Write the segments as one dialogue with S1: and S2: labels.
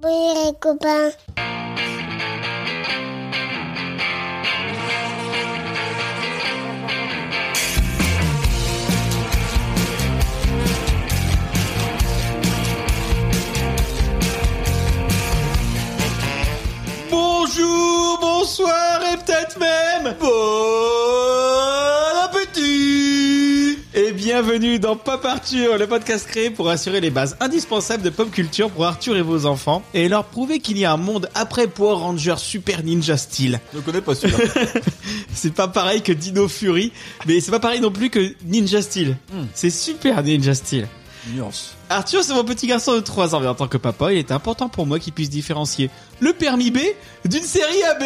S1: Oui, les copains.
S2: Bonjour, bonsoir et peut-être même bon appétit Et bienvenue dans Pop Arthur, le podcast créé pour assurer les bases indispensables de pop culture pour Arthur et vos enfants et leur prouver qu'il y a un monde après Power Rangers Super Ninja style.
S3: Je ne connais pas celui-là.
S2: C'est pas pareil que Dino Fury, mais c'est pas pareil non plus que Ninja style.
S3: Hmm.
S2: C'est Super Ninja style.
S3: Nuance.
S2: Arthur, c'est mon petit garçon de 3 ans, mais en tant que papa, il est important pour moi qu'il puisse différencier le permis B d'une série AB.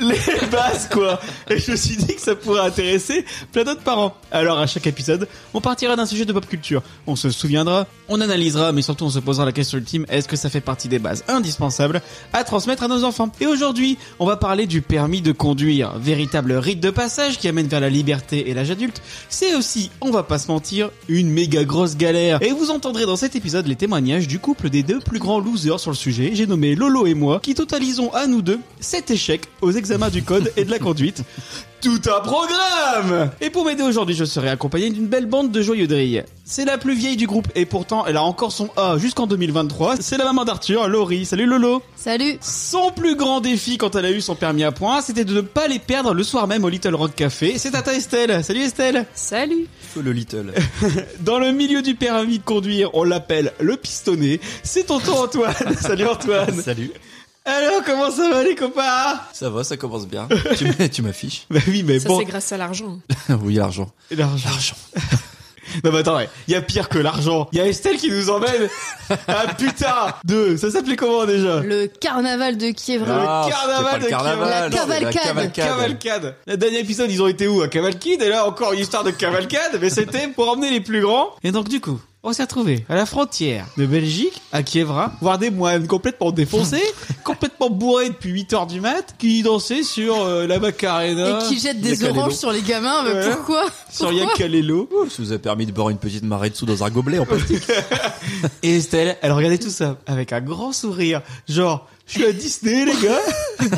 S2: Les bases, quoi. Et je me suis dit que ça pourrait intéresser plein d'autres parents. Alors, à chaque épisode, on partira d'un sujet de pop culture. On se souviendra, on analysera, mais surtout on se posera la question ultime, est-ce que ça fait partie des bases indispensables à transmettre à nos enfants Et aujourd'hui, on va parler du permis de conduire, véritable rite de passage qui amène vers la liberté et l'âge adulte. C'est aussi, on va pas se mentir, une méga grosse galère. Et vous entendrez dans cet épisode les témoignages du couple des deux plus grands losers sur le sujet, j'ai nommé Lolo et moi, qui totalisons à nous deux cet échec aux examens du code et de la conduite. Tout un programme Et pour m'aider aujourd'hui, je serai accompagné d'une belle bande de joyeux drilles. C'est la plus vieille du groupe et pourtant elle a encore son A jusqu'en 2023. C'est la maman d'Arthur, Laurie. Salut Lolo
S4: Salut
S2: Son plus grand défi quand elle a eu son permis à points, c'était de ne pas les perdre le soir même au Little Rock Café. C'est Tata Estelle Salut Estelle
S4: Salut
S3: Feu le Little.
S2: Dans le milieu du permis de conduire, on l'appelle le pistonné. C'est tonton Antoine Salut Antoine
S3: Salut.
S2: Alors comment ça va les copains
S3: Ça va, ça commence bien. tu m'as- tu m'affiches
S2: Bah oui mais
S4: Ça
S2: bon...
S4: c'est grâce à l'argent.
S3: Oui, l'argent.
S2: L'argent. Non mais attends, ouais. il y a pire que l'argent. Il y a Estelle qui nous emmène à putain de... Ça s'appelait comment déjà
S4: Le carnaval de Kiev.
S2: Ah, carnaval
S3: c'était pas
S2: de
S3: le carnaval,
S4: Kiev. La
S3: c'était la
S4: cavalcade.
S3: cavalcade.
S2: Cavalcade. Le dernier épisode, ils ont été où À Cavalcade. Et là, encore une histoire de Cavalcade. Mais c'était pour emmener les plus grands. Et donc, du coup, on s'est retrouvés à la frontière de Belgique, à Kievra, voir des moines complètement défoncés, complètement bourrés depuis 8 heures du mat, qui dansaient sur euh, la Macarena,
S4: Et qui jette
S3: les
S4: des
S3: calélos.
S4: oranges sur les gamins, mais
S2: Ouais.
S4: pourquoi
S2: sur
S4: Pourquoi
S2: Yakalelo.
S3: Ouh, Ça vous a permis de boire une petite marée de sous dans un gobelet en plastique.
S2: Et Estelle, elle regardait tout ça avec un grand sourire. Genre, je suis à Disney, les gars.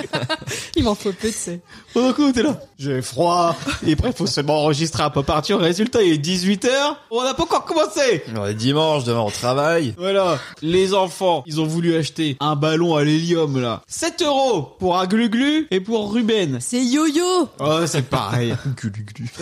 S4: Il m'en faut peu, tu sais.
S2: Pendant coup, t'es là. J'ai froid. Et bref, faut seulement enregistrer un peu partir. Résultat, il est 18h. On n'a pas encore commencé.
S3: On est dimanche, demain on travaille.
S2: Voilà, les enfants, ils ont voulu acheter un ballon à l'hélium là. 7 euros pour un glu-glu et pour Ruben.
S4: C'est yo-yo
S2: Oh, c'est pareil.
S3: Glu-glu.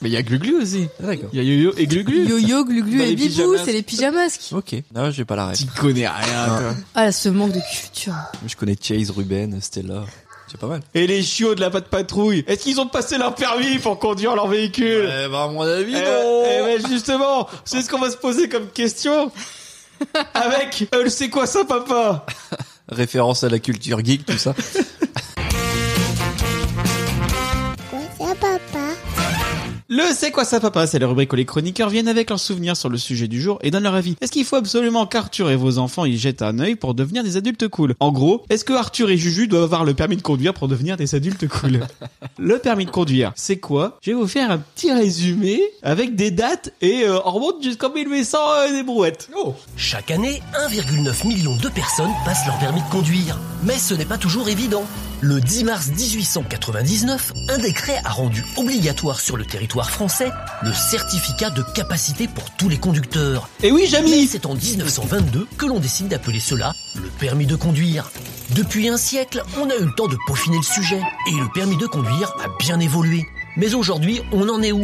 S2: Mais il y a glu-glu aussi.
S3: Ah, D'accord.
S2: Il y a yo-yo et glu-glu.
S4: Yo-yo, glu-glu
S2: Dans les
S4: et bibou,
S2: pyjamas.
S4: c'est les pyjamasques.
S3: Ok. Non, j'ai pas la ref.
S2: Tu connais rien, toi.
S4: Ah, ce manque de culture.
S3: Je connais Chase, Ruben, Stella. C'est pas mal.
S2: Et les chiots de la patte patrouille, est-ce qu'ils ont passé leur permis pour conduire leur véhicule
S3: bah, à mon avis,
S2: Eh eh ben, justement, c'est ce qu'on va se poser comme question. Avec, euh, c'est quoi ça, papa
S3: Référence à la culture geek, tout ça.
S1: Quoi ça, papa
S2: Le C'est quoi ça papa C'est la rubrique où les chroniqueurs viennent avec leurs souvenirs sur le sujet du jour et donnent leur avis. Est-ce qu'il faut absolument qu'Arthur et vos enfants y jettent un œil pour devenir des adultes cool En gros, est-ce que Arthur et Juju doivent avoir le permis de conduire pour devenir des adultes cool Le permis de conduire, c'est quoi Je vais vous faire un petit résumé avec des dates et euh, on remonte jusqu'en 1800 euh, des brouettes.
S5: Chaque année, 1,9 million de personnes passent leur permis de conduire. Mais ce n'est pas toujours évident. Le 10 mars 1899, un décret a rendu obligatoire sur le territoire français le certificat de capacité pour tous les conducteurs.
S2: Et oui,
S5: Mais
S2: Jamy
S5: c'est en 1922 que l'on décide d'appeler cela le permis de conduire. Depuis un siècle, on a eu le temps de peaufiner le sujet et le permis de conduire a bien évolué. Mais aujourd'hui, on en est où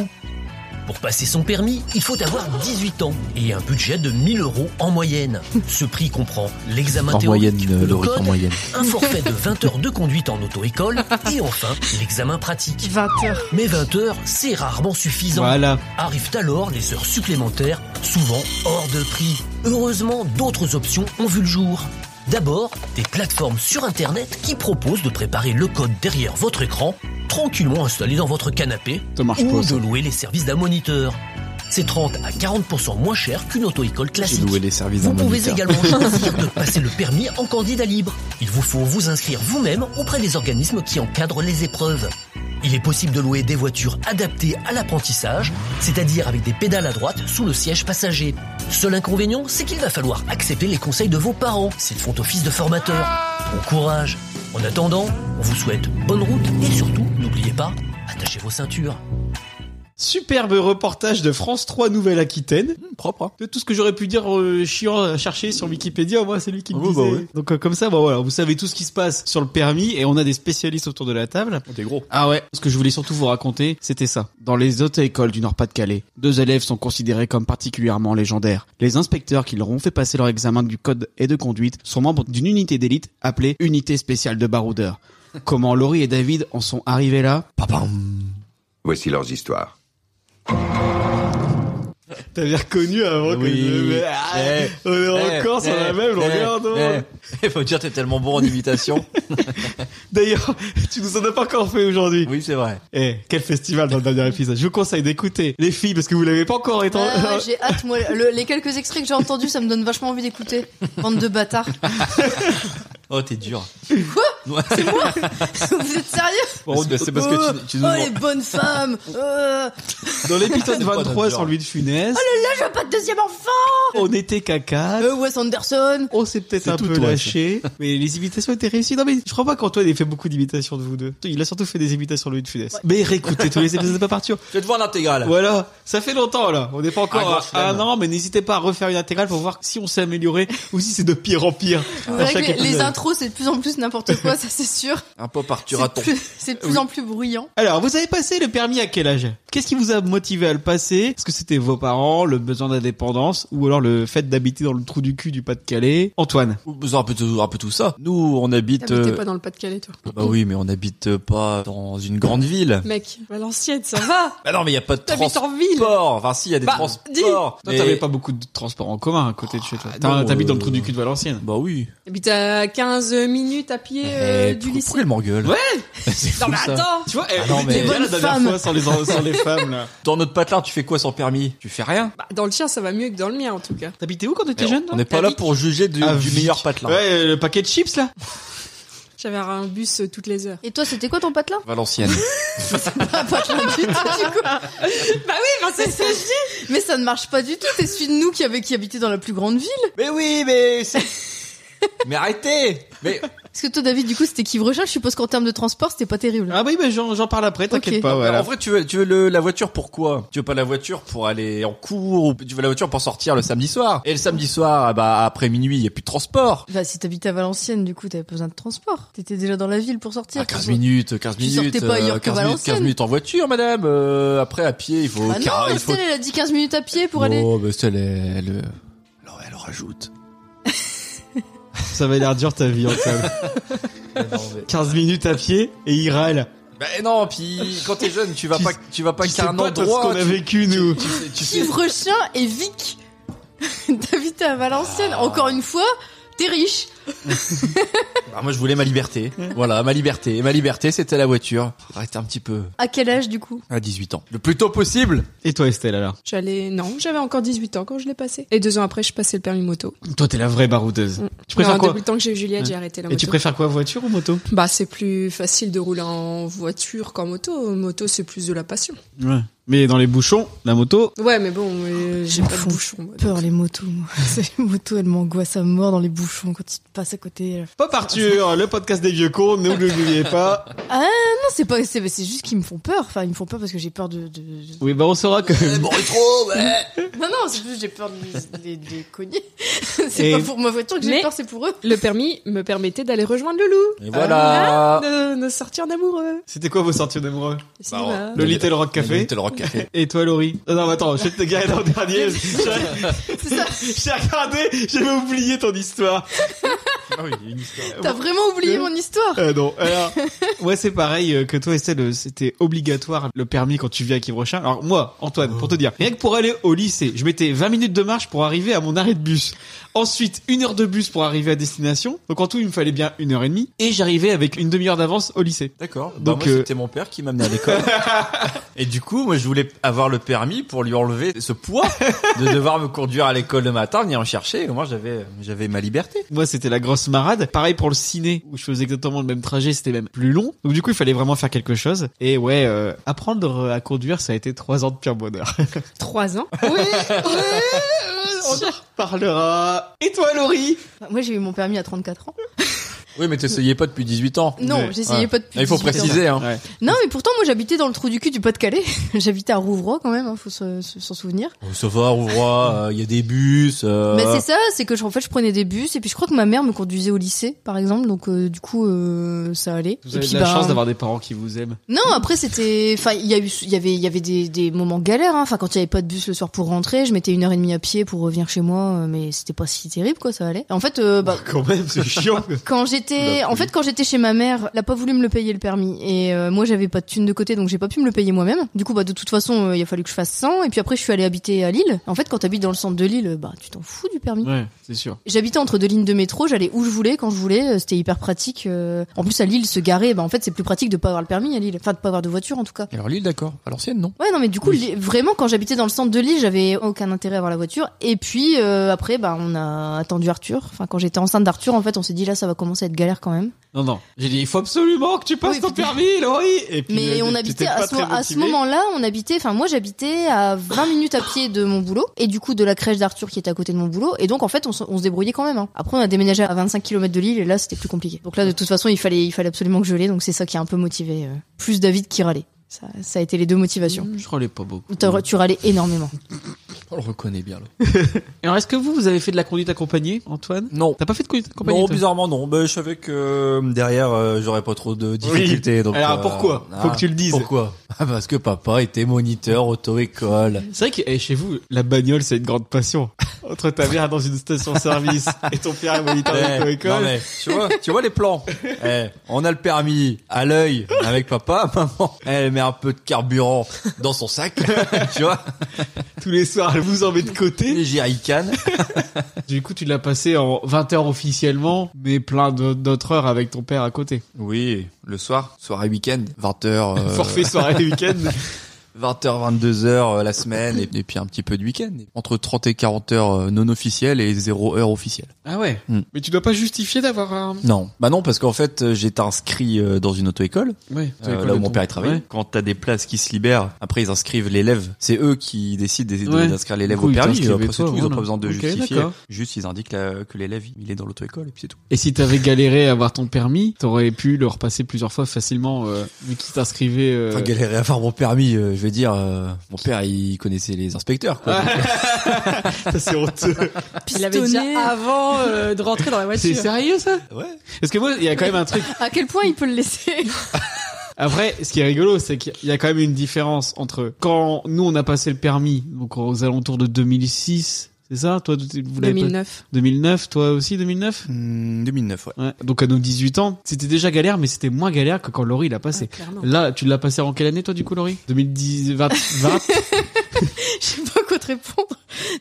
S5: Pour passer son permis, il faut avoir 18 ans et un budget de 1000 euros en moyenne. Ce prix comprend l'examen
S3: En
S5: théorique,
S3: moyenne, euh,
S5: le
S3: Laurie, en
S5: code,
S3: moyenne.
S5: un forfait de 20 heures de conduite en auto-école et enfin l'examen pratique.
S4: 20 heures.
S5: Mais 20 heures, c'est rarement suffisant.
S2: Voilà.
S5: Arrivent alors les heures supplémentaires, souvent hors de prix. Heureusement, d'autres options ont vu le jour. D'abord, des plateformes sur Internet qui proposent de préparer le code derrière votre écran, tranquillement installé dans votre canapé,
S2: Ça marche
S5: ou
S2: pas, ça.
S5: de louer les services d'un moniteur. C'est 30 à 40% moins cher qu'une auto-école
S3: J'ai
S5: classique.
S3: loué les services d'un
S5: Vous pouvez
S3: moniteur.
S5: également choisir de passer le permis en candidat libre. Il vous faut vous inscrire vous-même auprès des organismes qui encadrent les épreuves. Il est possible de louer des voitures adaptées à l'apprentissage, c'est-à-dire avec des pédales à droite sous le siège passager. Seul inconvénient, c'est qu'il va falloir accepter les conseils de vos parents s'ils font office de formateur. Bon courage En attendant, on vous souhaite bonne route et surtout, n'oubliez pas, attachez vos ceintures.
S2: Superbe reportage de France 3 Nouvelle-Aquitaine.
S3: Hum, Propre. hein.
S2: De tout ce que j'aurais pu dire euh, chiant à chercher sur Wikipédia, moi c'est lui qui me
S3: Oh,
S2: disait.
S3: bah ouais.
S2: Donc euh, comme ça, bah, voilà, vous savez tout ce qui se passe sur le permis et on a des spécialistes autour de la table.
S3: Oh, T'es gros.
S2: Ah ouais, ce que je voulais surtout vous raconter, c'était ça. Dans les autres écoles du Nord-Pas-de-Calais, deux élèves sont considérés comme particulièrement légendaires. Les inspecteurs qui leur ont fait passer leur examen du code et de conduite sont membres d'une unité d'élite appelée Unité Spéciale de Baroudeurs. Comment Laurie et David en sont arrivés là
S6: Voici leurs histoires.
S2: T'avais reconnu avant
S3: Oui.
S2: ah,
S3: Eh, eh, eh, eh, eh. Faut dire, t'es tellement bon en imitation.
S2: D'ailleurs, tu nous en as pas encore fait aujourd'hui.
S3: oui, c'est vrai.
S2: Eh, quel festival dans le dernier épisode. Je vous conseille d'écouter les filles parce que vous l'avez pas encore étant...
S4: Ah ouais, j'ai hâte, moi. le- les quelques extraits que j'ai entendus, ça me donne vachement envie d'écouter. Bande de bâtards.
S3: Oh, t'es dur.
S4: Vous êtes sérieux
S3: Bon, c'est c'est parce
S4: Oh,
S3: que tu, tu nous
S4: Oh,
S3: mens.
S4: les bonnes femmes Euh,
S2: Dans l'épisode
S3: Pas
S2: 23
S3: notre
S2: sur Louis de Funès,
S4: Oh Là, je veux pas de deuxième enfant
S2: on était caca.
S4: euh, Wes Anderson
S2: On s'est peut-être
S3: C'est
S2: un
S3: tout
S2: peu
S3: toi,
S2: lâché, mais les imitations étaient réussies. Non mais je crois pas qu'Antoine ait fait beaucoup d'imitations de vous deux. Il a surtout fait des imitations de Louis de Funès. Mais réécoutez tous les épisodes de pas partir.
S3: Je vais te voir l'intégrale.
S2: Voilà, ça fait longtemps là. On n'est pas
S3: Ah,
S2: encore
S3: grand
S2: à un
S3: chelem.
S2: an, mais n'hésitez pas à refaire une intégrale pour voir si on s'est amélioré ou si c'est de pire en pire.
S4: Vous
S2: à
S4: verrez
S2: chaque
S4: que les- les
S2: épisode.
S4: intros, c'est de plus en plus n'importe quoi, ça c'est sûr.
S3: Un pop
S4: C'est
S3: Arturaton.
S4: plus- c'est de plus en plus bruyant.
S2: Alors, vous avez passé le permis à quel âge Qu'est-ce qui vous a motivé à le passer Est-ce que c'était vos parents, le besoin d'indépendance, ou alors le fait d'habiter dans le trou du cul du Pas-de-Calais Antoine,
S3: Un peu, tout, un peu tout ça. Nous, on habite.
S7: T'habitais
S3: euh,
S7: pas dans le Pas-de-Calais, toi.
S3: Bah oui, mais on habite euh, pas dans une grande ville.
S7: Mec, Valenciennes, ça va
S3: Bah non, mais il y a pas de
S7: T'habites
S3: transport.
S7: en ville
S3: Enfin, si, il y a des
S7: Bah,
S3: transports.
S2: toi
S3: mais-
S2: t'avais pas beaucoup de transports en commun à côté de chez toi.
S3: Ah,
S2: T'as-
S3: non,
S2: T'habites dans le
S3: euh,
S2: trou du cul de Valenciennes.
S3: Bah oui.
S7: T'habites à 15 minutes à pied euh,
S3: Eh,
S7: du
S3: pourquoi-
S7: lycée.
S3: Pourquoi elle m'engueule
S2: Ouais.
S3: C'est fou,
S7: Non mais
S3: ça.
S7: attends
S2: Tu vois,
S3: Ah non,
S2: elle
S3: mais-
S2: était bien la
S4: Bonne
S2: dernière
S4: femme.
S2: fois sans les, sans les femmes là.
S3: Dans notre patelin, tu fais quoi sans permis Tu fais rien.
S7: Bah, Dans le tien, ça va mieux que dans le mien, en tout cas.
S2: T'habitais où quand t'étais
S3: Mais
S2: jeune
S3: on- On n'est pas là pour juger du,
S2: Ah,
S3: du
S2: Vic.
S3: meilleur patelin.
S2: Ouais, euh, le paquet de chips là
S7: J'avais un bus euh, toutes les heures.
S4: Et toi, c'était quoi ton patelin
S3: Valenciennes.
S4: Pas patelin du tout, du coup.
S7: bah oui, bah c'est ça
S4: Mais ça ne marche pas du tout, c'est celui de nous qui, avait, qui habitait dans la plus grande ville.
S3: mais oui, mais c'est... mais arrêtez Mais
S4: Parce que toi, David, du coup, c'était qui recherche Je suppose qu'en termes de transport, c'était pas terrible.
S2: Ah oui, mais j'en j'en parle après, t'inquiète
S4: Ok.
S2: pas.
S3: en
S2: Voilà.
S3: vrai, tu veux, tu veux le- la voiture pour quoi Tu veux pas la voiture pour aller en cours ou tu veux la voiture pour sortir le samedi soir Et le samedi soir, ah bah après minuit, il y a plus de transport.
S4: Bah, si t'habitais à Valenciennes, du coup, t'avais pas besoin de transport. T'étais déjà dans la ville pour sortir.
S3: Ah, 15 minutes, 15
S4: Tu
S3: minutes,
S4: sortais pas ailleurs
S3: euh, 15 minutes,
S4: que
S3: 15
S4: Valenciennes.
S3: minutes en voiture, madame. Euh, après à pied, il faut.
S4: Bah
S3: car-
S4: non,
S3: il faut...
S4: Estelle, elle a dit 15 minutes à pied pour aller.
S3: Oh, bah, Estelle, elle, elle, elle rajoute.
S2: Ça va l'air dur ta vie Antoine. 15 minutes à pied et il râle.
S3: Bah non, puis quand t'es jeune, tu vas
S2: Tu-
S3: pas, tu vas pas
S2: tu sais
S3: qu'à un
S2: pas, toi, ce qu'on
S3: endroit.
S2: a
S3: tu-
S2: vécu nous.
S3: tu sais- tu sais-
S4: Ivre-chien et Vic. T'habitais à Valenciennes.
S3: Ah.
S4: Encore une fois, t'es riche.
S3: Bah, moi, je voulais ma liberté. voilà, ma liberté. Et ma liberté, c'était la voiture. Arrêtez un petit peu.
S4: À quel âge, du coup
S3: À 18 ans. Le plus tôt possible.
S2: Et toi Estelle alors
S7: J'allais... Non, j'avais encore 18 ans quand je l'ai passé. Et deux ans après, je passais le permis moto.
S2: Toi t'es la vraie baroudeuse. Tu préfères
S7: Mm. Non,
S2: quoi
S7: depuis le temps que j'ai eu Juliette, j'ai arrêté la
S2: Et
S7: moto.
S2: tu préfères quoi voiture ou moto
S7: Bah c'est plus facile de rouler en voiture qu'en moto. Moto, c'est plus de la passion.
S2: Ouais. Mais dans les bouchons, la moto.
S7: Ouais, mais bon, euh, j'ai
S4: m'en
S7: pas de
S4: fous.
S7: bouchon. moi, donc.
S4: Peur, les motos, moi. les motos, elles m'angoissent à mort dans les bouchons quand tu passes à côté.
S2: Pas parture, le podcast des vieux cons, ne l'oubliez pas.
S4: Non, c'est pas, c'est, c'est juste qu'ils me font peur. Enfin, ils me font peur parce que j'ai peur de. de- de-
S2: Oui, bah on saura que.
S3: Eh, Bon, rétro, ouais.
S4: Non, non, c'est juste j'ai peur de les, de les cogner. c'est
S2: Et-
S4: pas pour ma voiture que j'ai
S7: Mais-
S4: peur, c'est pour eux.
S7: Le permis me permettait d'aller rejoindre le loup.
S3: Et voilà.
S7: De nos sorties en amoureux.
S2: C'était quoi vos sorties d'amoureux
S7: Le
S3: Bah,
S7: cinéma.
S2: Le Little Rock
S3: Le
S2: Café.
S3: Little Rock Café.
S2: Et toi Laurie Ah Non, non, mais attends, je vais te garer dans le dernier. J'ai
S4: C'est ça.
S2: j'ai regardé, j'avais oublié ton histoire.
S3: ah oui, une histoire.
S4: T'as vraiment oublié mon histoire.
S2: Euh, non. Alors, ouais, c'est pareil euh, que toi, Estelle. euh, C'était obligatoire le permis quand tu viens à Quivrochin. Alors Oh. moi, Antoine, pour te dire, rien que pour aller au lycée, je mettais 20 minutes de marche pour arriver à mon arrêt de bus. Ensuite, une heure de bus pour arriver à destination. Donc en tout, il me fallait bien une heure et demie. Et j'arrivais avec une demi-heure d'avance au lycée.
S3: D'accord.
S2: Donc,
S3: Donc
S2: euh,
S3: c'était mon père qui m'amenait à l'école. et du coup, moi, je voulais avoir le permis pour lui enlever ce poids de devoir me conduire à l'école le matin, venir me chercher. Et moi, j'avais j'avais ma liberté.
S2: Moi, c'était la grosse marade. Pareil pour le ciné, où je faisais exactement le même trajet, c'était même plus long. Donc du coup, il fallait vraiment faire quelque chose. Et ouais, euh, apprendre à conduire, ça a été trois ans de pur bonheur.
S4: Trois ans.
S2: Oui, on en reparlera. Et toi, Laurie
S4: Bah, Moi, j'ai eu mon permis à 34 ans.
S3: Oui, mais t'essayais pas depuis 18 ans.
S4: Non,
S2: Ouais.
S4: j'essayais
S3: Ouais.
S4: pas depuis.
S3: Ah, Il faut
S4: 18 ans.
S3: préciser, hein.
S2: Ouais.
S4: Non, mais pourtant, moi, j'habitais dans le trou du cul du Pas-de-Calais. j'habitais à Rouvroy quand même, hein, faut se- se- s'en souvenir.
S3: Oh, ça va, Rouvroy, il y a des bus. euh,
S4: Bah, c'est ça, c'est que je- en fait je prenais des bus et puis je crois que ma mère me conduisait au lycée par exemple donc euh, du coup euh, ça allait.
S2: Vous
S4: et
S2: avez
S4: puis
S2: de la
S4: bah,
S2: chance d'avoir des parents qui vous aiment.
S4: Non après c'était enfin il y a eu il y avait il y avait des, des moments galères hein. enfin quand il y avait pas de bus le soir pour rentrer je mettais une heure et demie à pied pour revenir chez moi euh, mais c'était pas si terrible quoi ça allait. En fait euh, bah
S2: Quand même, c'est chiant.
S4: quand j'étais, en fait, quand j'étais chez ma mère, elle a pas voulu me le payer le permis. Et euh, moi, j'avais pas de thune de côté, donc j'ai pas pu me le payer moi-même. Du coup, bah de toute façon, euh, il a fallu que je fasse 100. Et puis après, je suis allée habiter à Lille. En fait, quand t'habites dans le centre de Lille, bah tu t'en fous du permis.
S2: Ouais, c'est sûr.
S4: J'habitais entre deux lignes de métro, j'allais où je voulais, quand je voulais, euh, c'était hyper pratique. euh. En plus, à Lille, se garer, bah en fait, c'est plus pratique de pas avoir le permis à Lille, enfin de pas avoir de voiture en tout cas.
S3: Alors Lille, d'accord. À l'ancienne, non.
S4: Ouais, non, mais du coup, li- vraiment, quand j'habitais dans le centre de Lille, j'avais aucun intérêt à avoir la voiture. Et puis euh, après, bah on a attendu Arthur. Enfin, quand j'étais enceinte d'Arthur, en fait, on s'est dit là, ça va commencer à être galère quand même.
S2: Non, non. J'ai dit, il faut absolument que tu passes
S4: Oui,
S2: ton
S4: puis-
S2: permis, Laurie. Et puis,
S4: Mais
S2: euh,
S4: on
S2: t'étais
S4: habitait
S2: pas
S4: à ce,
S2: très
S4: à ce
S2: motivée.
S4: moment-là, on habitait, enfin moi j'habitais à 20 minutes à pied de mon boulot et du coup de la crèche d'Arthur qui était à côté de mon boulot et donc en fait on, se- on se débrouillait quand même. hein. Après on a déménagé à 25 km de Lille et là c'était plus compliqué. Donc là de toute façon il fallait il fallait absolument que je l'aie donc c'est ça qui a un peu motivé euh, plus David qui râlait. Ça, ça a été les deux motivations.
S2: Je relais pas beaucoup.
S4: T'as- Tu râlais énormément.
S3: On le reconnaît bien, là.
S2: Alors, est-ce que vous, vous avez fait de la conduite accompagnée, Antoine
S3: Non.
S2: T'as pas fait de conduite accompagnée
S3: Non,
S2: toi
S3: bizarrement, non. Bah, je savais que euh, derrière, euh, j'aurais pas trop de difficultés. Donc,
S2: Alors
S3: euh,
S2: pourquoi Faut
S3: ah,
S2: que tu le dises.
S3: Pourquoi Ah, Parce que papa était moniteur auto-école.
S2: C'est vrai que eh, chez vous, la bagnole, c'est une grande passion. Entre ta mère dans une station-service et ton père est moniteur
S3: Ouais, Eh, non,
S2: d'auto-école.
S3: mais tu vois, tu vois les plans. Eh, on a le permis à l'œil avec papa, maman. Elle met un peu de carburant dans son sac, tu vois.
S2: Tous les soirs, elle vous en met de côté.
S3: Les jerrycans.
S2: Du coup, tu l'as passé en 20 heures officiellement, mais plein de- d'autres heures avec ton père à côté.
S3: Oui, le soir, soirée week-end, euh, 20h,
S2: Forfait soirée et week-end.
S3: 20h, 22h euh, la semaine, et, et puis un petit peu de week-end. Entre 30 et 40 heures euh, non officielles et 0 heure officielle.
S2: Ah ouais.
S3: Hmm.
S2: Mais tu dois pas justifier d'avoir un...
S3: Non, bah non, parce qu'en fait, euh, j'étais inscrit euh, dans une auto-école.
S2: Ouais.
S3: Euh, là où mon père y travaille. Quand t'as des places qui se libèrent, après ils inscrivent l'élève. C'est eux qui décident des- de-
S2: Ouais.
S3: d'inscrire l'élève
S2: Du coup,
S3: au
S2: ils
S3: permis.
S2: t'inscrivaient
S3: Après, c'est
S2: toi,
S3: tout, ils ont
S2: voilà.
S3: pas besoin de
S2: Ok,
S3: justifier.
S2: d'accord.
S3: Juste, ils indiquent la- que l'élève, il est dans l'auto-école et puis c'est tout.
S2: Et si t'avais galéré à avoir ton permis, t'aurais pu le repasser plusieurs fois facilement, euh, vu qu'il t'inscrivait... euh,
S3: Enfin, galérer à faire mon permis, euh, je veux dire, euh, mon père, il connaissait les inspecteurs, quoi.
S2: ça, c'est honteux.
S7: Il l'avait
S4: Pistonné.
S7: déjà avant euh, de rentrer dans la
S2: C'est
S7: voiture.
S2: sérieux, ça
S3: Ouais.
S2: Parce que moi, il y a quand même un truc...
S4: À quel point il peut le laisser
S2: Après, ce qui est rigolo, c'est qu'il y a quand même une différence entre quand nous on a passé le permis, donc aux alentours de 2006, c'est ça Toi, tu- vous l'avez pas-
S7: 2009.
S2: 2009, toi aussi 2009
S3: Hmm, 2009, ouais.
S2: Ouais. Donc à nos 18 ans, c'était déjà galère, mais c'était moins galère que quand Laurie l'a passé.
S7: clairement.
S2: Là, tu l'as passé en quelle année toi du coup, Laurie 2010, 20, 20
S4: Je sais pas quoi te répondre.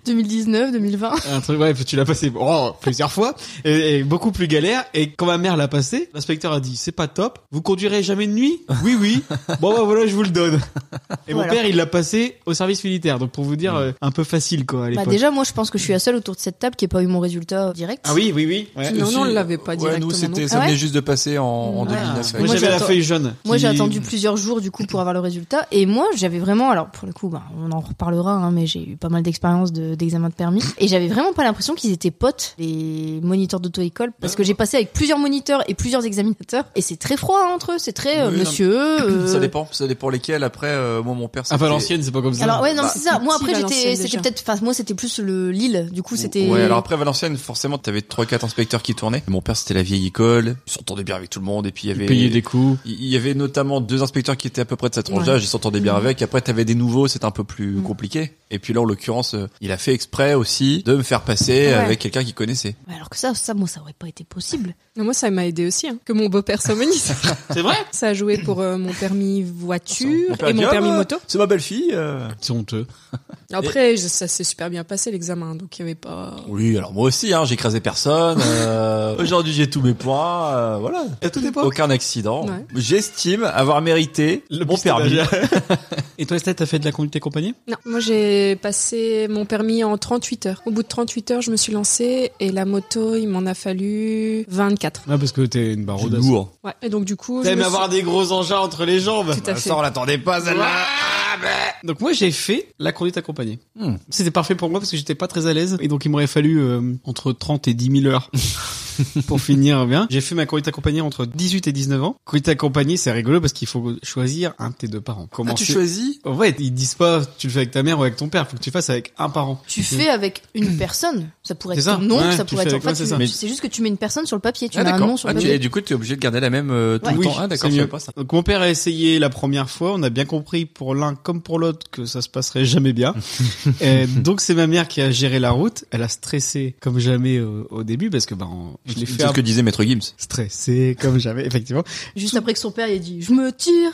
S4: 2019, 2020.
S2: un truc, ouais, tu l'as passé oh, plusieurs fois, et, et beaucoup plus galère. Et quand ma mère l'a passé, l'inspecteur a dit, c'est pas top, vous conduirez jamais de nuit Oui, oui, bon bah voilà, je vous le donne. Et mon
S4: Voilà.
S2: père, il l'a passé au service militaire, donc pour vous dire, euh, un peu facile quoi à
S4: Bah
S2: l'époque.
S4: déjà moi je pense que je suis la seule autour de cette table qui a pas eu mon résultat euh, direct.
S2: ah oui, oui, oui. ouais.
S7: Non, non, on
S3: Aussi,
S7: l'avait pas
S3: Ouais,
S7: directement
S3: nous,
S7: non
S3: c'était,
S7: plus.
S3: ça
S4: Ah ouais
S3: venait juste de passer en, en
S7: Ah,
S3: 2009.
S2: Moi
S4: Moi,
S2: j'avais
S4: j'ai
S2: la
S4: atto-
S2: feuille jaune.
S4: Moi,
S2: qui-
S4: j'ai attendu plusieurs jours, du coup, pour avoir le résultat. Et moi, j'avais vraiment, alors, pour le coup, bah, on en reparlera, hein, mais j'ai eu pas mal d'expériences de- d'examen de permis. Et j'avais vraiment pas l'impression qu'ils étaient potes, les moniteurs d'auto-école, parce que j'ai passé avec plusieurs moniteurs et plusieurs examinateurs. Et c'est très froid hein, entre eux, c'est très, euh,
S3: Oui, non,
S4: monsieur, euh,
S3: Ça dépend, ça dépend lesquels. Après, euh, moi, mon père,
S2: À
S3: c'était-
S2: Ah, Valenciennes, c'est pas comme ça.
S4: Alors, ouais, non,
S3: Bah,
S4: c'est ça. Moi,
S7: si,
S4: après, j'étais,
S7: Valenciennes,
S4: c'était
S7: déjà.
S4: peut-être, enfin, moi, c'était plus le Lille. Du coup, c'était.
S3: Ouais, alors après Valenciennes, forcément, t'avais trois, quatre inspecteurs qui tournaient. Mon père, c'était la vieille école. Ils s'entendaient bien avec tout le monde. Et puis, il y avait.
S2: payer des coups.
S3: Il il y avait notamment deux inspecteurs
S7: Mm.
S3: qui étaient à peu près de cette tranche d'âge, ils s'entendaient bien avec. Après, t'avais des nouveaux, c'était un peu plus compliqué. Et puis là, en l'occurrence, euh, Il a fait exprès aussi de me faire passer
S4: Ouais.
S3: avec quelqu'un qu'il connaissait.
S4: Mais Alors que ça, ça, moi, ça aurait pas été possible.
S7: Mais Moi, ça m'a aidé aussi, hein, que mon beau-père soit menuisier.
S2: C'est vrai
S7: ça a joué pour euh, mon permis voiture
S3: Mon père
S7: et
S3: dit,
S7: mon
S3: Ah,
S7: permis
S3: bah,
S7: moto.
S3: C'est ma belle-fille. euh.
S2: C'est honteux.
S7: Après, je- ça s'est super bien passé l'examen, donc il y avait pas.
S3: Oui, alors moi aussi, hein, j'ai écrasé personne. euh, Aujourd'hui, j'ai tous mes points. euh, voilà.
S2: À toute époque.
S3: Aucun accident.
S7: Ouais.
S3: J'estime avoir mérité mon permis.
S2: Et toi, Estelle, t'as fait de la conduite et compagnie
S7: Non, moi j'ai passé mon permis en 38 heures. Au bout de 38 heures, je me suis lancée et la moto, il m'en a fallu 24.
S2: Ah, parce que t'es une
S3: Du
S2: baroudasse.
S3: lourd.
S7: Ouais. Et donc du coup, je
S2: T'aimes
S7: me suis-
S2: avoir des gros engins entre les jambes. Ah, bah.
S7: Tout à fait.
S3: Ah, Ça, on l'attendait pas, celle-là. Ah,
S2: Donc moi j'ai fait la conduite accompagnée.
S3: Hmm.
S2: C'était parfait pour moi parce que j'étais pas très à l'aise et donc il m'aurait fallu euh, entre 30 et 10 000 heures pour finir bien. J'ai fait ma conduite accompagnée entre 18 et 19 ans. Conduite accompagnée c'est rigolo parce qu'il faut choisir un de tes deux parents. Comment
S3: Ah, tu
S2: c'est-
S3: choisis
S2: Ouais, ils disent pas tu le fais avec ta mère ou avec ton père, faut que tu le fasses avec un parent.
S4: Tu fais avec une personne. Ça pourrait
S2: C'est
S4: être
S2: ça.
S4: ton nom,
S2: Ouais,
S4: ça
S2: tu
S4: pourrait
S2: fais
S4: être.
S2: avec-
S4: En
S2: ouais,
S4: fait,
S2: c'est ça.
S4: tu-
S2: Mais-
S4: c'est juste que tu mets une personne sur le papier. Tu
S3: Ah,
S4: mets un
S3: d'accord.
S4: nom sur
S3: Ah,
S4: le
S3: tu-
S4: papier.
S3: et du coup, tu es obligé de garder la même euh, tout
S4: Ouais.
S3: le
S2: Oui,
S3: temps. Ah, d'accord,
S2: c'est
S3: je
S2: mieux.
S3: savais pas ça.
S2: Donc mon père a essayé la première fois, on a bien compris pour l'un comme pour l'autre que ça se passerait jamais bien. Et donc c'est ma mère qui a géré la route, elle a stressé comme jamais euh, au début parce que bah on- je l'ai
S3: C'est
S2: fait
S3: ce que disait Maître Gims.
S2: stressé comme jamais effectivement.
S4: Juste après que son père il a dit Je me tire.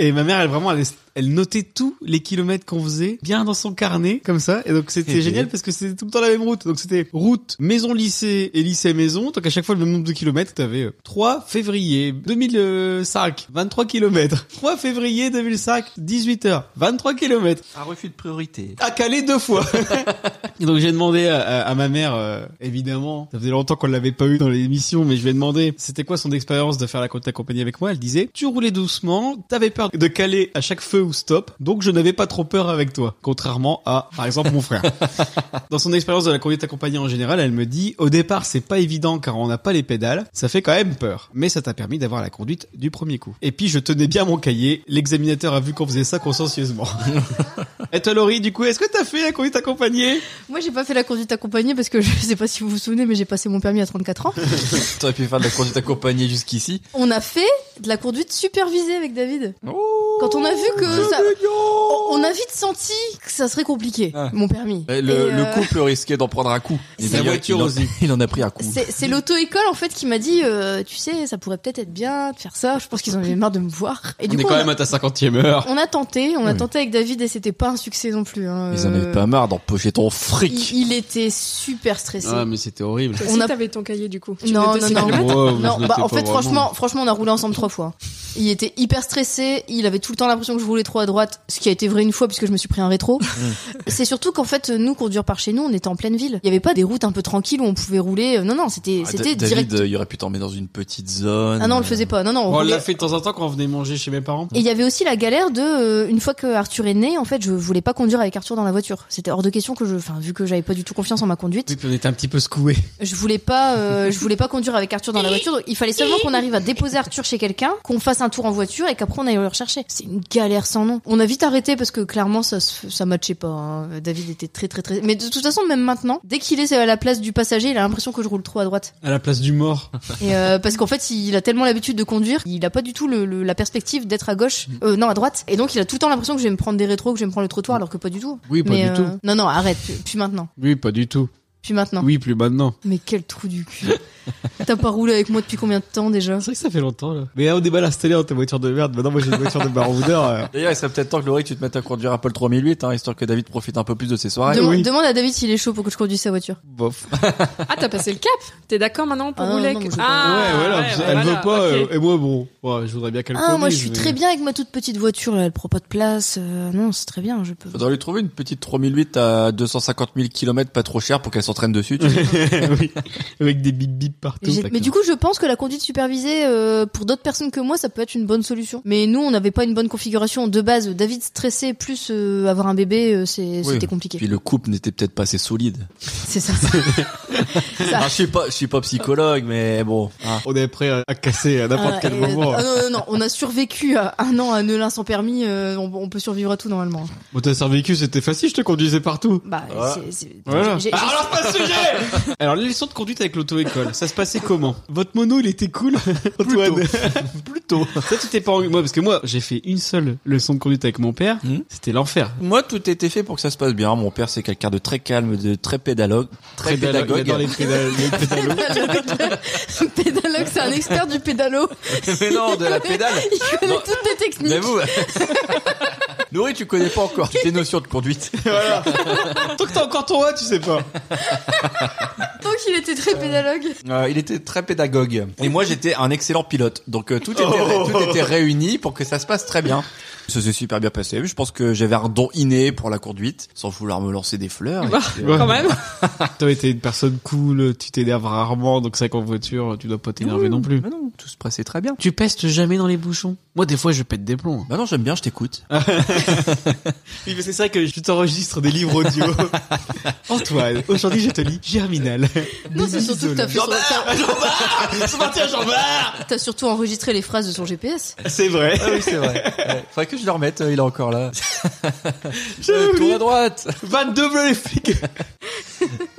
S2: Et ma mère, elle vraiment, elle, elle notait tous les kilomètres qu'on faisait bien dans son carnet, comme ça. Et donc c'était
S3: Ok.
S2: génial parce que c'était tout le temps la même route. Donc c'était route, maison, lycée et lycée, maison. Donc à chaque fois le même nombre de kilomètres. T'avais euh, 3 février 2005, 23 kilomètres. 3 février 2005, 18 heures, 23 kilomètres.
S3: Un refus de priorité.
S2: À Calais deux fois. Et donc j'ai demandé à, à- à ma mère, euh, évidemment, ça faisait longtemps qu'on l'avait pas eu dans l'émission, mais je lui ai demandé c'était quoi son expérience de faire la conduite accompagnée avec moi. Elle disait tu roulais doucement, t'avais peur de caler à chaque feu ou stop, donc je n'avais pas trop peur avec toi, contrairement à par exemple mon frère. Dans son expérience de la conduite accompagnée en général, elle me dit au départ c'est pas évident car on n'a pas les pédales, ça fait quand même peur, mais ça t'a permis d'avoir la conduite du premier coup. Et puis je tenais bien mon cahier, l'examinateur a vu qu'on faisait ça consciencieusement. Et toi Laurie, du coup, est-ce que t'as fait la conduite accompagnée
S4: Moi, j'ai pas fait la conduite accompagnée parce que je sais pas si vous vous souvenez, mais j'ai passé mon permis à 34 ans.
S3: T'aurais pu faire de la conduite accompagnée jusqu'ici.
S4: On a fait de la conduite supervisée avec David.
S2: Oh.
S4: Quand on a vu que ça. On a vite senti que ça serait compliqué,
S2: Ah.
S3: Ouais.
S4: mon permis.
S3: Le,
S2: Eh,
S4: Et,
S3: le
S4: euh,
S3: couple risquait d'en prendre un coup.
S4: Et
S3: Et
S4: la
S3: d'ailleurs,
S2: voiture
S3: il en-
S2: aussi.
S3: Il en a pris un coup.
S4: C'est c'est l'auto-école en fait qui m'a dit, euh, tu sais, ça pourrait peut-être être bien de faire ça. Je pense qu'ils en avaient marre de me voir. Et du coup, on a,
S2: à ta cinquantième heure.
S4: on a tenté, on a
S3: Oui.
S4: tenté avec David et c'était pas un succès non plus. hein.
S3: Ils en
S4: Euh,
S3: avaient pas marre d'empocher ton
S4: il,
S3: fric.
S4: il était super stressé.
S2: Ah mais c'était horrible.
S7: Toi
S4: On
S7: aussi,
S4: a-
S7: t'avais ton cahier du coup. Tu
S4: Non,
S7: faisais
S4: non,
S7: ces
S4: non.
S7: kilomètres
S4: Non, bah en fait franchement, franchement on a roulé ensemble trois fois. Il était hyper stressé, il avait tout le temps l'impression que je roulais trop à droite, ce qui a été vrai une fois puisque je me suis pris un rétro. c'est surtout qu'en fait nous conduire par chez nous, on était en pleine ville. Il y avait pas des routes un peu tranquilles où on pouvait rouler. euh, Non non, c'était
S3: Ah,
S4: c'était
S3: Da- David,
S4: direct.
S3: euh, il aurait pu t'emmener dans une petite zone.
S4: Ah non, on le faisait pas. Non non, on
S2: on
S4: roulait-
S2: Oh, l'a fait de temps en temps quand on venait manger chez mes parents.
S4: Et il y avait aussi la galère de euh, une fois que Arthur est né, en fait, je voulais pas conduire avec Arthur dans la voiture. C'était hors de question que je enfin vu que j'avais pas du tout confiance en ma conduite,
S2: Oui, puis on était un petit peu secoués.
S4: je voulais pas euh, je voulais pas conduire avec Arthur dans la voiture. Donc, il fallait seulement qu'on arrive à déposer Arthur chez quelqu'un, qu'on fasse un tour en voiture et qu'après on aille le rechercher. C'est une galère sans nom. On a vite arrêté parce que clairement ça se- ça matchait pas. hein. David était très très très mais de toute façon même maintenant, dès qu'il est à la place du passager, il a l'impression que je roule trop à droite.
S2: À la place du mort.
S4: Et euh, parce qu'en fait, il a tellement l'habitude de conduire, il a pas du tout le, le- la perspective d'être à
S2: Mm.
S4: gauche, euh, non à droite. Et donc, il a tout le temps l'impression que je vais me prendre des rétros, que je vais me prendre le trottoir, alors que pas du tout.
S2: Mm. Oui, pas
S4: Mais,
S2: du
S4: euh,
S2: tout.
S4: Non, non, arrête, puis, puis maintenant,
S2: Oui, pas du tout.
S4: puis maintenant.
S2: Oui, plus maintenant.
S4: Mais quel trou du cul. T'as pas roulé avec moi depuis combien de temps déjà
S2: C'est vrai que ça fait longtemps là. Mais hein, au débat la Stella dans ta voiture de merde. Maintenant moi j'ai une voiture de baroudeur. euh.
S3: D'ailleurs, il serait peut-être temps que Laurie, tu te mettes à conduire Apple 3008, hein, histoire que David profite un peu plus de ses soirées.
S4: Dema-
S2: oui.
S4: Demande à David s'il est chaud pour que je conduise sa voiture.
S2: Bof.
S7: Ah, t'as passé le cap T'es d'accord maintenant pour
S4: Ah, non,
S7: rouler
S4: non, moi,
S7: avec-
S4: je-
S7: Ah,
S2: ouais, voilà.
S7: ouais,
S2: elle
S7: bah,
S2: veut
S7: voilà,
S2: pas.
S7: ok.
S2: euh, et moi bon, ouais, je voudrais bien qu'elle
S4: Ah,
S2: conduise,
S4: moi je suis
S2: mais-
S4: très bien avec ma toute petite voiture, là, elle prend pas de place. euh, non, c'est très bien, je peux.
S3: Faudrait lui trouver une petite 3008 à 250 000 km, pas trop cher, pour qu'elle s'entraîne dessus. tu sais.
S2: oui. Avec des bip bip partout.
S4: J'ai- Mais du coup, je pense que la conduite supervisée euh, pour d'autres personnes que moi, ça peut être une bonne solution. Mais nous, on n'avait pas une bonne configuration de base. David stressé plus euh, avoir un bébé, euh, c'est-
S3: Oui.
S4: c'était compliqué.
S3: Puis le couple n'était peut-être pas assez solide.
S4: C'est ça.
S3: Alors, Ah, je suis pas, je suis pas psychologue, mais bon. hein.
S2: On est prêt à, à casser à n'importe
S4: Ah,
S2: quel
S4: et,
S2: moment. hein.
S4: ah, non, non, non, on a survécu à un an à Neulin sans permis. euh, on, on peut survivre à tout normalement.
S2: Bon, t'as survécu, c'était facile. Je te conduisais partout.
S4: Bah,
S3: Voilà.
S4: c'est- c'est-
S2: Voilà.
S4: j'ai- j'ai-
S2: Alors, pas pas le sujet Alors, les leçons de conduite avec l'auto-école, ça se passait comment Votre mono, il était cool Antoine Plutôt. Ça, tu t'es pas engueulé. Moi, parce que moi, j'ai fait une seule leçon de conduite avec mon père.
S3: Mhm.
S2: C'était l'enfer.
S3: Moi, tout était fait pour que ça se passe bien. Mon père, c'est quelqu'un de très calme, de très pédagogue, très, pédagogue.
S2: Dans les pédales- les pédalos.
S4: pédalogue, c'est un expert du pédalo.
S3: Mais non, de la pédale.
S4: Il connaît
S3: Non.
S4: toutes les techniques.
S3: J'avoue. Laurie, tu connais pas encore tes notions de conduite.
S2: Voilà. Tant que t'as encore ton A, tu sais pas.
S4: Tant qu'il était très pédalogue.
S3: Euh, il était très pédagogue. Et moi, j'étais un excellent pilote. Donc, euh, tout, était, tout était réuni pour que ça se passe très bien. Ça s'est super bien passé. Je pense que j'avais un don inné pour la conduite, sans vouloir me lancer des fleurs. Et puis, euh,
S2: Ouais.
S7: Quand même.
S2: Toi, t'es une personne cool, tu t'énerves rarement, donc c'est vrai qu'en voiture, tu dois pas t'énerver non plus.
S3: mais non, tout se passait très bien.
S2: Tu pestes jamais dans les bouchons. Moi, des fois, je pète des plombs.
S3: Bah non, j'aime bien, je t'écoute.
S2: Oui, mais c'est vrai que je t'enregistre des livres audio. Antoine, aujourd'hui, je te lis Germinal.
S4: Non, c'est surtout que t'as fait son- t'as-
S2: Ah, C'est parti à jean
S4: t'as surtout enregistré les phrases de son GPS.
S2: C'est vrai.
S3: Ah oui, c'est vrai. Ouais. Faudrait que je le remette, euh, il est encore là.
S2: J'avais
S3: Euh, tourne
S2: oublié.
S3: à droite.
S2: 22 bleus, les flics.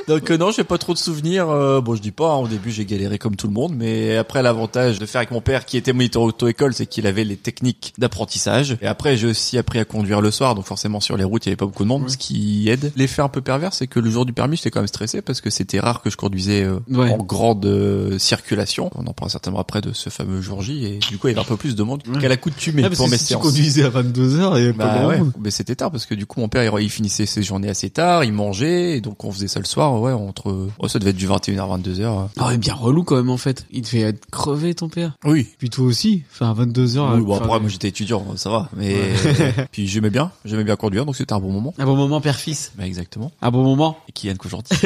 S3: Donc euh, non, j'ai pas trop de souvenirs. Euh, bon, je dis pas. hein, au début, j'ai galéré comme tout le monde, mais après, l'avantage de faire avec mon père, qui était moniteur auto-école, c'est qu'il avait les techniques d'apprentissage. Et après, j'ai aussi appris à conduire le soir, donc forcément sur les routes, il y avait pas beaucoup de monde, ce qui aide. L'effet un peu pervers, c'est que le jour du permis, j'étais quand même stressé parce que c'était rare que je conduisais euh,
S2: Ouais.
S3: en grande euh, circulation. On en parlera certainement après de ce fameux jour J. Et du coup, il y avait un peu plus de monde
S2: Ouais. Ah,
S3: qu'à l'accoutumée pour mes
S2: si tu
S3: séances.
S2: conduisais à 22h, il y avait pas
S3: Bah
S2: grand
S3: ouais,
S2: monde.
S3: mais c'était tard parce que du coup mon père il, il finissait ses journées assez tard, il mangeait et donc on faisait ça le soir, ouais, entre oh ça devait être du 21h 22h.
S2: Ah ouais, bien relou quand même, en fait. Il devait être crevé, ton père.
S3: Oui.
S2: Puis toi aussi, enfin, à 22h.
S3: bon après moi j'étais étudiant, ça va, mais puis j'aimais bien, j'aimais bien conduire donc c'était un bon moment.
S2: Un bon moment, père-fils.
S3: Bah exactement.
S2: Un bon moment.
S3: Et qui Yann qu'aujourd'hui.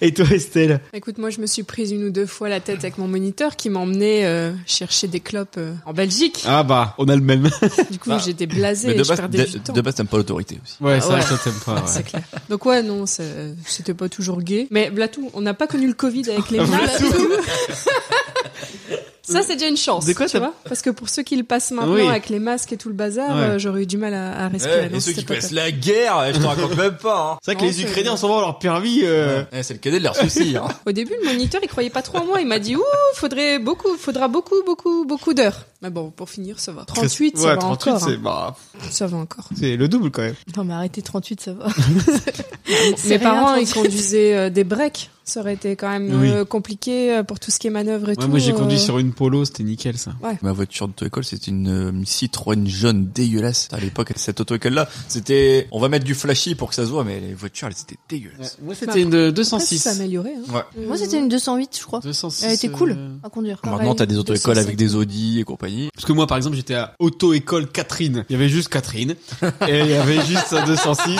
S2: Et toi, Estelle
S7: Écoute, moi, je me suis prise une ou deux fois la tête avec mon moniteur qui m'emmenait euh, chercher des clopes euh, en Belgique.
S2: Ah bah, on a le même.
S7: Du coup,
S3: Bah,
S7: j'étais blasée
S3: mais
S7: et
S3: de
S7: je
S3: base
S7: perdais du
S3: de,
S7: temps.
S3: de base t'aimes pas l'autorité aussi.
S2: Ouais, c'est
S7: Ah ouais.
S2: vrai que toi, t'aimes pas.
S7: C'est
S2: Ouais.
S7: clair. Donc ouais, non, ça- c'était pas toujours gay. Mais Blatou, on n'a pas connu le Covid avec les masques. Ça, c'est déjà une chance.
S2: De quoi
S7: tu
S2: ça-
S7: vois Parce que pour ceux qui le passent maintenant
S2: Oui.
S7: avec les masques et tout le bazar,
S2: Ouais.
S7: euh, j'aurais eu du mal à, à
S3: Eh,
S7: respirer. Non, c'était pas top.
S3: la guerre, eh, je te raconte même pas. hein.
S2: C'est vrai que
S7: Non,
S2: les
S7: c'est-
S2: Ukrainiens, en ce moment, leur permis, euh,
S3: Eh, c'est le cadet de leurs soucis. Hein.
S7: Au début, le moniteur, il croyait pas trop en moi. Il m'a dit, ouh, faudrait beaucoup, faudra beaucoup, beaucoup, beaucoup d'heures. Mais bon, pour finir, ça va. 38, ça
S2: ouais,
S7: va
S2: 38,
S7: encore.
S2: c'est
S7: hein.
S2: bah,
S7: Ça va encore.
S2: c'est le double quand même.
S4: Non, mais arrêtez 38, ça va.
S7: Mes parents, ils
S4: conduisent.
S7: conduisaient euh, des breaks. Ça aurait été quand même
S2: Oui.
S7: euh, compliqué euh, pour tout ce qui est manœuvre et tout.
S2: moi j'ai conduit
S7: euh,
S2: sur une polo, c'était nickel ça.
S3: Ma voiture d'auto-école, c'était une, euh, une Citroën jaune dégueulasse. À l'époque, cette auto-école-là, c'était... On va mettre du flashy pour que ça se voit, mais les voitures, elles étaient dégueulasses.
S2: Moi
S7: c'était
S2: une de
S7: après, ça s'est amélioré. hein.
S3: Ouais.
S7: Euh,
S4: Moi, c'était une 208, je crois.
S2: 206.
S4: Elle était cool
S2: euh,
S4: à conduire.
S3: Maintenant, t'as des auto-écoles
S7: 206.
S3: avec des Audi et compagnie.
S2: Parce que moi par exemple j'étais à auto-école Catherine. Il y avait juste Catherine. et il y avait juste sa 206.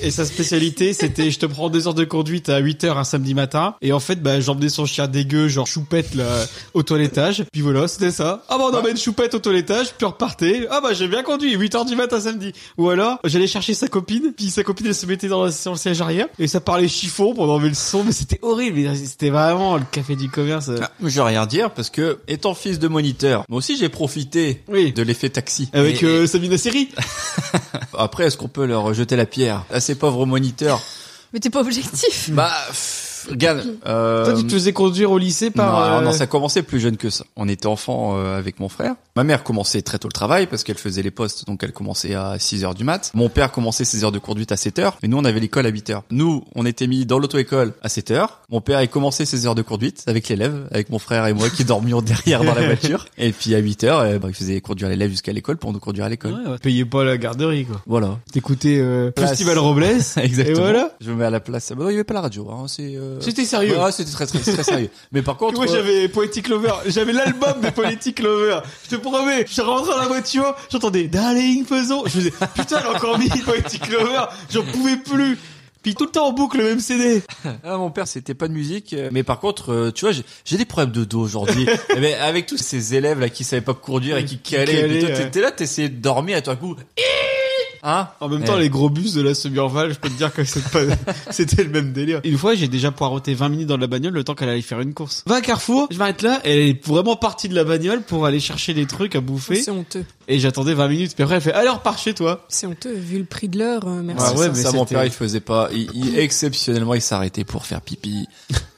S2: Et sa spécialité c'était je te prends deux heures de conduite à 8 heures un samedi matin. Et en fait bah j'emmenais son chien dégueu genre choupette là au toilettage. Puis voilà c'était ça. Ah bah on emmène choupette au toilettage puis on repartait. Ah bah j'ai bien conduit 8 heures du matin samedi. Ou alors j'allais chercher sa copine. Puis sa copine elle se mettait dans, la, sur le siège arrière. Et ça parlait chiffon pendant le son. Mais c'était horrible. Mais C'était vraiment le café du commerce. euh.
S3: Ah, je vais rien dire parce que, étant fils de moniteur, moi aussi j'ai profité
S2: Oui.
S3: de l'effet taxi.
S2: Avec
S3: Et-
S2: euh, Sabine Seri.
S3: Après, est-ce qu'on peut leur jeter la pierre à ces pauvres moniteurs
S4: Mais t'es pas objectif.
S3: Bah, pff, regarde... euh,
S2: Toi, tu te faisais conduire au lycée par.
S3: non,
S2: euh,
S3: non, ça commençait plus jeune que ça. On était enfant euh, avec mon frère. Ma mère commençait très tôt le travail parce qu'elle faisait les postes, donc elle commençait à 6 heures du mat. Mon père commençait ses heures de conduite à 7 heures et nous on avait l'école à 8 heures. Nous, on était mis dans l'auto-école à 7 heures. Mon père, il commençait ses heures de conduite avec l'élève, avec mon frère et moi qui dormions derrière dans la voiture. Et puis à 8 heures, euh, bah, il faisait conduire l'élève jusqu'à l'école pour nous conduire à l'école.
S2: Ouais, ouais. Payais pas la garderie, quoi.
S3: Voilà.
S2: T'écoutais euh,
S3: Place.
S2: Festival Robles.
S3: Exactement.
S2: Et voilà.
S3: Je me mets à la place. Ah, Bah, non, il y avait pas la radio, hein. C'est, euh,
S2: C'était sérieux.
S3: Ouais, c'était très, très, très sérieux. Mais par contre.
S2: Moi
S3: euh,
S2: j'avais Poetic Lover, j'avais l'album de Poetic Lover. Je te promets, je rentrais dans la voiture, j'entendais Darling faisons. Je faisais putain, elle a encore mis Poetic Lover, j'en pouvais plus. Puis tout le temps en boucle le même CD.
S3: Ah, mon père, c'était pas de musique. euh, Mais par contre, euh, tu vois, j'ai- j'ai des problèmes de dos aujourd'hui. Eh ben, avec tous ces élèves là qui savaient pas conduire et qui calaient.
S2: calaient,
S3: et toi,
S2: ouais. Ah
S3: t'étais là, t'essayais de dormir et tout à coup. Hi Hein
S2: En même temps,
S3: Ouais.
S2: les gros bus de la semi-orval, je peux te dire que c'est pas- c'était le même délire. Une fois, j'ai déjà poireauté 20 minutes dans la bagnole le temps qu'elle allait faire une course. Va à Carrefour, je m'arrête là, elle est vraiment partie de la bagnole pour aller chercher des trucs à bouffer.
S7: C'est honteux.
S2: Et j'attendais 20 minutes. Puis après, elle fait alors pars chez toi.
S7: C'est honteux, vu le prix de l'heure, euh, merci.
S2: Ah ouais, mais
S3: ça, mon
S2: c'était-
S3: père, il faisait pas. Il, il- exceptionnellement, il s'arrêtait pour faire pipi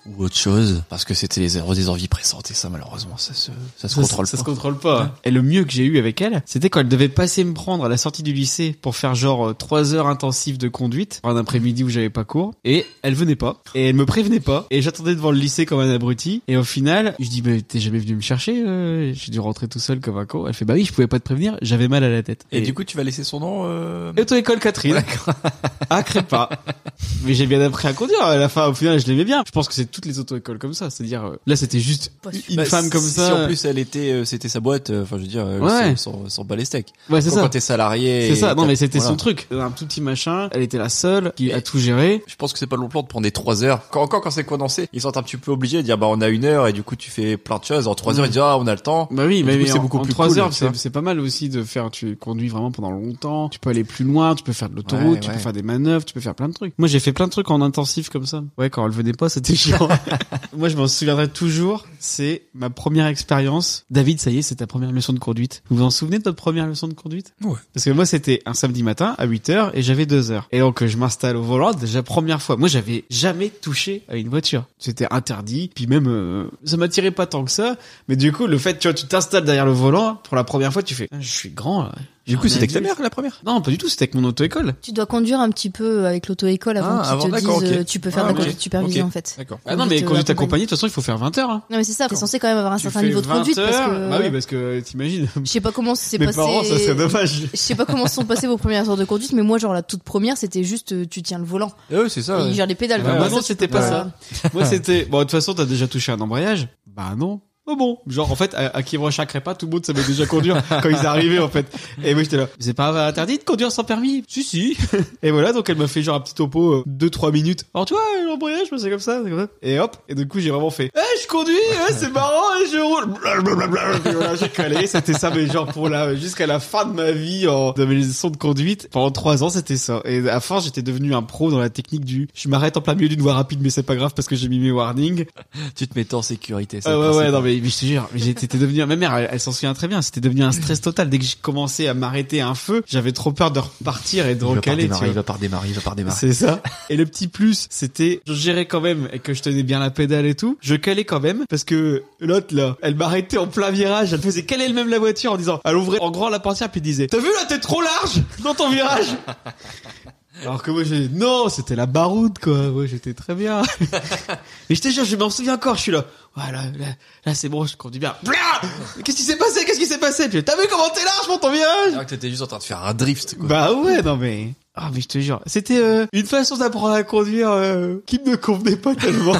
S3: ou autre chose parce que c'était les erreurs des envies pressantes et ça, malheureusement, ça se, ça se contrôle
S2: ça
S3: pas.
S2: se contrôle pas. Et le mieux que j'ai eu avec elle, c'était quand elle devait passer me prendre à la sortie du lycée pour faire genre euh, trois heures intensives de conduite, un après-midi où j'avais pas cours, et elle venait pas, et elle me prévenait pas, et j'attendais devant le lycée comme un abruti, et au final, je dis mais t'es jamais venu me chercher, euh, j'ai dû rentrer tout seul comme un con. Elle fait bah oui, je pouvais pas te prévenir, j'avais mal à la tête.
S3: Et, du coup, tu vas laisser son nom. euh,
S2: Auto-école Catherine. à Crépa. Mais j'ai bien appris à conduire. À la fin, au final, je l'aimais bien. Je pense que c'est toutes les auto-écoles comme ça. C'est-à-dire, euh, là, c'était juste
S4: Pas sûr.
S2: une
S3: bah,
S2: femme
S3: si-
S2: comme ça.
S3: Si en plus elle était, euh, c'était sa boîte. euh, Enfin, je veux dire, euh,
S2: Ouais.
S3: sans, sans, sans bas les steaks.
S2: ouais, c'est
S3: Quand,
S2: ça.
S3: quand t'es salarié.
S2: C'est
S3: et
S2: ça, non
S3: t'as-
S2: mais c'était
S3: voilà.
S2: son truc. Euh, Un tout petit machin, elle était la seule qui a tout géré.
S3: Je pense que c'est pas le bon plan de prendre des trois heures. Quand, encore quand c'est condensé, ils sont un petit peu obligés de dire bah on a une heure et du coup tu fais plein de choses. En trois heures
S2: Mm.
S3: ils disent ah on a le temps.
S2: Bah oui,
S3: Du
S2: mais,
S3: coup,
S2: mais
S3: c'est
S2: en-
S3: beaucoup
S2: en
S3: plus
S2: trois
S3: cool,
S2: heures,
S3: tu
S2: c'est-
S3: vois.
S2: c'est pas mal aussi de faire, tu conduis vraiment pendant longtemps, tu peux aller plus loin, tu peux faire de l'autoroute,
S3: Ouais,
S2: tu
S3: ouais.
S2: peux faire des manœuvres, tu peux faire plein de trucs. Moi j'ai fait plein de trucs en intensif comme ça. Ouais, quand elle venait pas, c'était chiant. Moi je m'en souviendrai toujours, c'est ma première expérience. David, ça y est, c'est ta première leçon de conduite. Vous vous en souvenez de votre première leçon de conduite
S3: Ouais.
S2: Parce que moi c'était un samedi matin à 8h et j'avais 2 heures. Et donc euh, je m'installe au volant, déjà première fois. Moi j'avais jamais touché à une voiture. C'était interdit, puis même euh, ça m'attirait pas tant que ça. Mais du coup, le fait, tu vois, tu t'installes derrière le volant, pour la première fois, tu fais, Ah, je suis grand, là.
S3: Du
S4: Ah,
S3: coup
S2: Un
S3: c'était que ta
S2: adulte.
S3: mère la première.
S2: Non, pas du tout, c'était avec mon auto-école.
S4: Tu dois conduire un petit peu avec l'auto-école avant
S3: Ah,
S4: qu'ils
S3: avant,
S4: te
S3: d'accord,
S4: disent
S3: ok.
S4: euh, tu peux faire
S3: Ah,
S4: de la
S3: ok.
S4: conduite supervisée
S3: Ok.
S4: en fait.
S3: D'accord.
S2: Ah non,
S4: Conduite,
S2: mais
S4: euh,
S2: quand tu
S4: accompagnée.
S2: t'accompagnes, de toute façon, il faut faire 20 heures. Hein.
S4: Non mais c'est ça, faut
S2: D'accord.
S4: censé quand même avoir un
S2: Tu
S4: certain
S2: fais
S4: niveau de conduite
S2: 20
S4: parce
S2: heures.
S4: que
S2: Bah oui, parce que t'imagines.
S4: je sais pas comment c'est
S2: Mes
S4: passé.
S2: parents, ça serait dommage.
S4: Je sais pas comment se sont passées vos premières heures de conduite, mais moi, genre, la toute première, c'était juste euh, tu tiens le volant.
S3: Et eux Eh c'est
S4: Et
S3: ça.
S4: il
S3: Ah ouais.
S4: gère les pédales.
S2: Bah,
S4: quoi.
S2: moi,
S4: Ça,
S2: non,
S4: tu
S2: c'était
S4: peux
S2: pas ça. Moi, c'était. Bon, de toute façon, t'as déjà touché un embrayage Bah non. Oh bon, genre en fait, à, à qui rechacrait pas, tout le monde savait déjà conduire quand ils arrivaient en fait. Et moi j'étais là, c'est pas interdit de conduire sans permis Si si. Et voilà, donc elle m'a fait genre un petit topo 2-3 minutes. Alors tu vois, l'embrayage, moi, c'est comme ça, c'est comme ça. Et hop, et du coup j'ai vraiment fait, eh je conduis, eh, c'est marrant, eh, je roule. Blablabla. Et voilà, j'ai calé, c'était ça, mais genre pour la jusqu'à la fin de ma vie en dans mes leçons de conduite pendant 3 ans, c'était ça. Et à force, j'étais devenu un pro dans la technique du, je m'arrête en plein milieu d'une voie rapide, mais c'est pas grave parce que j'ai mis mes warnings.
S3: Tu te mets en sécurité. c'est
S2: Ah
S3: le
S2: ouais,
S3: principe.
S2: ouais, non, mais, mais je te jure, mais j'étais t'étais devenu, ma mère, elle, elle s'en souvient très bien, c'était devenu un stress total. Dès que j'ai commencé à m'arrêter à un feu, j'avais trop peur de repartir et de
S3: Il va par
S2: recaler, tu
S3: démarrer, il
S2: vois.
S3: va par démarrer, il va par démarrer.
S2: C'est ça. Et le petit plus, c'était, je gérais quand même et que je tenais bien la pédale et tout. Je calais quand même parce que l'autre là, elle m'arrêtait en plein virage. Elle faisait caler elle-même la voiture en disant, elle ouvrait en grand la portière puis disait, t'as vu là, t'es trop large dans ton virage. Alors que moi j'ai dit, non, c'était la baroude quoi. Moi j'étais très bien. Et je te jure, je m'en souviens encore, je suis là. Voilà, là, là c'est bon, je conduis bien. Blah Qu'est-ce qui s'est passé Qu'est-ce qui s'est passé Puis, T'as vu comment t'es large pour ton virage
S3: Alors que t'étais juste en train de faire un drift. Quoi.
S2: bah ouais, non mais. Ah mais je te jure, c'était euh, une façon d'apprendre à conduire euh, qui ne me convenait pas tellement.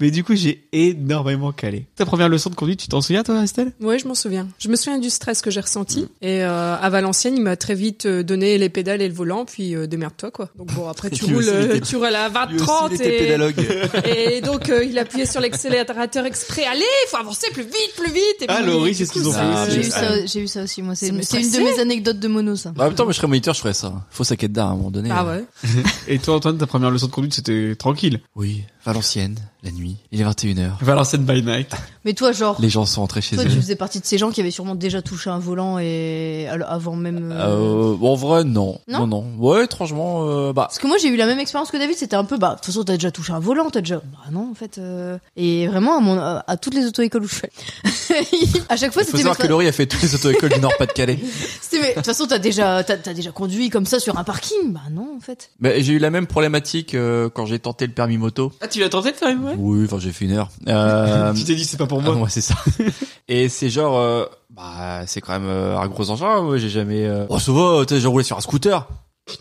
S2: mais du coup, j'ai énormément calé. Ta première leçon de conduite, tu t'en souviens toi, Estelle
S7: Ouais, je m'en souviens. Je me souviens du stress que j'ai
S2: Mm.
S7: ressenti. Et euh, à Valenciennes, il m'a très vite euh, donné les pédales et le volant, puis euh, démerde-toi, quoi. Donc bon, après, tu
S3: Lui
S7: roules,
S3: aussi, il
S7: euh,
S3: était-
S7: tu roules à 20,
S3: Lui aussi,
S7: 30
S3: il était
S7: et,
S3: Bah, pédalogue.
S7: et donc euh, il appuyait sur l'accélérateur exprès. Allez, faut avancer plus vite, plus vite. Et
S2: Ah,
S7: puis,
S2: Laurie,
S7: du
S2: c'est ce
S7: coup,
S2: qu'ils ont
S7: ça-
S2: fait
S3: Ah,
S4: J'ai
S3: mais-
S4: eu, ça- j'ai eu ça aussi, moi. C'est
S7: Ça me
S4: c'est une de
S7: stressait.
S4: mes anecdotes de mono, ça.
S3: Bah, en même temps, moi, je serais moniteur, je ferais ça. Faut s'inquiéter d'un à un moment donné.
S7: Ah
S3: euh,
S7: ouais.
S2: Et toi, Antoine, ta première leçon de conduite, c'était tranquille.
S3: Oui, Valenciennes, la nuit, il est 21h.
S2: Valenciennes by night.
S4: Mais toi, genre,
S3: Les gens sont rentrés chez
S4: toi,
S3: eux.
S4: tu faisais partie de ces gens qui avaient sûrement déjà touché un volant et alors, avant même. euh,
S3: Euh, en vrai, non.
S4: Non
S3: non, Ouais, étrangement, euh, bah.
S4: Parce que moi j'ai eu la même expérience que David, c'était un peu bah de toute façon t'as déjà touché un volant, t'as déjà bah non en fait euh, et vraiment à, mon- à- à toutes les auto-écoles où je suis, à chaque fois
S3: Il faut
S4: c'était
S3: savoir
S4: mes-
S3: que Laurie a fait toutes les auto-écoles du Nord-Pas-de-Calais.
S4: c'était mes- de toute façon t'as déjà t'as t'as déjà conduit comme ça sur un parking, bah non en fait.
S3: Mais j'ai eu la même problématique euh, quand j'ai tenté le permis moto.
S2: Ah, tu l'as tenté de faire une ouais
S3: Oui, enfin j'ai fait une heure. Euh,
S2: Tu t'es dit, c'est pas pour
S3: Ah,
S2: moi.
S3: ouais, c'est ça. Et c'est genre, euh, bah, c'est quand même euh, un gros engin. Moi, j'ai jamais. euh, Oh, ça va, t'as déjà roulé sur un scooter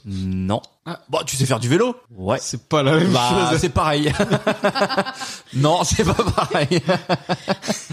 S3: Non.
S2: Ah.
S3: Bah, tu sais faire du vélo Ouais.
S2: C'est pas la même
S3: Bah,
S2: chose.
S3: c'est pareil. non, c'est pas pareil.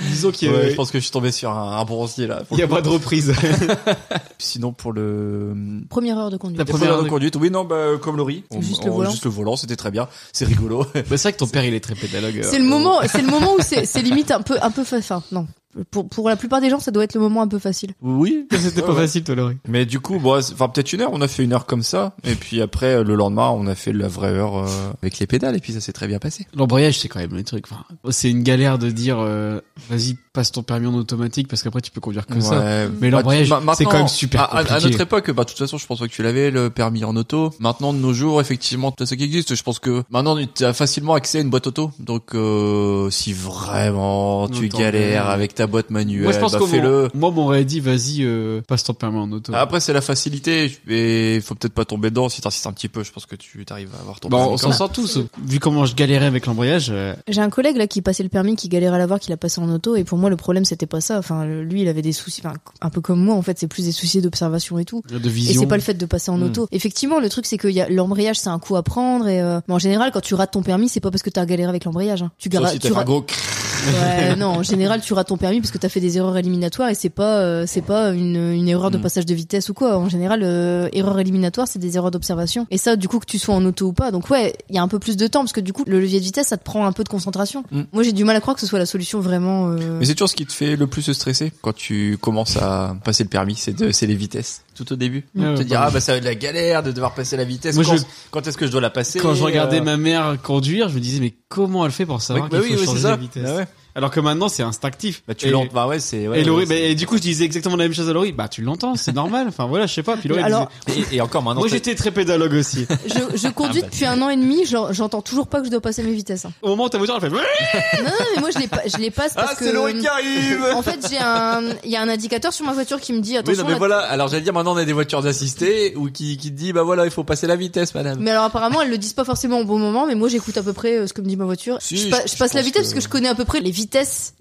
S2: Disons qu'il y a,
S3: Ouais, je pense que je suis tombé sur un, un bronzier là. pour
S2: il y a
S3: le
S2: pas de reprise.
S3: coup. Sinon, pour le
S4: Première heure de conduite.
S2: La
S3: première
S2: première
S3: heure de
S2: de-
S3: conduite, oui, non, bah, euh, comme Laurie,
S4: Juste le volant.
S3: juste le volant, c'était très bien, c'est rigolo. euh,
S2: c'est vrai que ton père, il est très pédalogue. euh,
S4: C'est le moment c'est le moment où c'est c'est limite un peu un peu fa- enfin non. Pour, pour la plupart des gens, ça doit être le moment un peu facile.
S2: Oui, c'était pas
S3: Ouais, ouais.
S2: facile, toi, Laurie.
S3: Mais du coup, bon, c'est- enfin peut-être une heure, on a fait une heure comme ça, et puis après euh, le lendemain, on a fait la vraie heure euh, avec les pédales, et puis ça s'est très bien passé.
S2: L'embrayage, c'est quand même un truc. Enfin, c'est une galère de dire, euh, vas-y, passe ton permis en automatique parce qu'après tu peux conduire que ça.
S3: Ouais.
S2: Mais
S3: Bah,
S2: l'embrayage,
S3: ma- maintenant,
S2: c'est quand même super
S3: à- à, à
S2: compliqué.
S3: notre époque, bah de toute façon, je pense pas que tu l'avais le permis en auto. Maintenant de nos jours, effectivement, tout ce qui existe, je pense que maintenant tu as facilement accès à une boîte auto. Donc euh, si vraiment tu
S2: Autant
S3: galères
S2: que-
S3: avec ta boîte manuelle,
S2: moi, je pense
S3: bah,
S2: qu'on
S3: fais-le. Ah,
S2: m'aurait- moi, on m'aurait dit, vas-y, euh, passe ton permis en auto.
S3: Après c'est la facilité et faut peut-être pas tomber dedans si t'insistes un petit peu, je pense que tu arrives à avoir ton
S2: Bon,
S3: permis
S2: Bah, on
S3: quand
S2: s'en
S3: même.
S2: sort tous. Vu comment je galérais avec l'embrayage, euh,
S4: J'ai un collègue là qui passait le permis, qui galérait à l'avoir, qui l'a passé en auto, et pour moi le problème c'était pas ça. Enfin, le- lui il avait des soucis, enfin, un peu comme moi en fait, c'est plus des soucis d'observation et tout.
S2: de
S4: Et
S2: vision.
S4: c'est pas le fait de passer en
S3: Hmm.
S2: Mm.
S4: auto. Effectivement, le truc c'est que y a- l'embrayage c'est un coup à prendre, et euh, mais en général quand tu rates ton permis, c'est pas parce que t'as galéré avec l'embrayage. hein. Tu,
S3: Sauf
S4: gara-
S3: si t'as
S4: tu
S3: fait un
S4: ra-
S3: gros
S4: Ouais, non, en général, tu rates ton permis parce que t'as fait des erreurs éliminatoires et c'est pas, euh, c'est pas une, une erreur de
S3: Mm.
S4: passage de vitesse ou quoi. En général, euh, erreur éliminatoire, c'est des erreurs d'observation. Et ça, du coup, que tu sois en auto ou pas. Donc ouais, il y a un peu plus de temps parce que du coup, le levier de vitesse, ça te prend un peu de concentration.
S3: Mm.
S4: Moi, j'ai du mal à croire que ce soit la solution vraiment. euh,
S3: Mais c'est toujours ce qui te fait le plus stresser quand tu commences à passer le permis, c'est de, c'est les vitesses. Tout au début.
S2: Ouais, ouais,
S3: te dire,
S2: bah,
S3: ah bah ça va être la galère de devoir passer la vitesse.
S2: Moi,
S3: quand
S2: je-
S3: quand est-ce que je dois la passer
S2: Quand je regardais
S3: euh,
S2: ma mère conduire, je me disais, mais comment elle fait pour
S3: ouais,
S2: savoir
S3: bah
S2: qu'il
S3: oui,
S2: faut
S3: oui, c'est
S2: changer
S3: ça.
S2: la vitesse
S3: Ah ouais.
S2: Alors que maintenant, c'est instinctif.
S3: Bah tu
S2: Et-
S3: l'entends, bah ouais, c'est. ouais,
S2: et Laurie,
S3: ouais,
S2: bah,
S3: c'est-
S2: et du coup, je disais exactement la même chose à Laurie. Bah, tu l'entends, c'est normal. Enfin, voilà, je sais pas. Puis Laurie
S4: Alors-
S2: disait-
S3: et, et encore maintenant.
S2: Moi,
S3: t'as-
S2: j'étais très pédalogue aussi.
S4: je, je conduis
S3: bah,
S4: depuis un an et demi, j'en- j'entends toujours pas que je dois passer mes vitesses. hein.
S2: Au moment où ta voiture, elle fait,
S4: Non, non, mais moi, je les, pa- je les passe parce
S3: Ah,
S4: que.
S3: c'est Laurie qui arrive.
S4: En fait, j'ai un, il y a un indicateur sur ma voiture qui me dit
S3: Oui,
S4: attention.
S3: non mais
S4: là,
S3: voilà. Alors j'allais dire, maintenant on a des voitures assistées ou qui qui te dit, bah voilà, il faut passer la vitesse, madame.
S4: Mais alors apparemment, elles le disent pas forcément au bon moment, mais moi j'écoute à peu près euh, ce que me dit ma voiture.
S3: Si,
S4: je, pa-
S3: je-
S4: je
S3: je
S4: passe la
S3: pense
S4: vitesse
S3: que-
S4: parce que je connais à peu près les vitesses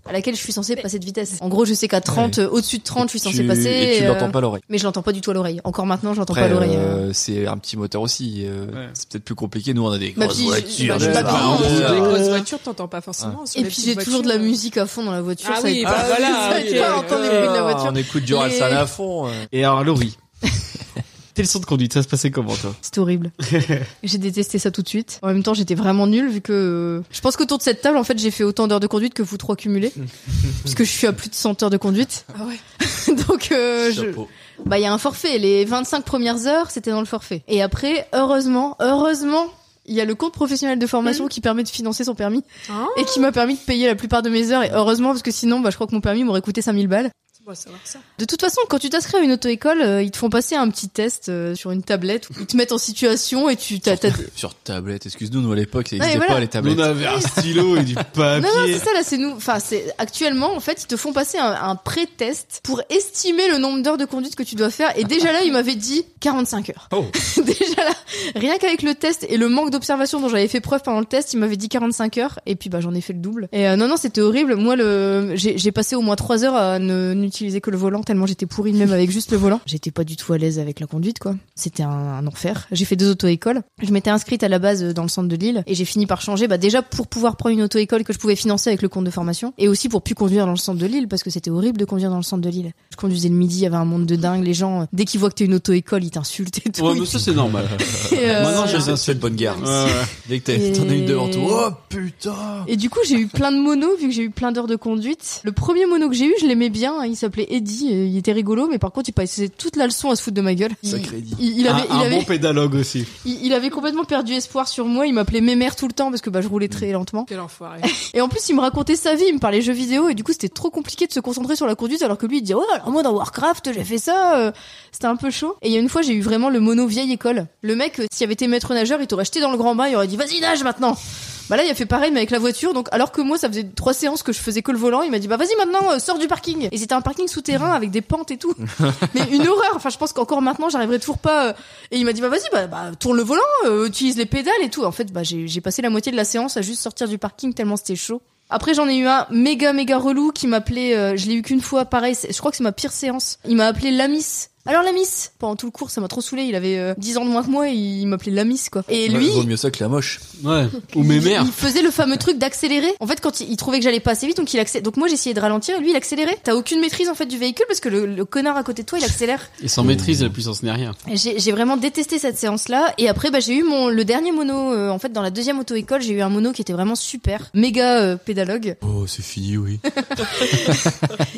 S4: à laquelle je suis censé passer de vitesse. En gros, je sais qu'à 30, euh, au-dessus de 30, je suis censé
S3: Tu-
S4: passer.
S3: Et tu
S4: euh,
S3: l'entends pas à l'oreille.
S4: Mais je l'entends pas du tout à l'oreille. Encore maintenant, je l'entends pas à
S3: Après,
S4: l'oreille. euh.
S3: euh, c'est un petit moteur aussi. euh,
S2: Ouais.
S3: C'est peut-être plus compliqué. Nous, on a des
S4: Bah,
S3: grosses
S4: puis, je-
S3: voitures.
S4: bah, je
S3: des
S4: m'habille,
S3: marrons.
S7: Dans
S2: euh,
S7: les grosses voitures, t'entends pas
S2: Ah.
S7: forcément. hein. Ah, sur
S4: Et
S7: les
S4: puis
S7: petites
S4: j'ai toujours de la
S7: voitures. euh,
S4: musique à fond dans la voiture.
S7: Ah
S4: ça
S7: oui,
S4: aide
S7: bah
S4: pas.
S7: voilà,
S4: ça aide
S7: ok.
S4: pas à entendre les bruits de la
S3: ben Ah,
S4: voiture.
S3: On écoute du
S4: Les-
S3: San à fond. euh.
S2: Et alors, Laurie, tes leçons de conduite, ça se passait comment, toi
S4: C'était horrible. j'ai détesté ça tout de suite. En même temps, j'étais vraiment nulle vu que euh, je pense qu'autour de cette table, en fait, j'ai fait autant d'heures de conduite que vous trois cumulés, parce que je suis à plus de 100 heures de conduite.
S7: Ah ouais.
S4: Donc euh, je,
S3: Chapeau.
S4: Bah, il y a un forfait. Les 25 premières heures, c'était dans le forfait. Et après, heureusement, heureusement, il y a le compte professionnel de formation qui permet de financer son permis
S7: Ah.
S4: et qui m'a permis de payer la plupart de mes heures. Et heureusement, parce que sinon, bah, je crois que mon permis m'aurait coûté 5000 balles.
S7: C'est bon à savoir ça.
S4: De toute façon, quand tu t'inscris à une auto-école, euh, ils te font passer un petit test euh, sur une tablette où ils te mettent en situation et tu t'as.
S3: Sur,
S4: t'as-
S3: sur tablette, excuse-nous, nous à l'époque, ça
S4: Ouais,
S3: n'existait
S4: voilà.
S3: pas les tablettes.
S2: On avait un stylo et du
S4: Non, non, c'est
S2: papier.
S4: ça, là, c'est nous. Enfin, c'est actuellement, en fait, ils te font passer un, un pré-test pour estimer le nombre d'heures de conduite que tu dois faire. Et déjà là, ils m'avaient dit 45 heures.
S3: Oh.
S4: déjà là, rien qu'avec le test et le manque d'observation dont j'avais fait preuve pendant le test, ils m'avaient dit 45 heures. Et puis, bah, j'en ai fait le double. Et euh, non, non, c'était horrible. Moi, le, j'ai j'ai passé au moins 3 heures à ne n'utiliser que le volant tellement j'étais pourrie même avec juste le volant. J'étais pas du tout à l'aise avec la conduite, quoi. C'était un, un enfer. J'ai fait deux auto-écoles. Je m'étais inscrite à la base euh, dans le centre de Lille et j'ai fini par changer, bah, déjà pour pouvoir prendre une auto-école que je pouvais financer avec le compte de formation et aussi pour plus conduire dans le centre de Lille parce que c'était horrible de conduire dans le centre de Lille. Je conduisais le midi, il y avait un monde de dingue. Les gens, euh, dès qu'ils voient que t'es une auto-école, ils t'insultent et tout.
S2: Ouais, mais ça, c'est normal.
S4: Et, euh,
S2: Maintenant, je-
S3: j'ai une seule bonne guerre. Dès que
S4: Et-
S3: t'as- t'en as une devant toi, oh putain
S4: Et du coup, j'ai eu plein de monos, vu que j'ai eu plein d'heures de conduite. Le premier mono que j'ai eu, je l'aimais bien. hein, Il s'appelait Eddie. et Il était rigolo, mais par contre, il passait toute la leçon à se foutre de ma gueule. Il,
S3: Sacré dit.
S4: il- il avait,
S2: un,
S4: il,
S2: un
S4: avait,
S2: Ah, bon pédalogue aussi.
S4: il, il avait complètement perdu espoir sur moi. Il m'appelait mémère tout le temps parce que bah, je roulais très lentement.
S7: Quel enfoiré.
S4: Et en plus, il me racontait sa vie, il me parlait jeux vidéo. Et du coup, c'était trop compliqué de se concentrer sur la conduite alors que lui, il disait Ouais, alors moi dans Warcraft, j'ai fait ça. euh, C'était un peu chaud. Et il y a une fois, j'ai eu vraiment le mono vieille école. Le mec, euh, s'il avait été maître nageur, il t'aurait jeté dans le grand bain, il aurait dit Vas-y, nage maintenant bah là, il a fait pareil, mais avec la voiture. Donc, alors que moi, ça faisait trois séances que je faisais que le volant, il m'a dit, bah vas-y maintenant, euh, sors du parking. Et c'était un parking souterrain avec des pentes et tout. mais une horreur. Enfin, je pense qu'encore maintenant, j'arriverai toujours pas. euh, Et il m'a dit, bah vas-y, bah, bah, tourne le volant, euh, utilise les pédales et tout. En fait, bah j'ai j'ai passé la moitié de la séance à juste sortir du parking tellement c'était chaud. Après j'en ai eu un méga méga relou qui m'appelait, euh, je l'ai eu qu'une fois, pareil, c'est- je crois que c'est ma pire séance. Il m'a appelé Lamis Alors la miss Pendant tout le cours, ça m'a trop saoulé. Il avait euh, 10 ans de moins que moi et il m'appelait la miss quoi. Et lui,
S3: Vaut mieux ça que la moche.
S2: Ouais. Ou mes
S4: il-
S2: mères.
S4: Il faisait le fameux truc d'accélérer. En fait, quand il, il trouvait que j'allais pas assez vite, donc il accélère. Donc moi, j'essayais de ralentir et lui, il accélérait. T'as aucune maîtrise en fait du véhicule parce que le, le connard à côté de toi, il accélère.
S2: Et sans maîtrise, la puissance n'est rien.
S4: Et J'ai j'ai vraiment détesté cette séance-là. Et après, bah, j'ai eu mon le dernier mono. euh, en fait, dans la deuxième auto-école, j'ai eu un mono qui était vraiment super, méga euh, pédalogue.
S3: Oh, c'est fini, oui.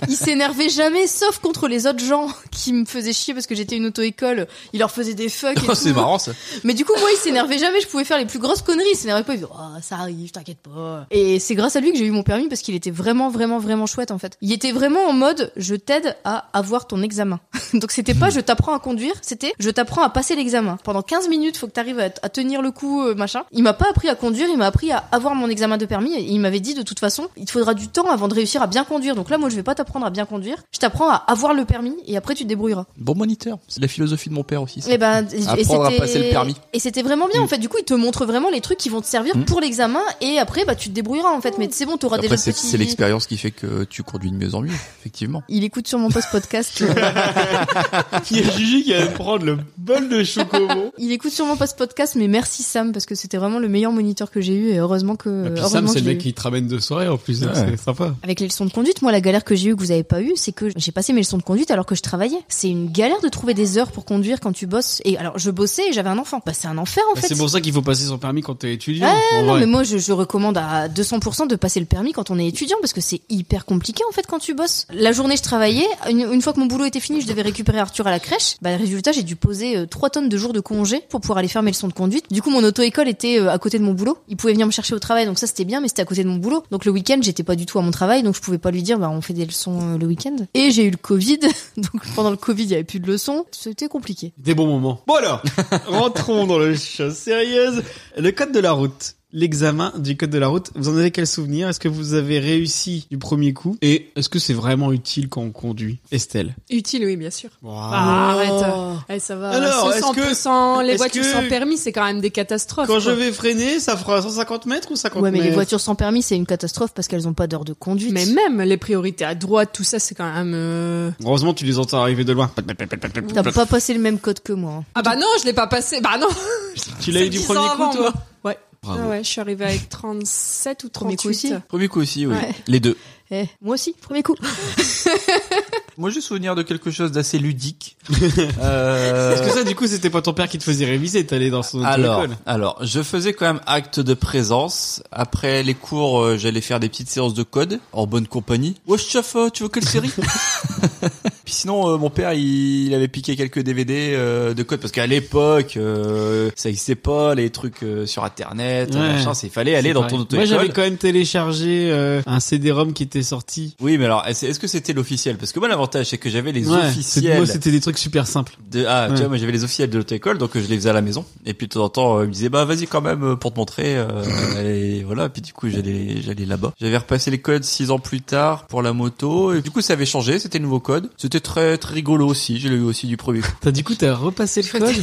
S4: Il s'énervait jamais, sauf contre les autres gens qui me faisaient chier parce que j'étais une auto-école. Il leur faisait des fuck. Et
S3: Oh, c'est
S4: tout.
S3: marrant ça.
S4: Mais du coup, moi, il s'énervait jamais. Je pouvais faire les plus grosses conneries. Il s'énervait pas. Il disait, oh, ça arrive, t'inquiète pas. Et c'est grâce à lui que j'ai eu mon permis parce qu'il était vraiment, vraiment, vraiment chouette, en fait. Il était vraiment en mode, je t'aide à avoir ton examen. Donc c'était pas, je t'apprends à conduire. C'était, je t'apprends à passer l'examen. Pendant 15 minutes, faut que t'arrives à, à tenir le coup, euh, machin. Il m'a pas appris à conduire. Il m'a appris à avoir mon examen de permis. Et il m'avait dit, de toute façon, il te faudra du temps avant de réussir à bien conduire. Donc là, moi, je vais pas t'apprendre à bien conduire. Je t'apprends à avoir le permis et après, tu te débrouilleras.
S3: Bon moniteur. C'est la philosophie de mon père aussi. ça.
S4: Et ben, et
S3: Apprendre à
S4: c'était-
S3: passer le permis.
S4: Et c'était vraiment bien
S3: Mm.
S4: en fait. Du coup, il te montre vraiment les trucs qui vont te servir
S3: Mm.
S4: pour l'examen et après, bah, tu te débrouilleras en fait. Mais c'est bon, t'auras déjà
S3: Après,
S4: le
S3: c'est
S4: petit-
S3: c'est l'expérience qui fait que tu conduis de mieux en mieux, effectivement.
S4: Il écoute sûrement pas ce podcast. euh,
S2: Il y a Gigi Ah, qui allait prendre le bol de chocobo.
S4: il écoute sûrement pas ce podcast, mais merci Sam parce que c'était vraiment le meilleur moniteur que j'ai eu et heureusement que.
S2: Et puis
S4: heureusement
S2: Sam,
S4: que
S2: c'est le
S4: je l'ai
S2: mec
S4: eu.
S2: qui te ramène de soirée en plus, donc
S3: Ouais.
S2: c'est sympa.
S4: Avec les leçons de conduite, moi, la galère que j'ai eue que vous avez pas eue, c'est que j'ai passé mes leçons de conduite alors que je travaillais. C'est une galère de trouver des heures pour conduire quand tu bosses. Et alors, je bossais et j'avais un enfant. Bah, c'est un enfer en
S2: Bah,
S4: fait. Ah,
S2: c'est pour ça qu'il faut passer son permis quand t'es étudiant. en
S4: Non,
S2: vrai.
S4: mais moi, je, je recommande à 200% de passer le permis quand on est étudiant parce que c'est hyper compliqué en fait quand tu bosses. La journée, je travaillais. Une, une fois que mon boulot était fini, je devais récupérer Arthur à la crèche. Bah, résultat, j'ai dû poser euh, trois tonnes de jours de congé pour pouvoir aller faire mes leçons de conduite. Du coup, mon auto-école était euh, à côté de mon boulot. Il pouvait venir me chercher au travail, donc ça c'était bien, mais c'était à côté de mon boulot. Donc le week-end, j'étais pas du tout à mon travail, donc je pouvais pas lui dire, bah, on fait des leçons euh, le week-end. Et j'ai eu le Covid. Donc pendant le Covid, il y avait plus de leçons. C'était compliqué.
S2: Des bons moments. Bon alors, rentrons dans les choses sérieuses. Le code de la route. L'examen du code de la route, vous en avez quel souvenir Est-ce que vous avez réussi du premier coup Et est-ce que c'est vraiment utile quand on conduit Estelle
S7: Utile, oui, bien sûr.
S2: Waouh.
S7: Ah, arrête. Eh, ça va.
S2: Alors,
S7: ce
S2: est-ce que-
S7: 100%, les
S2: est-ce
S7: voitures
S2: que-
S7: sans permis, c'est quand même des catastrophes.
S2: Quand je
S7: quoi.
S2: vais freiner, ça fera 150 mètres ou 50
S4: Ouais, mais
S2: mètres
S4: les voitures sans permis, c'est une catastrophe parce qu'elles ont pas d'heure de conduite.
S7: Mais même les priorités à droite, tout ça, c'est quand même. euh,
S2: Heureusement, tu les entends arriver de loin. Bah,
S4: T'as pas passé le même code que moi. hein.
S7: Ah bah non, je l'ai pas passé. Bah non.
S2: Tu l'as eu du premier coup, toi
S7: Ouais.
S3: Bravo.
S7: Ah ouais, je suis arrivée avec 37 ou
S4: Premier
S7: 38.
S4: coup aussi.
S3: Premier coup aussi, oui.
S4: Ouais.
S3: Les deux.
S4: Eh, moi aussi, premier coup.
S3: Moi, j'ai souvenir de quelque chose d'assez ludique. Euh,
S2: Parce que ça, du coup, c'était pas ton père qui te faisait réviser, t'allais dans son
S3: Alors,
S2: auto-école.
S3: alors, je faisais quand même acte de présence. Après les cours, euh, j'allais faire des petites séances de code en bonne compagnie. Wesh chef, euh, tu veux quelle série Puis sinon, euh, mon père, il, il avait piqué quelques DVD euh, de code parce qu'à l'époque, euh, ça existait pas les trucs euh, sur Internet,
S2: Ouais.
S3: machin. c'est- Il fallait aller
S2: C'est
S3: dans
S2: pareil.
S3: ton
S2: Moi, j'avais
S3: auto-école.
S2: quand même téléchargé euh, un CD-ROM qui était sorti.
S3: Oui, mais alors, est-ce est-ce que c'était l'officiel Parce que moi, l'avantage, c'est que j'avais les
S2: Ouais, c'est-
S3: officiels.
S2: Moi, c'était des trucs super simples.
S3: De, ah, tu
S2: Ouais.
S3: vois, moi j'avais les officiels de l'auto-école, donc euh, je les faisais à la maison. Et puis de temps en temps, euh, ils me disaient, bah vas-y quand même euh, pour te montrer. euh, et voilà, puis du coup j'allais j'allais là-bas. J'avais repassé les codes six ans plus tard pour la moto. Et du coup ça avait changé, c'était le nouveau code. C'était très très rigolo aussi, je l'ai eu aussi du premier coup.
S2: T'as du coup, t'as repassé le code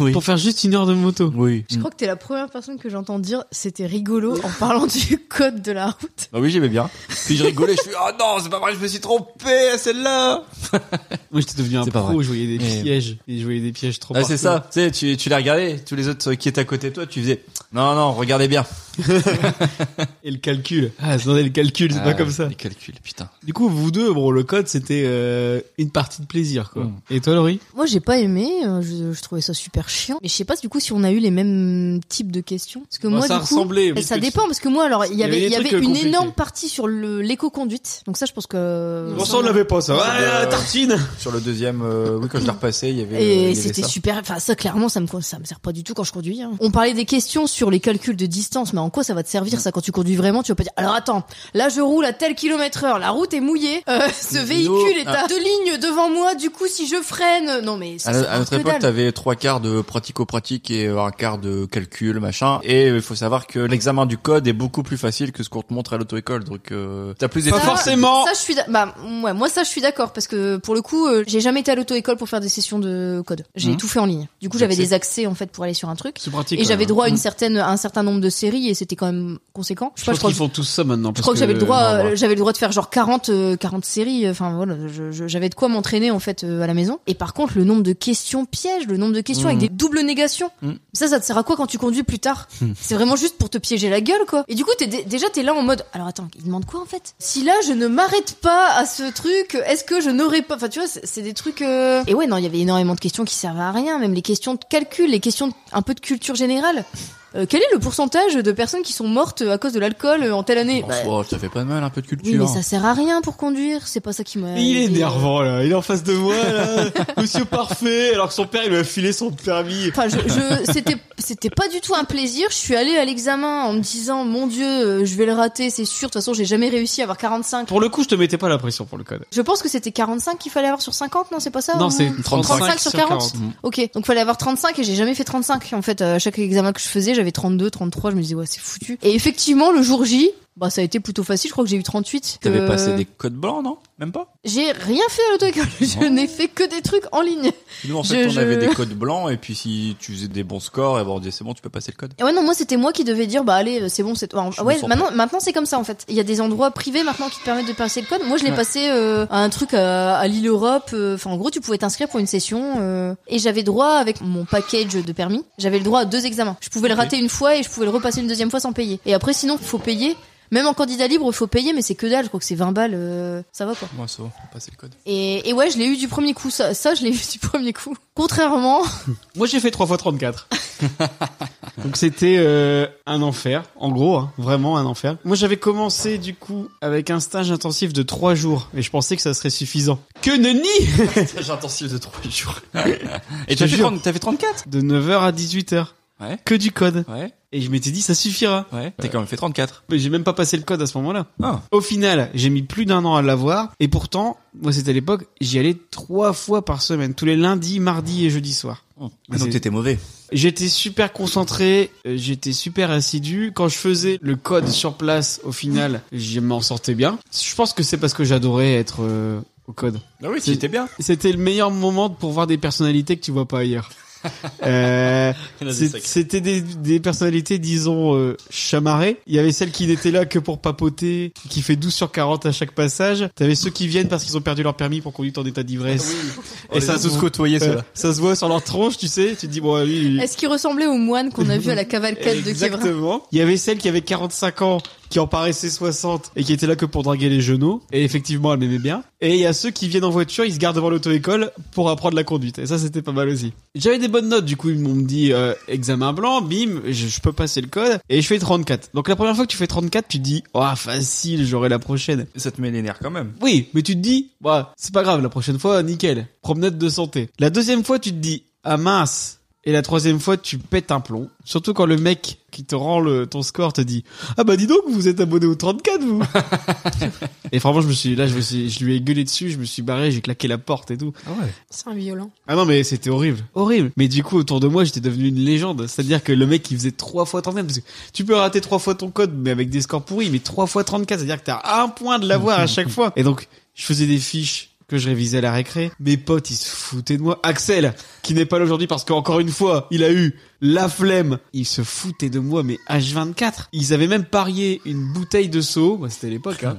S3: Oui.
S2: pour faire juste une heure de moto.
S3: Oui.
S4: Je crois que t'es la première personne que j'entends dire c'était rigolo en parlant du code de la route.
S3: Bah oui, j'aimais bien. Puis je rigolais, je suis, ah non, c'est pas vrai, je me suis trompé à celle-là.
S2: Moi, j'étais devenu un
S3: C'est pas
S2: pro,
S3: vrai.
S2: je voyais des
S3: Mais-
S2: pièges. Et je voyais des pièges trop
S3: Ah, c'est
S2: partout.
S3: ça, tu sais, tu, tu l'as regardé, tous les autres euh, qui étaient à côté de toi, tu faisais, non, non, regardez bien.
S2: Et le calcul. Ah, c'est dans le calcul, c'est
S3: Ah,
S2: pas comme ça.
S3: Les calculs, putain.
S2: Du coup, vous deux, bon, le code, c'était euh, une partie de plaisir, quoi.
S3: Mm.
S2: Et toi, Laurie
S4: Moi, j'ai pas aimé. euh, Je, je trouvais ça super chiant. Mais je sais pas du coup si on a eu les mêmes types de questions. Parce que
S2: Bon,
S4: moi,
S2: Bah, Ça
S4: du coup,
S2: ressemblait.
S4: Et
S2: mais
S4: ça
S2: que-
S4: dépend parce que moi alors il y avait il y
S2: des
S4: avait,
S2: trucs, euh,
S4: une
S2: compliqués.
S4: énorme partie sur le l'éco-conduite donc ça je pense que
S2: Bon, ça, on l'avait pas, ça. Ah, la tartine
S3: Sur le deuxième, euh, oui, quand je l'ai repassé, il y avait, euh, il y
S4: Et
S3: avait
S4: c'était
S3: ça.
S4: super. Enfin, ça, clairement, ça me, co- ça me sert pas du tout quand je conduis. hein. On parlait des questions sur les calculs de distance, mais en quoi ça va te servir ça quand tu conduis vraiment Tu vas pas dire. Alors attends, là je roule à tel kilomètre heure, la route est mouillée, euh, ce
S3: Nous,
S4: véhicule est
S3: ah.
S4: à deux lignes devant moi. Du coup, si je freine, non mais ça,
S3: À,
S4: ça
S3: à
S4: sert
S3: notre
S4: que
S3: époque,
S4: dalle.
S3: t'avais trois quarts de pratico-pratique et euh, un quart de calcul, machin. Et euh, il faut savoir que l'examen du code est beaucoup plus facile que ce qu'on te montre à l'auto-école. Donc, euh, t'as plus
S2: Pas
S3: d'études.
S2: forcément
S4: Ça, je suis, d'a- bah, ouais, moi, ça, je suis d'accord parce que pour le coup, euh, j'ai jamais été à l'auto-école pour faire des sessions de code. J'ai
S3: Mhm.
S4: tout fait en ligne. Du coup,
S3: Des
S4: j'avais
S3: accès.
S4: des accès en fait pour aller sur un truc.
S2: C'est pratique. hein.
S3: hein.
S4: Et
S2: quand
S4: j'avais
S2: même.
S3: Mmh.
S4: droit à une certaine, à un certain nombre de séries et c'était quand même conséquent.
S2: Je pense
S4: crois
S2: qu'ils font tous ça maintenant.
S4: Je
S2: parce
S4: crois que, j'avais le droit,
S2: non,
S4: euh,
S2: voilà.
S4: j'avais le droit de faire genre 40, euh, 40 séries. Enfin voilà, je- je- j'avais de quoi m'entraîner en fait euh, à la maison. Et par contre, le nombre de questions pièges, le nombre de questions
S3: Mhm.
S4: avec des doubles négations,
S3: Mhm.
S4: ça, ça te sert à quoi quand tu conduis plus tard C'est vraiment juste pour te piéger la gueule quoi. Et du coup, t'es dé- déjà t'es là en mode, alors attends, il demande quoi en fait Si là je ne m'arrête pas à ce truc, est-ce que je n'aurais pas Enfin tu vois, c'est c'est des trucs. euh, Et ouais, non, il y avait énormément de questions qui servaient à rien, même les questions de calcul, les questions de- un peu de culture générale. Euh, quel est le pourcentage de personnes qui sont mortes à cause de l'alcool euh, en telle année
S3: En
S4: Bah,
S3: soi, ça fait pas de mal, un peu de
S4: oui,
S3: culture.
S4: mais ça sert à rien pour conduire, c'est pas ça qui m'a.
S2: Il est
S4: aidé.
S2: énervant là, il est en face de moi là, monsieur parfait, alors que son père il lui a filé son permis.
S4: Enfin, je, je- c'était, c'était pas du tout un plaisir. Je suis allée à l'examen en me disant, mon Dieu, euh, je vais le rater, c'est sûr. De toute façon, j'ai jamais réussi à avoir 45.
S2: Pour le coup, je te mettais pas la pression pour le code.
S4: Je pense que c'était 45 qu'il fallait avoir sur 50, non, c'est pas ça
S2: Non,
S4: hein
S2: c'est
S3: 35
S2: 35
S4: sur
S2: sur 40.
S4: 40. Ok, donc fallait avoir 35 et j'ai jamais fait 35. En fait, à chaque examen que je faisais, j'avais 32, 33. Je me disais, ouais, c'est foutu. Et effectivement, le jour J, bah, ça a été plutôt facile. Je crois que j'ai eu 38.
S3: T'avais
S4: Euh,
S3: passé des codes blancs, non Même pas
S4: J'ai rien fait à l'auto-école. Je
S3: Non.
S4: n'ai fait que des trucs en ligne.
S3: Nous, en
S4: Je-
S3: fait, on
S4: je-
S3: avait des codes blancs, et puis si tu faisais des bons scores, et bon, on disait c'est bon, tu peux passer le code.
S4: Et Ouais non moi c'était moi qui devais dire bah allez c'est bon c'est Ah,
S3: Je me
S4: ouais
S3: sens
S4: maintenant maintenant c'est comme ça en fait il y a des endroits privés maintenant qui te permettent de passer le code moi je l'ai
S3: Ouais.
S4: passé euh, à un truc à, à l'île Europe euh, enfin en gros tu pouvais t'inscrire pour une session euh, et j'avais droit avec mon package de permis j'avais le droit à deux examens je pouvais le rater une fois et je pouvais le repasser une deuxième fois sans payer et après sinon faut payer même en candidat libre faut payer mais c'est que dalle je crois que c'est 20 balles euh, ça va quoi
S3: Moi, ça va, passer le code.
S4: et, et ouais je l'ai eu du premier coup ça ça je l'ai eu du premier coup contrairement
S2: Moi j'ai fait 3 fois 34. Donc c'était euh, un enfer, en gros, hein, vraiment un enfer. Moi j'avais commencé du coup avec un stage intensif de 3 jours et je pensais que ça serait suffisant. Que nenni
S3: J'ai intensif de 3 jours.
S2: Je
S3: et
S2: te
S3: t'as fait,
S2: jure.
S3: 30 t'as fait 34
S2: De 9h à 18h,
S3: Ouais,
S2: que du code.
S3: ouais,
S2: Et je m'étais dit ça suffira.
S3: ouais. T'as quand même fait 34.
S2: Mais j'ai même pas passé le code à ce moment-là.
S3: Ah.
S2: Au final, j'ai mis plus d'un an à l'avoir, et pourtant, moi c'était à l'époque, j'y allais trois fois par semaine, tous les lundis, mardis et jeudi soir. Mais
S3: Donc
S2: c'est-
S3: t'étais mauvais.
S2: J'étais super concentré, euh, j'étais super assidu. Quand je faisais le code sur place, au final, je m'en sortais bien. Je pense que c'est parce que j'adorais être euh, au code.
S3: Ah oui,
S2: C'est-
S3: t'étais bien.
S2: C'était le meilleur moment pour voir des personnalités que tu vois pas ailleurs. Euh, c'est- C'était des, des personnalités, disons, euh, chamarrées. Il y avait celles qui n'étaient là que pour papoter, qui fait 12 sur 40 à chaque passage. T'avais ceux qui viennent parce qu'ils ont perdu leur permis pour conduire en état
S3: Ah
S2: d'ivresse.
S3: Et ça se côtoyait,
S2: Euh,
S3: cela.
S2: ça se voit sur leur tronche, tu sais. Tu te dis, bon, lui, il-
S4: est-ce qu'il ressemblait au moine qu'on a vu à la cavalcade de Kevra
S2: Exactement. Il y avait celle qui avait 45 ans, qui en paraissait 60 et qui était là que pour draguer les genoux. Et effectivement, elle m'aimait bien. Et il y a ceux qui viennent en voiture, ils se gardent devant l'auto-école pour apprendre la conduite. Et ça, c'était pas mal aussi. J'avais des bonnes notes, du coup, ils m'ont dit euh, examen blanc, bim, je, je peux passer le code. Et je fais 34. Donc la première fois que tu fais 34, tu te dis, oh, facile, j'aurai la prochaine.
S3: Ça te met les nerfs quand même.
S2: Oui, mais tu te dis, bah, c'est pas grave, la prochaine fois, nickel. Promenade de santé. La deuxième fois, tu te dis, ah mince. Et la troisième fois, tu pètes un plomb. Surtout quand le mec qui te rend le, ton score te dit, ah bah dis donc, vous êtes abonné au 34, vous. et franchement, je me suis, là, je me suis, je lui ai gueulé dessus, je me suis barré, j'ai claqué la porte et tout.
S3: Ah ouais.
S7: C'est un violent.
S2: Ah non, mais c'était horrible. Horrible. Mais du coup, autour de moi, j'étais devenu une légende. C'est-à-dire que le mec, il faisait trois fois 34. Parce que tu peux rater trois fois ton code, mais avec des scores pourris, mais trois fois 34. C'est-à-dire que t'as un point de l'avoir à chaque fois. Et donc, je faisais des fiches que je révisais à la récré. Mes potes, ils se foutaient de moi. Axel, qui n'est pas là aujourd'hui parce qu'encore une fois, il a eu la flemme. Ils se foutaient de moi, mais H24. Ils avaient même parié une bouteille de seau. Moi, c'était l'époque, hein.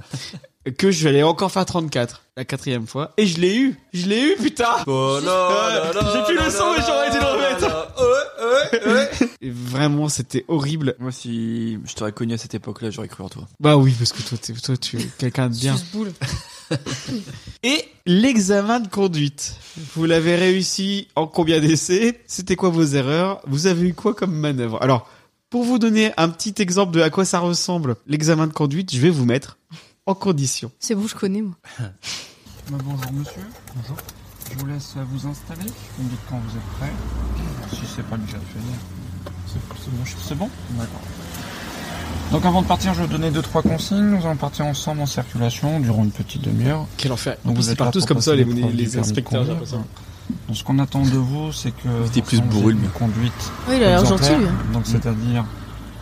S2: Que je vais aller encore faire 34. La quatrième fois. Et je l'ai eu. Je l'ai eu, putain! là là J'ai plus le son, mais j'aurais dû le
S3: remettre. Ouais, ouais, ouais.
S2: Et Vraiment, c'était horrible.
S3: Moi, si je t'aurais connu à cette époque-là, j'aurais cru en toi.
S2: Bah oui, parce que toi, t'es- toi tu es quelqu'un de bien. Et l'examen de conduite. Vous l'avez réussi en combien d'essais C'était quoi vos erreurs Vous avez eu quoi comme manœuvre Alors, pour vous donner un petit exemple de à quoi ça ressemble, l'examen de conduite, je vais vous mettre en condition.
S4: c'est bon je connais moi
S8: Bah, Bonjour monsieur. Bonjour. Je vous laisse euh, vous installer. Vous me dites quand vous êtes prêt. Si c'est pas déjà fait. C'est c'est bon, je- c'est bon D'accord. Donc avant de partir, je vais vous donner deux trois consignes. Nous allons partir ensemble en circulation durant une petite demi-heure.
S2: Quel enfer.
S8: Donc
S2: Ils
S8: vous êtes
S2: partent
S8: là
S2: tous
S8: pour
S2: comme ça,
S8: passer
S2: les,
S8: l'épreuve
S2: les
S8: du permis de
S2: inspecteurs. j'ai
S8: conduire.
S2: l'impression.
S8: Donc ce qu'on attend de vous, c'est que
S3: T'es plus
S8: vous ayez
S3: bourru, le
S8: une
S3: mec.
S8: conduite.
S4: oui il a l'air gentil
S8: exemplaire.
S4: lui hein.
S8: Donc c'est-à-dire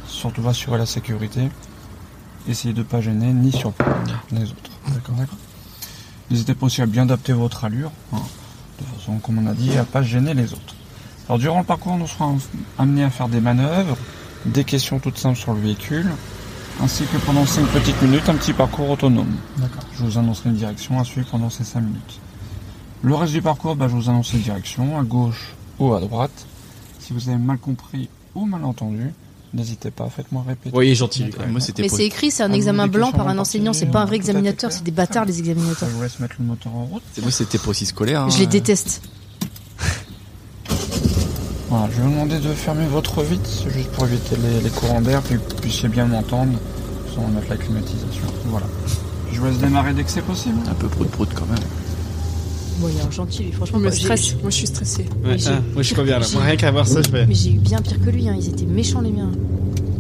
S8: surtout assurer la sécurité. Essayez de pas gêner ni surprendre les autres. D'accord. N'hésitez pas aussi à bien adapter votre allure, hein, de façon, comme on a dit, à pas gêner les autres. Alors durant le parcours, nous serons amenés à faire des manœuvres, des questions toutes simples sur le véhicule, ainsi que pendant 5 petites minutes, un petit parcours autonome. D'accord. Je vous annoncerai une direction à suivre pendant ces 5 minutes. Le reste du parcours, bah, je vous annonce les directions, à gauche ou à droite. Si vous avez mal compris ou mal entendu, n'hésitez pas, faites-moi répéter.
S2: Oui, il est gentil. lui, quand
S3: Ouais,
S2: même.
S3: moi, c'était
S4: Mais
S3: pour-
S4: c'est écrit, c'est un
S8: Ah,
S4: examen
S8: oui, des
S4: blanc
S8: questions
S4: par un
S8: en
S4: enseignant, c'est
S8: particulier,
S4: pas un
S8: tout
S4: vrai
S8: à
S4: examinateur,
S8: fait.
S4: c'est des bâtards les
S8: Je
S4: examinateurs.
S8: vous laisse mettre le moteur en route.
S3: Moi, c'était pour aussi scolaire.
S2: Ah.
S3: hein.
S4: Je les déteste.
S8: Voilà, je vais vous demander de fermer votre vitre, c'est juste pour éviter les, les courants d'air, puis que vous puissiez bien m'entendre, sans mettre la climatisation. Voilà. Je vous laisse démarrer dès que c'est possible.
S3: Un peu prout-prout quand même.
S4: Bon, il est un gentil, lui, franchement.
S7: On me
S4: j'ai-
S7: stresse, moi je suis stressée.
S2: Ouais,
S4: j'ai-
S2: ah, moi, je suis pas bien là. Moi, rien qu'à voir ça, je vais.
S4: Mais j'ai eu bien pire que lui, hein, ils étaient méchants les miens.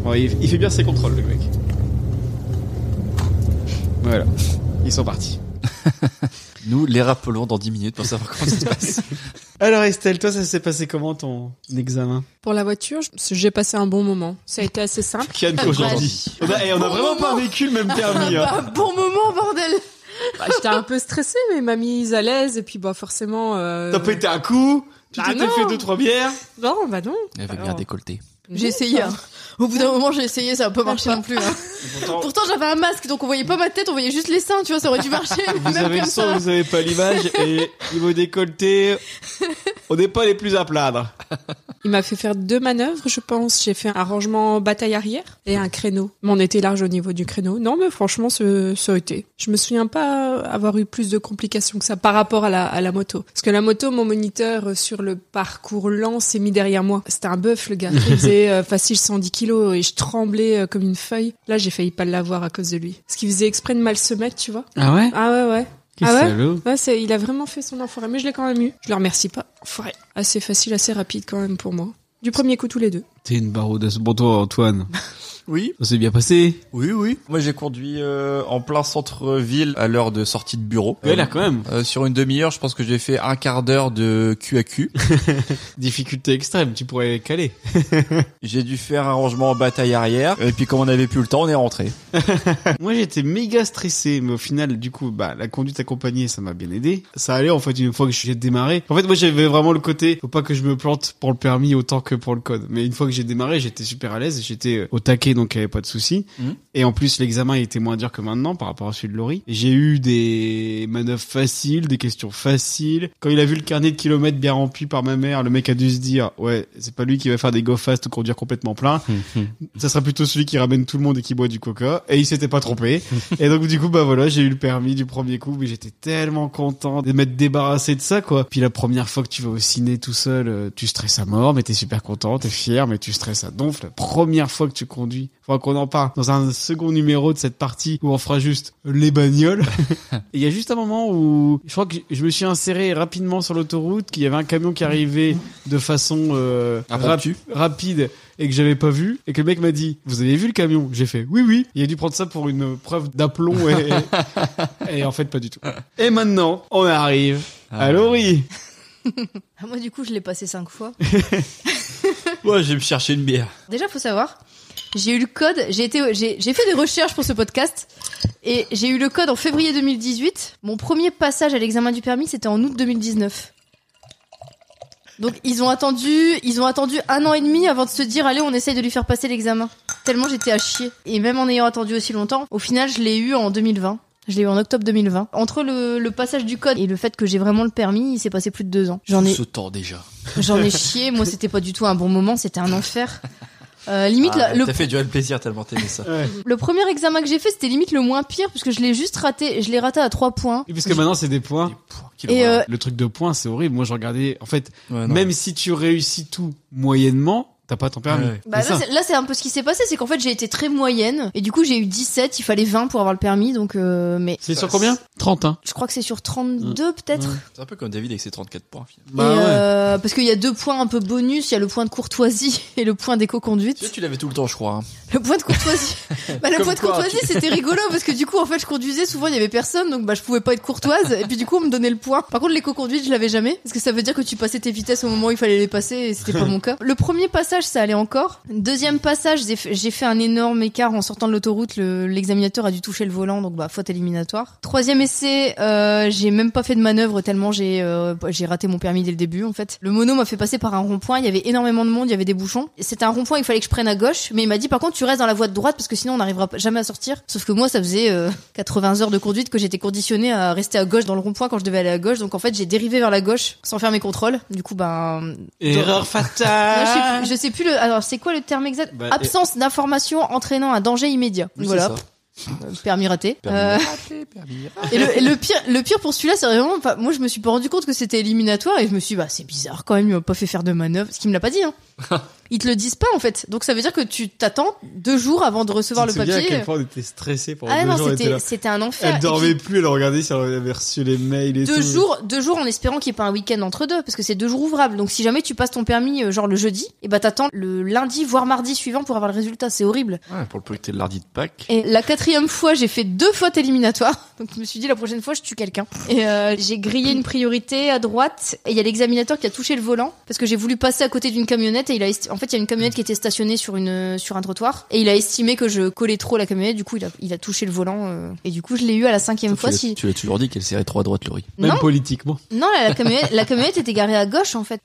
S2: Bon, il, il fait bien ses contrôles, le mec. Voilà. Ils sont partis.
S3: Nous les rappelons dans 10 minutes pour savoir comment ça se passe.
S2: Alors, Estelle, toi, ça s'est passé comment ton examen
S7: Pour la voiture, je- j'ai passé un bon moment. Ça a été assez simple.
S2: Kian,
S4: Ah,
S2: aujourd'hui. On a, eh, on a
S4: Bon Euh.
S2: vraiment pas
S4: moment.
S2: vécu le même permis. hein.
S4: Un Ah, bon moment, bordel
S7: Bah, J'étais un peu stressée, mais il m'a mise à l'aise. Et puis, bah, forcément. euh,
S2: T'as pété un coup, tu
S4: Bah
S7: Ah
S2: t'étais
S7: non.
S2: fait deux, trois bières.
S7: Non, bah non.
S3: Elle avait bien
S7: Alors.
S3: décolleté.
S4: J'ai essayé. hein. Au bout d'un moment, j'ai essayé, ça a pas marché non plus. hein. Pourtant, j'avais un masque, donc on voyait pas ma tête, on voyait juste les seins, tu vois, ça aurait dû marcher. mais
S2: Vous
S4: même
S2: avez le
S4: comme
S2: son,
S4: ça.
S2: vous avez pas l'image, et niveau décolleté, on n'est pas les plus à plaindre.
S7: Il m'a fait faire deux manœuvres, je pense. J'ai fait un rangement bataille arrière et un créneau. Mais on était large au niveau du créneau. Non, mais franchement, ce- ça a été. Je me souviens pas avoir eu plus de complications que ça par rapport à la, à la moto. Parce que la moto, mon moniteur euh, sur le parcours lent s'est mis derrière moi. C'était un bœuf, le gars. Il faisait euh, facile 110 kilos et je tremblais euh, comme une feuille. Là, j'ai failli pas l'avoir à cause de lui. Parce qu'il faisait exprès de mal se mettre, tu vois.
S2: Ah ouais?
S7: Ah ouais, ouais.
S2: Quel
S7: Ah ouais
S2: salaud.
S7: Ouais, c'est, il a vraiment fait son enfoiré, mais je l'ai quand même eu. Je le remercie pas. Enfoiré. Assez facile, assez rapide quand même pour moi. Du premier coup, tous les deux.
S2: T'es une baroudeuse. Bon, toi, Antoine.
S3: Oui,
S2: Ça s'est bien passé.
S3: oui, oui. Moi, j'ai conduit euh, en plein centre-ville à l'heure de sortie de bureau.
S2: Ouais, là, quand même.
S3: Euh, sur une demi-heure, je pense que j'ai fait un quart d'heure de cul à cul.
S2: Difficulté extrême, tu pourrais caler.
S3: J'ai dû faire un rangement en bataille arrière. Et puis, comme on avait plus le temps, on est rentré.
S2: Moi j'étais méga stressé, mais au final, du coup, bah la conduite accompagnée, ça m'a bien aidé. Ça allait en fait une fois que j'ai démarré. En fait, moi j'avais vraiment le côté, faut pas que je me plante pour le permis autant que pour le code. Mais une fois que j'ai démarré, j'étais super à l'aise, j'étais euh, au taquet, donc il y avait pas de souci.
S3: Mhm.
S2: Et en plus, l'examen il était moins dur que maintenant par rapport à celui de Laurie. J'ai eu des manœuvres faciles, des questions faciles. Quand il a vu le carnet de kilomètres bien rempli par ma mère, le mec a dû se dire, ouais, c'est pas lui qui va faire des go fast ou conduire complètement plein. Ça sera plutôt celui qui ramène tout le monde et qui boit du coca. Et il s'était pas trompé. et donc, du coup, bah voilà, j'ai eu le permis du premier coup, mais j'étais tellement content de m'être débarrassé de ça, quoi. Puis la première fois que tu vas au ciné tout seul, euh, tu stresses à mort, mais t'es super content, t'es fier, mais tu stresses à donf. La première fois que tu conduis, faudra qu'on en parle dans un second numéro de cette partie où on fera juste les bagnoles. Et Il y a juste un moment où je crois que je me suis inséré rapidement sur l'autoroute, qu'il y avait un camion qui arrivait de façon euh,
S3: Impromptu.
S2: rap- rapide et que j'avais pas vu et que le mec m'a dit "Vous avez vu le camion J'ai fait "Oui oui." Il a dû prendre ça pour une preuve d'aplomb et, et en fait pas du tout. Et maintenant, on arrive à Laurie.
S4: Ah, Moi, du coup, je l'ai passé cinq fois.
S3: Moi, je vais me chercher une bière.
S4: Déjà, faut savoir, j'ai eu le code, j'ai été, j'ai, j'ai fait des recherches pour ce podcast, et j'ai eu le code en février 2018. Mon premier passage à l'examen du permis, c'était en août 2019. Donc, ils ont attendu, ils ont attendu un an et demi avant de se dire, allez, on essaye de lui faire passer l'examen. Tellement j'étais à chier. Et même en ayant attendu aussi longtemps, au final, je l'ai eu en 2020. Je l'ai eu en octobre 2020. Entre le, le passage du code et le fait que j'ai vraiment le permis, il s'est passé plus de deux ans. J'en ai
S3: Ce temps déjà.
S4: J'en ai chié. Moi, c'était pas du tout un bon moment. C'était un enfer. Euh, limite, la-
S3: Ah,
S4: le,
S3: T'as fait du réel plaisir tellement t'aimais ça.
S4: le premier examen que j'ai fait, c'était limite le moins pire, parce que je l'ai juste raté. Je l'ai raté à 3 points.
S2: Et parce que maintenant c'est des points.
S4: Et euh,
S2: Le truc de points, c'est horrible. Moi je regardais en fait,
S3: Ouais, Ah non.
S2: même si tu réussis tout moyennement, t'as pas ton permis.
S3: Ouais, ouais.
S4: bah
S2: C'est
S4: là,
S2: ça.
S4: c'est- là, c'est un peu ce qui s'est passé. C'est qu'en fait, j'ai été très moyenne. Et du coup, j'ai eu 17. Il fallait 20 pour avoir le permis. Donc, euh, mais
S2: C'est sur combien 30 hein.
S4: je crois que c'est sur
S2: Mm.
S4: 32, peut-être.
S2: Ouais.
S3: C'est un peu comme David avec ses 34 points. finalement.
S2: Bah
S4: Et, euh, parce qu'il y a deux points un peu bonus. Il y a le point de courtoisie et le point
S3: Tu sais,
S4: d'éco-conduite.
S3: tu l'avais tout le temps, je crois. hein.
S4: Le point de courtoisie. bah, le
S3: Comme
S4: point de
S3: quoi,
S4: courtoisie, c'était rigolo parce que du coup, en fait, je conduisais souvent, il y avait personne, donc bah, je pouvais pas être courtoise. Et puis du coup, on me donnait le point. Par contre, l'éco-conduite, je l'avais jamais parce que ça veut dire que tu passais tes vitesses au moment où il fallait les passer et c'était pas mon cas. Le premier passage passage, ça allait encore. Deuxième passage, j'ai fait j'ai fait un énorme écart en sortant de l'autoroute. le- L'examinateur a dû toucher le volant, donc bah faute éliminatoire. Troisième essai, euh, j'ai même pas fait de manœuvre tellement j'ai euh, j'ai raté mon permis dès le début en fait. Le mono m'a fait passer par un rond-point. Il y avait énormément de monde, il y avait des bouchons. C'était un rond-point, il fallait que je prenne à gauche, mais il m'a dit par contre tu restes dans la voie de droite parce que sinon on n'arrivera pas- jamais à sortir. Sauf que moi ça faisait euh, 80 heures de conduite que j'étais conditionnée à rester à gauche dans le rond-point quand je devais aller à gauche. Donc en fait j'ai dérivé vers la gauche sans faire mes contrôles. Du coup ben
S2: Erreur
S4: non, je, sais
S2: fatale.
S4: plus, je sais plus le. Alors, c'est quoi le terme exact
S2: Bah,
S4: Absence d'information entraînant un danger immédiat.
S3: Oui, c'est
S4: voilà.
S3: ça.
S4: Euh, Permis raté.
S3: Permis
S4: Euh,
S3: raté, permis raté.
S4: et le, et le pire, le pire pour celui-là, c'est vraiment. enfin, Moi, je me suis pas rendu compte que c'était éliminatoire et je me suis, dit, bah, c'est bizarre quand même. Il m'a pas fait faire de manœuvre, ce qu'il me l'a pas dit. Hein. Ils te le disent pas en fait. Donc ça veut dire que tu t'attends deux jours avant de recevoir
S2: Tu te
S4: le
S2: souviens à
S4: papier.
S2: quel point on était stressé pendant
S4: Ah
S2: deux
S4: non,
S2: jours, on était là.
S4: c'était c'était un enfer.
S2: Elle
S4: Et puis,
S2: dormait plus, elle regardait si elle avait reçu les mails et
S4: deux
S2: tout.
S4: jours, deux jours en espérant qu'il n'y ait pas un week-end entre deux, parce que c'est deux jours ouvrables. Donc si jamais tu passes ton permis euh, genre le jeudi, et bah t'attends le lundi voire mardi suivant pour avoir le résultat. C'est horrible.
S3: Ouais, pour le peu que t'aies le lardi de Pâques.
S4: Et la quatrième fois, j'ai fait deux fautes éliminatoires. Donc je me suis dit la prochaine fois, je tue quelqu'un. Et euh, j'ai grillé une priorité à droite. Et il y a l'examinateur qui a touché le volant parce que j'ai voulu passer à côté d'une camionnette et il a esti- en fait il y a une camionnette qui était stationnée sur une sur un trottoir et il a estimé que je collais trop la camionnette. Du coup, il a il a touché le volant euh, et du coup je l'ai eu à la cinquième
S3: Tu l'as-
S4: fois. Si
S3: Tu l'as toujours dit qu'elle serrait trop à droite, Laurie.
S2: Même
S4: non,
S2: politiquement.
S4: non, la, la camionnette, la camionnette était garée à gauche en fait.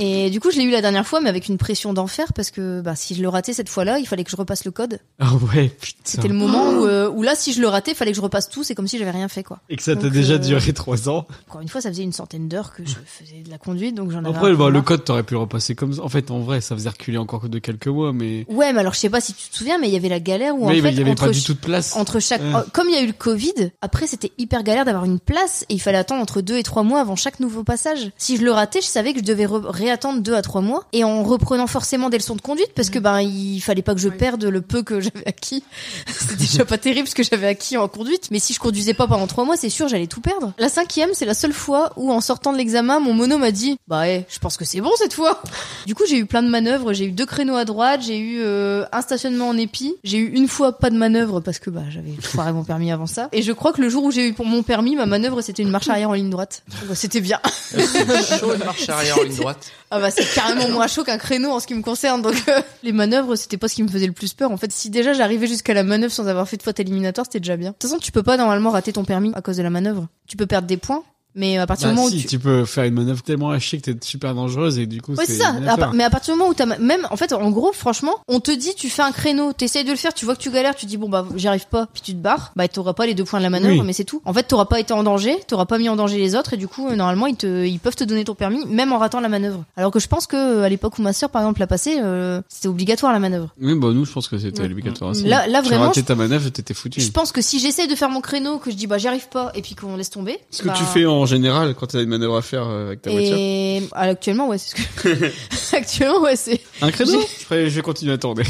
S4: Et du coup, je l'ai eu la dernière fois, mais avec une pression d'enfer parce que bah, si je le ratais cette fois-là, il fallait que je repasse le code.
S2: Ah ouais, putain.
S4: C'était le moment où, euh, où là, si je le ratais, fallait que je repasse tout. C'est comme si j'avais rien fait quoi.
S2: Et que ça t'a
S4: Donc,
S2: déjà
S4: euh,
S2: duré trois ans.
S4: Encore une fois, ça faisait une centaine d'heures que je faisais de la conduite, donc j'en avais. un
S2: Après,
S4: peu
S2: bah, le
S4: marre.
S2: code, t'aurais pu le repasser comme ça. En fait, en vrai, ça faisait reculer encore que de quelques mois, mais.
S4: Ouais, mais alors je sais pas si tu te souviens, mais il y avait la galère où
S2: mais
S4: en fait
S2: il y avait
S4: entre
S2: pas du
S4: ch-
S2: tout de place.
S4: entre chaque
S2: Ouais.
S4: euh, comme il y a eu le Covid après c'était hyper galère d'avoir une place et il fallait attendre entre deux et trois mois avant chaque nouveau passage si je le ratais je savais que je devais re- réattendre deux à trois mois et en reprenant forcément des leçons de conduite parce que ben il fallait pas que je perde le peu que j'avais acquis c'était déjà pas terrible ce que j'avais acquis en conduite mais si je conduisais pas pendant trois mois c'est sûr j'allais tout perdre la cinquième c'est la seule fois où en sortant de l'examen mon mono m'a dit bah eh, je pense que c'est bon cette fois du coup, j'ai eu plein de manœuvres. J'ai eu deux créneaux à droite, j'ai eu euh, un stationnement en épi. J'ai eu une fois pas de manœuvre parce que bah j'avais foiré mon permis avant ça. Et je crois que le jour où j'ai eu pour mon permis, ma manœuvre c'était une marche arrière en ligne droite. Donc, bah, c'était bien.
S3: Chaud, une marche arrière, une droite.
S4: Ah bah c'est carrément moins chaud qu'un créneau en ce qui me concerne. Donc euh, les manœuvres c'était pas ce qui me faisait le plus peur. En fait, si déjà j'arrivais jusqu'à la manœuvre sans avoir fait de faute éliminatoire, c'était déjà bien. De toute façon, tu peux pas normalement rater ton permis à cause de la manœuvre. Tu peux perdre des points, mais à partir
S2: Bah
S4: du moment
S2: si,
S4: où
S2: tu...
S4: tu
S2: peux faire une manœuvre tellement hachée que t'es super dangereuse et du coup,
S4: Ouais,
S2: c'est.
S4: c'est ça.
S2: éliminatoire.
S4: À par- mais à partir du moment où t'as ma- même, en fait, en gros, franchement, on te dit, tu fais un créneau, t'essayes de le faire, tu vois que tu galères, tu dis bon bah j'y arrive pas, puis tu te barres, bah t'auras pas les deux points de la manœuvre,
S2: Oui.
S4: mais c'est tout. En fait, t'auras pas été en danger, t'auras pas mis en danger les autres, et du coup, euh, normalement, ils te, ils peuvent te donner ton permis, même en ratant la manœuvre. Alors que je pense que euh, à l'époque où ma sœur, par exemple, l'a passé, euh, c'était obligatoire la manœuvre.
S2: Oui, bah, nous, je pense que c'était
S4: Ouais.
S2: obligatoire aussi.
S4: Là, là
S2: Tu
S4: vraiment.
S2: ratais
S4: Je...
S2: ta manœuvre, t'étais foutu.
S4: je pense que si j'essaye de faire mon créneau, que je dis bah j'y arrive pas, et puis qu'on laisse tomber.
S2: Ce que
S4: bah,
S2: tu fais en général quand t'as une manœuvre à faire euh, avec ta voiture.
S4: Et ah, actuellement ouais, c'est ce que. actuellement ouais, c'est.
S2: Un créneau Après, je vais continuer à tourner.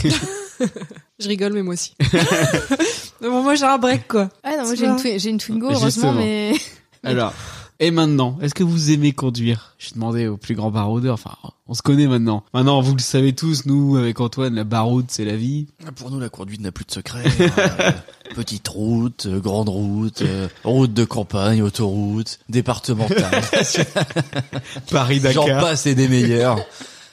S7: Je rigole, mais moi aussi. Non, bon, moi, j'ai un break, quoi.
S4: Ah non, moi
S7: C'est
S4: j'ai une,
S7: vrai.
S4: twi- j'ai une Twingo,
S2: Justement.
S4: heureusement, mais.
S2: Alors, et maintenant, est-ce que vous aimez conduire J'ai demandé au plus grand baroudeur, enfin, on se connaît maintenant. Maintenant, vous le savez tous, nous, avec Antoine, la baroude, c'est la vie.
S3: Ah, Pour nous, la conduite n'a plus de secret. Euh, petite route, euh, grande route, euh, route de campagne, autoroute, départementale. J'en
S2: Paris-Dakar.
S3: passe et des meilleurs.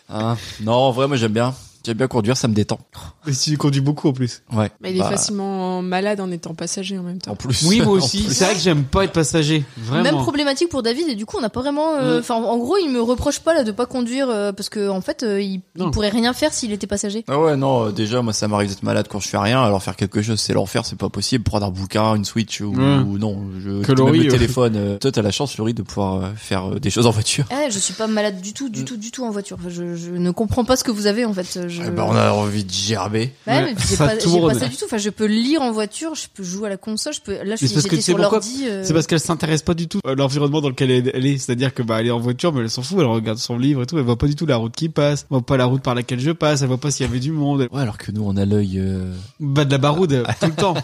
S3: Hein. Non, en vrai, moi, j'aime bien. J'aime bien conduire, ça me détend.
S2: Mais tu conduis beaucoup, en plus.
S3: Ouais.
S7: Mais il est
S3: Bah,
S7: facilement malade en étant passager en même temps.
S3: En plus.
S2: Oui, moi
S3: En
S2: aussi.
S3: plus.
S2: C'est vrai que j'aime pas être passager. Vraiment.
S4: Même problématique pour David et du coup on n'a pas vraiment. euh,
S2: Mm.
S4: Enfin en gros il me reproche pas là de pas conduire euh, parce que en fait euh, il, il
S2: Non.
S4: pourrait rien faire s'il était passager.
S3: Ah ouais, non, euh, déjà, moi, ça m'arrive d'être malade quand je fais rien, alors faire quelque chose, c'est l'enfer, c'est pas possible. Prendre un bouquin, une Switch, ou,
S2: Ouais.
S3: ou non, je,
S2: Mmh. Que
S3: même
S2: Laurie,
S3: le
S2: euh,
S3: téléphone. euh, Toi, t'as la chance, Laurie, de pouvoir euh, faire euh, des choses en voiture.
S4: Ah, je suis pas malade du tout, du
S2: Mm.
S4: tout, du tout en voiture. Enfin, Je, je ne comprends pas ce que vous avez en fait. Euh, Je...
S3: Eh ben, on a envie de gerber.
S4: Ouais, mais j'ai
S2: Ça
S4: pas, j'ai
S2: tourne.
S4: pas ça du tout. Enfin, je peux lire en voiture, je peux jouer à la console, je peux. Là, je
S2: Mais
S4: suis
S2: c'est parce que
S4: j'étais
S2: tu sais
S4: sur
S2: pourquoi
S4: l'ordi. euh,
S2: C'est parce qu'elle s'intéresse pas du tout à Euh, l'environnement dans lequel elle elle est. C'est-à-dire que bah elle est en voiture, mais elle s'en fout. Elle regarde son livre et tout. Elle voit pas du tout la route qui passe. Elle voit pas la route par laquelle je passe. Elle voit pas s'il y avait du monde.
S3: Ouais, alors que nous, on a l'œil, euh,
S2: Bah de la baroude tout le temps.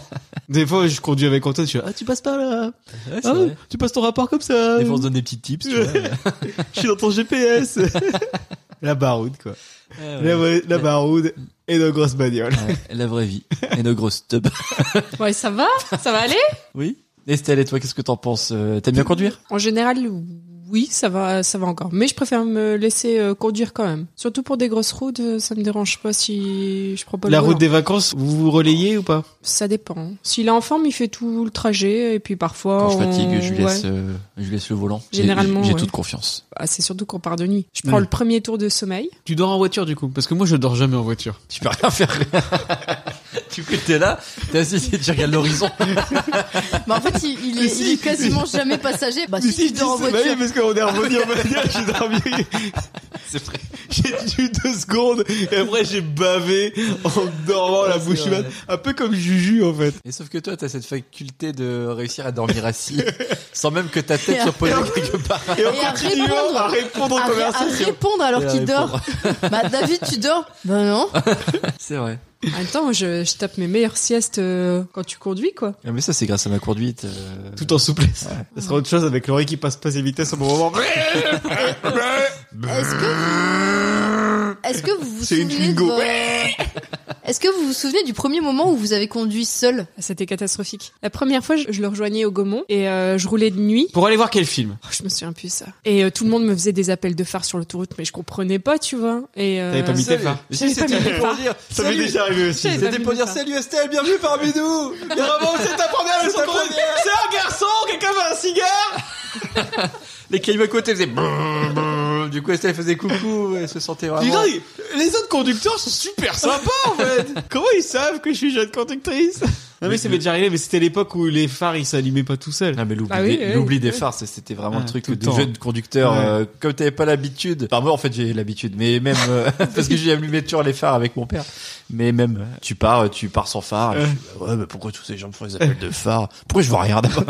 S2: Des fois, je conduis avec Antoine. Je suis là, ah tu passes par là. Ah, tu passes ton rapport comme ça.
S3: Des fois, on se donne des petits tips, tu vois.
S2: Eh Je suis dans ton GPS. la baroude quoi. La, vraie- la baroude et nos grosses bagnoles.
S3: Ouais, la vraie vie. Et nos grosses tubs.
S7: Ouais, ça va Ça va aller
S3: Oui. Estelle, et toi, qu'est-ce que t'en penses? euh, T'aimes bien conduire?
S7: En général, Oui, ça va, ça va encore. Mais je préfère me laisser euh, conduire quand même. Surtout pour des grosses routes, euh, ça me dérange pas si je prends pas le
S2: La
S7: volant.
S2: route des vacances, vous vous relayez ou pas
S7: Ça dépend. S'il est en forme, il fait tout le trajet et puis parfois.
S3: Quand je
S7: on-
S3: fatigue, je lui
S7: Oh, ouais.
S3: laisse, euh, je lui laisse le volant. J'ai-
S7: Généralement,
S3: J'ai
S7: ouais.
S3: toute confiance.
S7: Ah, c'est surtout qu'on part de nuit. Je prends
S2: Ouais.
S7: le premier tour de sommeil.
S2: Tu dors en voiture du coup Parce que moi je dors jamais en voiture.
S3: Tu peux rien faire. du coup, t'es là, t'es assis, tu regardes l'horizon.
S4: Bah, en fait, il, il
S2: Mais
S4: est,
S2: si,
S4: il est quasiment jamais passager. Bah, si, tu
S2: je
S4: dors en
S2: dis, c'est- bah oui,
S4: voiture.
S2: parce qu'on est revenu
S3: Ah,
S2: en voiture, j'ai dormi.
S3: C'est vrai.
S2: J'ai tenu deux secondes et après j'ai bavé en dormant la
S3: Ah, c'est
S2: bouche
S3: vrai.
S2: ouverte. Un peu comme Juju en fait.
S3: Et sauf que toi, t'as cette faculté de réussir à dormir assis, sans même que ta tête soit posée quelque part.
S2: Et en
S4: Et à
S2: continuant
S4: répondre.
S2: à répondre aux
S4: À, ré- à
S2: conversations.
S4: répondre alors
S3: Et à
S4: qu'il dort. Bah, David, tu dors Bah, non.
S3: C'est vrai.
S7: Attends, je, je tape mes meilleures siestes euh, quand tu conduis, quoi.
S3: Ah, Mais ça, c'est grâce à ma conduite. euh,
S2: Tout en souplesse. Ça sera autre chose avec l'oreille qui passe pas ses vitesses au bon moment.
S4: Est-ce que, est-ce que vous vous
S2: C'est une
S4: souvenez de
S2: Twingo.
S4: vo- Est-ce que vous vous souvenez du premier moment où vous avez conduit seul
S7: C'était catastrophique. La première fois, je, je le rejoignais au Gaumont et euh, je roulais de nuit.
S2: Pour aller voir quel film
S7: Oh, je me souviens plus de ça. Et euh, tout le monde me faisait des appels de phare sur l'autoroute, mais je comprenais pas, tu vois. Et euh,
S3: Ah,
S2: T'avais pas mis tes phares.
S7: J'avais pas mis les phares.
S3: dire.
S2: Ça m'est déjà arrivé aussi.
S7: J'avais pas mis les phares.
S3: salut Estelle, bienvenue parmi nous.
S2: Bravo, c'est ta première leçon
S3: ta
S2: de conduite. C'est un garçon, quelqu'un veut un cigare
S3: Les cailloux à côté faisaient brrr, brrr. Du coup, Estelle faisait coucou, elle se sentait
S2: Dis
S3: vraiment.
S2: donc, les autres conducteurs sont super sympas en fait. Comment ils savent que je suis jeune conductrice Non mais ça m'est déjà arrivé, mais c'était l'époque où les phares ils s'allumaient pas tout seuls.
S3: Ah mais l'oubli
S7: Ah oui,
S3: des,
S7: oui,
S3: l'oubli
S7: oui.
S3: des phares, ça, c'était vraiment
S2: Ah,
S3: le truc
S2: tout le
S3: de
S2: temps.
S3: jeune conducteur.
S2: Ouais.
S3: euh, comme t'avais pas l'habitude, enfin moi en fait j'ai l'habitude, mais même euh, parce que j'ai allumé toujours les phares avec mon père. Mais même euh, tu pars, euh, tu pars sans phare. et je
S2: Ouais.
S3: fais, bah ouais, mais pourquoi tous ces gens me font des appels de phare Pourquoi je vois rien d'abord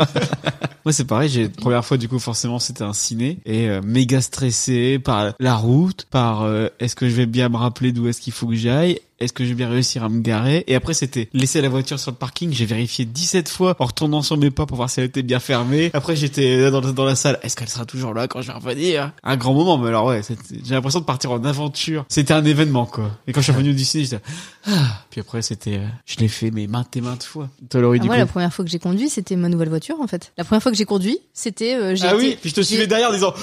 S2: Moi c'est pareil, j'ai première fois du coup forcément c'était un ciné et euh, méga stressé par la route, par euh, est-ce que je vais bien me rappeler d'où est-ce qu'il faut que j'aille est-ce que je vais bien réussir à me garer Et après, c'était laisser la voiture sur le parking. J'ai vérifié 17 fois en retournant sur mes pas pour voir si elle était bien fermée. Après, j'étais là dans, dans la salle. Est-ce qu'elle sera toujours là quand je vais revenir Un grand moment, mais alors ouais, c'était- j'ai l'impression de partir en aventure. C'était un événement, quoi. Et quand je suis revenu du ciné, j'étais... Ah. Puis après, c'était... euh, je l'ai fait, mais maintes et maintes fois. Toi, Laurie,
S4: Ah,
S2: du
S4: Moi,
S2: coup
S4: la première fois que j'ai conduit, c'était ma nouvelle voiture, en fait. La première fois que j'ai conduit, c'était. euh, j'ai
S2: Ah
S4: été-
S2: oui, puis je te
S4: j'ai-
S2: suivais derrière en disant...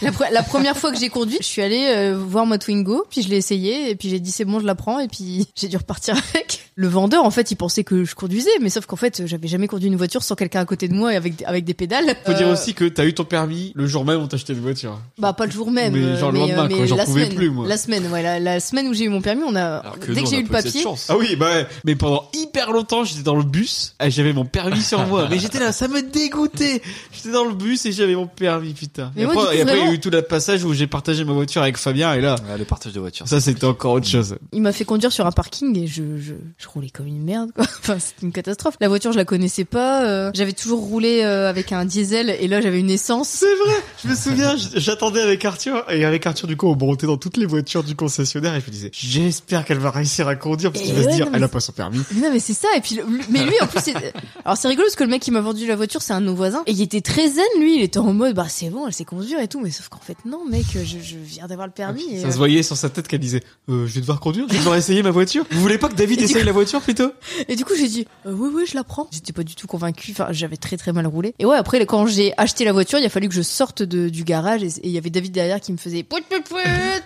S4: La, pre- la première fois que j'ai conduit, je suis allée euh, voir ma Twingo, puis je l'ai essayé, et puis j'ai dit c'est bon, je la prends, et puis j'ai dû repartir avec. Le vendeur, en fait, il pensait que je conduisais, mais sauf qu'en fait, euh, j'avais jamais conduit une voiture sans quelqu'un à côté de moi et avec, des- avec des pédales.
S2: Faut dire
S4: Euh,
S2: aussi que t'as eu ton permis le jour même où t'as acheté une voiture.
S4: Bah pas le jour même,
S2: Mais
S4: euh,
S2: genre le
S4: mais, euh,
S2: lendemain,
S4: mais
S2: quoi, j'en
S4: la
S2: pouvais
S4: semaine,
S2: plus, moi.
S4: La semaine, ouais, la, la semaine où j'ai eu mon permis, on a dès que j'ai eu le papier,
S2: Ah oui, bah pendant hyper longtemps, j'étais dans le bus, et j'avais mon permis sur moi, mais j'étais là, ça me dégoûtait. J'étais dans le bus et j'avais mon permis, putain.
S4: Mais
S2: et
S4: moi, du
S2: après,
S4: coup,
S2: et après, il y a
S4: vraiment-
S2: eu tout le passage où j'ai partagé ma voiture avec Fabien et là,
S3: le partage de voiture.
S2: ça c'était encore autre chose.
S4: il m'a fait conduire sur un parking et je, je, je roulais comme une merde. Quoi. Enfin, c'était une catastrophe. La voiture, je la connaissais pas. euh, j'avais toujours roulé euh, avec un diesel et là, j'avais une essence.
S2: C'est vrai, je me souviens, j- j'attendais avec Arthur et avec Arthur du coup on montait dans toutes les voitures du concessionnaire et je me disais j'espère qu'elle va réussir à conduire parce qu'il
S4: Et
S2: va se
S4: ouais,
S2: dire
S4: non, mais
S2: elle a pas son permis.
S4: Mais non, mais c'est ça. Et puis, le- mais lui, en plus, c'est... alors c'est rigolo parce que le mec qui m'a vendu la voiture, c'est un de nos voisins et il était très zen. Lui, il était en mode, bah c'est bon, elle sait conduire et tout. Mais sauf qu'en fait, non, mec, je, je viens d'avoir le permis. et,
S2: Ça se
S4: euh,
S2: voyait sur sa tête qu'elle disait euh, je vais devoir conduire, je vais devoir essayer ma voiture. Vous voulez pas que David
S4: Et du
S2: essaye
S4: coup-
S2: la voiture plutôt
S4: Et du coup, j'ai dit euh, oui, oui, je la prends. J'étais pas du tout convaincue. Enfin, j'avais très très mal roulé. Et ouais, après, quand j'ai acheté la voiture, il a fallu que je sorte de, du garage et et il y avait David derrière qui me faisait pout pout pout.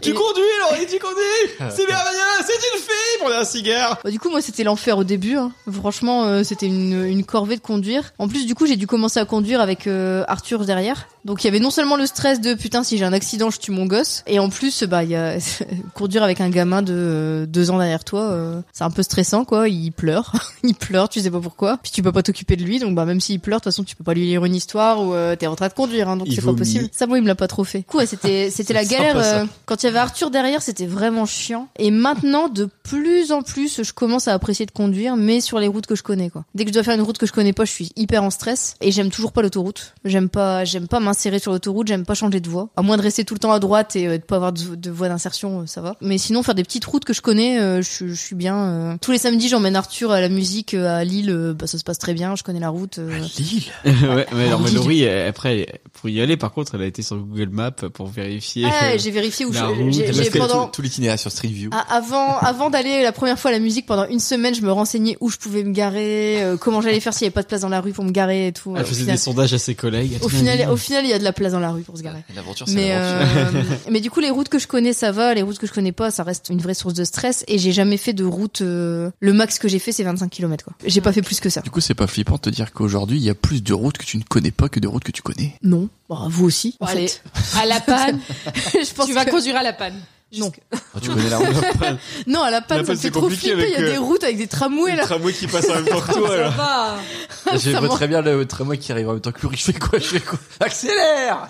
S2: Tu
S4: Et-
S2: conduis, Laurie, tu conduis C'est merveilleux, c'est une fille pour un cigare
S4: Bah, du coup, moi, c'était l'enfer au début. hein. Franchement, euh, c'était une, une corvée de conduire. En plus, du coup, j'ai dû commencer à conduire avec euh, Arthur derrière. Donc, il y avait non seulement le stress de putain, si j'ai un accident, je tue mon gosse. Et en plus, bah, il y a conduire avec un gamin de euh, deux ans derrière toi, euh, c'est un peu stressant, quoi. Il pleure, il pleure, tu sais pas pourquoi. Puis tu peux pas t'occuper de lui, donc bah même s'il pleure, de toute façon, tu peux pas lui lire une histoire ou euh, t'es en train de conduire, hein, donc
S2: Il
S4: c'est pas
S2: vomit.
S4: possible. Ça, moi, il me l'a pas trop fait. Du coup, ouais, c'était c'était la
S3: C'est sympa,
S4: galère.
S3: ça.
S4: euh, quand il y avait Arthur derrière, c'était vraiment chiant. Et maintenant, de plus en plus, je commence à apprécier de conduire, mais sur les routes que je connais, quoi. Dès que je dois faire une route que je connais pas, je suis hyper en stress. Et j'aime toujours pas l'autoroute. J'aime pas, j'aime pas m'insérer sur l'autoroute, j'aime pas changer de voie. À moins de rester tout le temps à droite et euh, de pas avoir de, de voie d'insertion, euh, ça va. Mais sinon, faire des petites routes que je connais, euh, je, suis- je suis bien. euh. Tous les samedis, j'emmène Arthur à la musique euh, à Lille, euh, bah, ça se passe très bien, je connais la route. euh.
S3: Lille.
S2: ouais, mais alors, mais Laurie, elle- après, elle- pour y aller, par contre, elle a été sur Google Maps pour vérifier.
S4: Ah,
S2: euh,
S4: j'ai vérifié où
S2: la
S4: je-
S2: route,
S4: j'ai-
S2: parce
S4: j'ai
S2: que
S4: pendant
S3: Tout, tout l'itinéraire sur Street View.
S4: Ah, avant, avant d'aller la première fois à la musique pendant une semaine, je me renseignais où je pouvais me garer, euh, comment j'allais faire s'il n'y avait pas de place dans la rue pour me garer et tout.
S2: elle
S4: au,
S2: faisait
S4: final,
S2: des sondages à ses collègues.
S4: au final, au final, il y a de la place dans la rue pour se garer.
S3: L'aventure, c'est
S4: Mais,
S3: l'aventure.
S4: euh, mais du coup, les routes que je connais, ça va. Les routes que je connais pas, ça reste une vraie source de stress. Et j'ai jamais fait de route. euh, Le max que j'ai fait, c'est 25 km. Quoi. J'ai pas fait plus que ça.
S3: Du coup, c'est pas flippant de te dire qu'aujourd'hui, il y a plus de routes que tu ne connais pas que de routes que tu connais.
S4: Non. Bah, vous aussi. En
S7: Allez,
S4: fait.
S7: à la panne,
S4: je pense
S7: tu vas
S4: que-
S7: conduire à la panne.
S4: Non.
S3: Ah, tu connais la route.
S4: Non, à la
S2: La panne,
S4: panne, ça me fait
S2: c'est
S4: trop
S2: compliqué
S4: flipper. Il y a
S2: avec,
S4: des
S2: euh,
S4: routes avec des tramways
S2: Le
S4: là.
S2: tramway qui passe en même temps que toi,
S7: Ça
S2: alors.
S7: va.
S3: Je
S4: Ça
S3: vois
S4: m'en-
S3: très bien le tramway qui arrive en même temps que lui. Je fais quoi Je fais quoi Accélère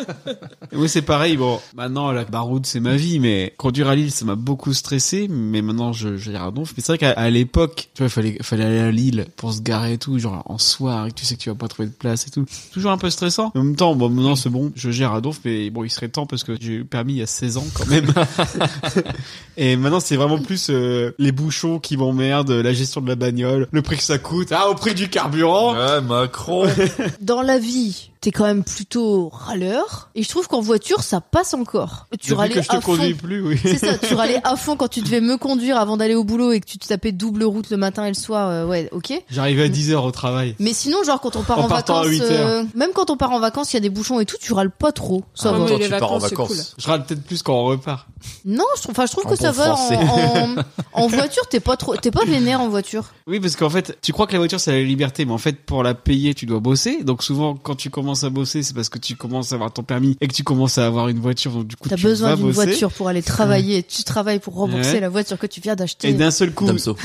S2: Oui, c'est pareil. Bon, maintenant, la baroud, c'est ma vie, mais conduire à Lille, ça m'a beaucoup stressé. Mais maintenant, je, je vais dire à donf. Mais c'est vrai qu'à à l'époque, tu vois, il fallait, fallait aller à Lille pour se garer et tout, genre en soirée, que tu sais que tu vas pas trouver de place et tout. C'est Toujours un peu stressant. En même temps, bon, maintenant, c'est bon, je gère à donf, mais bon, il serait temps parce que j'ai eu le permis il y a 16 ans quand même. et maintenant, c'est vraiment plus euh, les bouchons qui m'emmerdent, la gestion de la bagnole, le prix que ça coûte. Ah, au prix du carburant
S3: Oh. Ouais, Macron
S4: Dans la vie, t'es quand même plutôt râleur. Et je trouve qu'en voiture, ça passe encore. Tu
S2: Depuis
S4: râlais
S2: que je
S4: à
S2: te
S4: fond.
S2: conduis plus, oui.
S4: C'est ça, tu râlais à fond quand tu devais me conduire avant d'aller au boulot et que tu te tapais double route le matin et le soir. euh, ouais, ok.
S2: J'arrivais à 10 heures au travail.
S4: Mais sinon, genre quand on part
S2: En
S4: en,
S2: partant à
S4: vacances,
S2: huit heures.
S4: euh, même quand on part en vacances, il y a des bouchons et tout, tu râles pas trop. Ça
S7: Ah,
S4: va.
S7: mais
S3: Attends,
S7: les
S3: tu pars en
S7: vacances, c'est
S3: vacances.
S2: Je râle peut-être plus quand on repart.
S4: Non, je trouve, enfin, je trouve
S3: En
S4: que ça
S3: bon
S4: va.
S3: français.
S4: En, en, en voiture, t'es pas trop, t'es pas vénère en voiture.
S2: Oui, parce qu'en fait, tu crois que la voiture, c'est la liberté, mais en fait, pour la payer, tu dois bosser. Donc souvent, quand tu commences à bosser, c'est parce que tu commences à avoir ton permis et que tu commences à avoir une voiture. Donc du coup,
S4: T'as
S2: tu
S4: besoin
S2: vas
S4: d'une
S2: bosser.
S4: voiture pour aller travailler. Tu travailles pour rembourser
S2: Ouais.
S4: la voiture que tu viens
S2: Et
S4: d'acheter.
S2: d'un seul coup,
S3: Damso.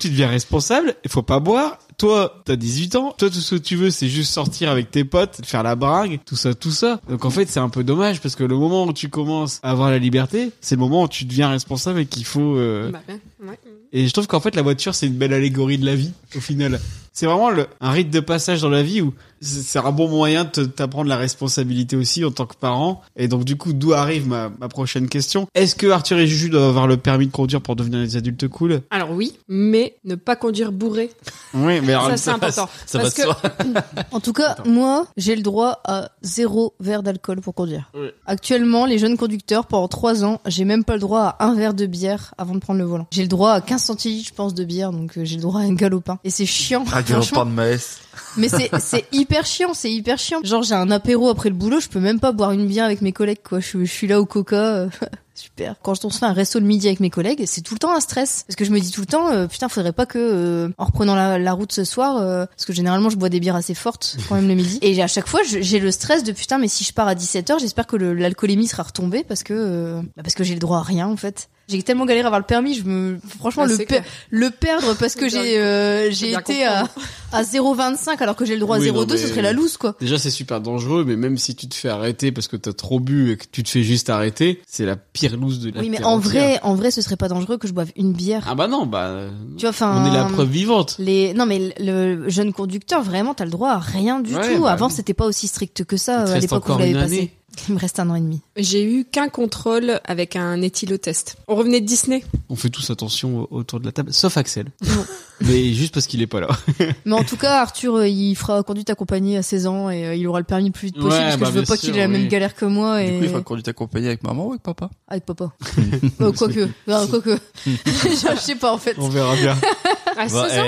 S2: tu deviens responsable. Il faut pas boire. Toi, t'as 18 ans. Toi, tout ce que tu veux, c'est juste sortir avec tes potes, faire la bringue, tout ça, tout ça. Donc en fait, c'est un peu dommage parce que le moment où tu commences à avoir la liberté, c'est le moment où tu deviens responsable et qu'il faut. euh,
S7: Bah, ouais, ouais.
S2: Et je trouve qu'en fait, la voiture, c'est une belle allégorie de la vie, au final. C'est vraiment le, un rite de passage dans la vie où c'est c'est un bon moyen de te- t'apprendre la responsabilité aussi en tant que parent. Et donc, du coup, d'où arrive ma, ma prochaine question. Est-ce que Arthur et Juju doivent avoir le permis de conduire pour devenir des adultes cool
S7: Alors oui, mais ne pas conduire bourré,
S2: Oui, mais alors,
S7: ça c'est important.
S3: Ça
S7: Parce
S3: va de
S7: que-
S3: soi.
S4: En tout cas, moi, j'ai le droit à zéro verre d'alcool pour conduire.
S2: Ouais.
S4: Actuellement, les jeunes conducteurs, pendant trois ans, j'ai même pas le droit à un verre de bière avant de prendre le volant. J'ai le droit à 15 centilitres, je pense, de bière, donc euh, j'ai le droit à un galopin. Et c'est chiant.
S3: Ah,
S4: franchement.
S3: galopin de maïs.
S4: Mais c'est, c'est hyper chiant, c'est hyper chiant. Genre, j'ai un apéro après le boulot, je peux même pas boire une bière avec mes collègues, quoi. Je, je suis là au coca. euh, Super. Quand on se fait un resto le midi avec mes collègues, c'est tout le temps un stress. Parce que je me dis tout le temps, euh, putain, faudrait pas que, euh, en reprenant la, la route ce soir, euh, parce que généralement je bois des bières assez fortes quand même le midi. Et à chaque fois, je- j'ai le stress de putain, mais si je pars à 17h, j'espère que le- l'alcoolémie sera retombée parce que, euh, bah, parce que j'ai le droit à rien, en fait. J'ai tellement galéré à avoir le permis, je me, franchement,
S7: Ah,
S4: le,
S7: c'est
S4: per-
S7: clair.
S4: le perdre parce que
S7: Bien
S4: j'ai, euh, j'ai
S7: bien
S4: été à, à 0,25 alors que j'ai le droit à
S2: Oui, non,
S4: 0,2, ce
S2: mais-
S4: serait la loose quoi.
S2: Déjà, c'est super dangereux, mais même si tu te fais arrêter parce que t'as trop bu et que tu te fais juste arrêter, c'est la pire loose de la
S4: Oui, mais
S2: terre
S4: en
S2: entière.
S4: vrai, en vrai, ce serait pas dangereux que je boive une bière.
S2: Ah bah non, bah, euh,
S4: Tu vois, enfin.
S2: on est la preuve vivante.
S4: Les... Non, mais le le jeune conducteur, vraiment, t'as le droit à rien du
S2: Ouais,
S4: tout.
S2: bah
S4: Avant,
S2: oui.
S4: c'était pas aussi strict que
S2: Il
S4: ça
S2: te
S4: euh, à
S2: reste
S4: l'époque où vous
S2: encore
S4: l'avez
S2: une
S4: passé.
S2: année.
S4: Il me reste un an et demi.
S7: J'ai eu qu'un contrôle avec un éthylotest. On revenait de Disney.
S2: On fait tous attention autour de la table, sauf Axel. mais juste parce qu'il est pas là.
S4: Mais en tout cas, Arthur, euh, il fera conduite accompagnée à 16 ans et euh, il aura le permis le plus vite possible
S2: Ouais,
S4: parce que
S2: bah,
S4: je veux
S2: bien
S4: pas
S2: sûr,
S4: qu'il ait la même
S2: oui.
S4: galère que moi
S3: Du
S4: et
S3: coup, il faut conduire accompagné avec maman ou avec papa
S4: avec papa. Euh, Quoique, Non, quoique. Je sais pas en fait.
S2: On verra bien.
S7: À 16 ans Ah,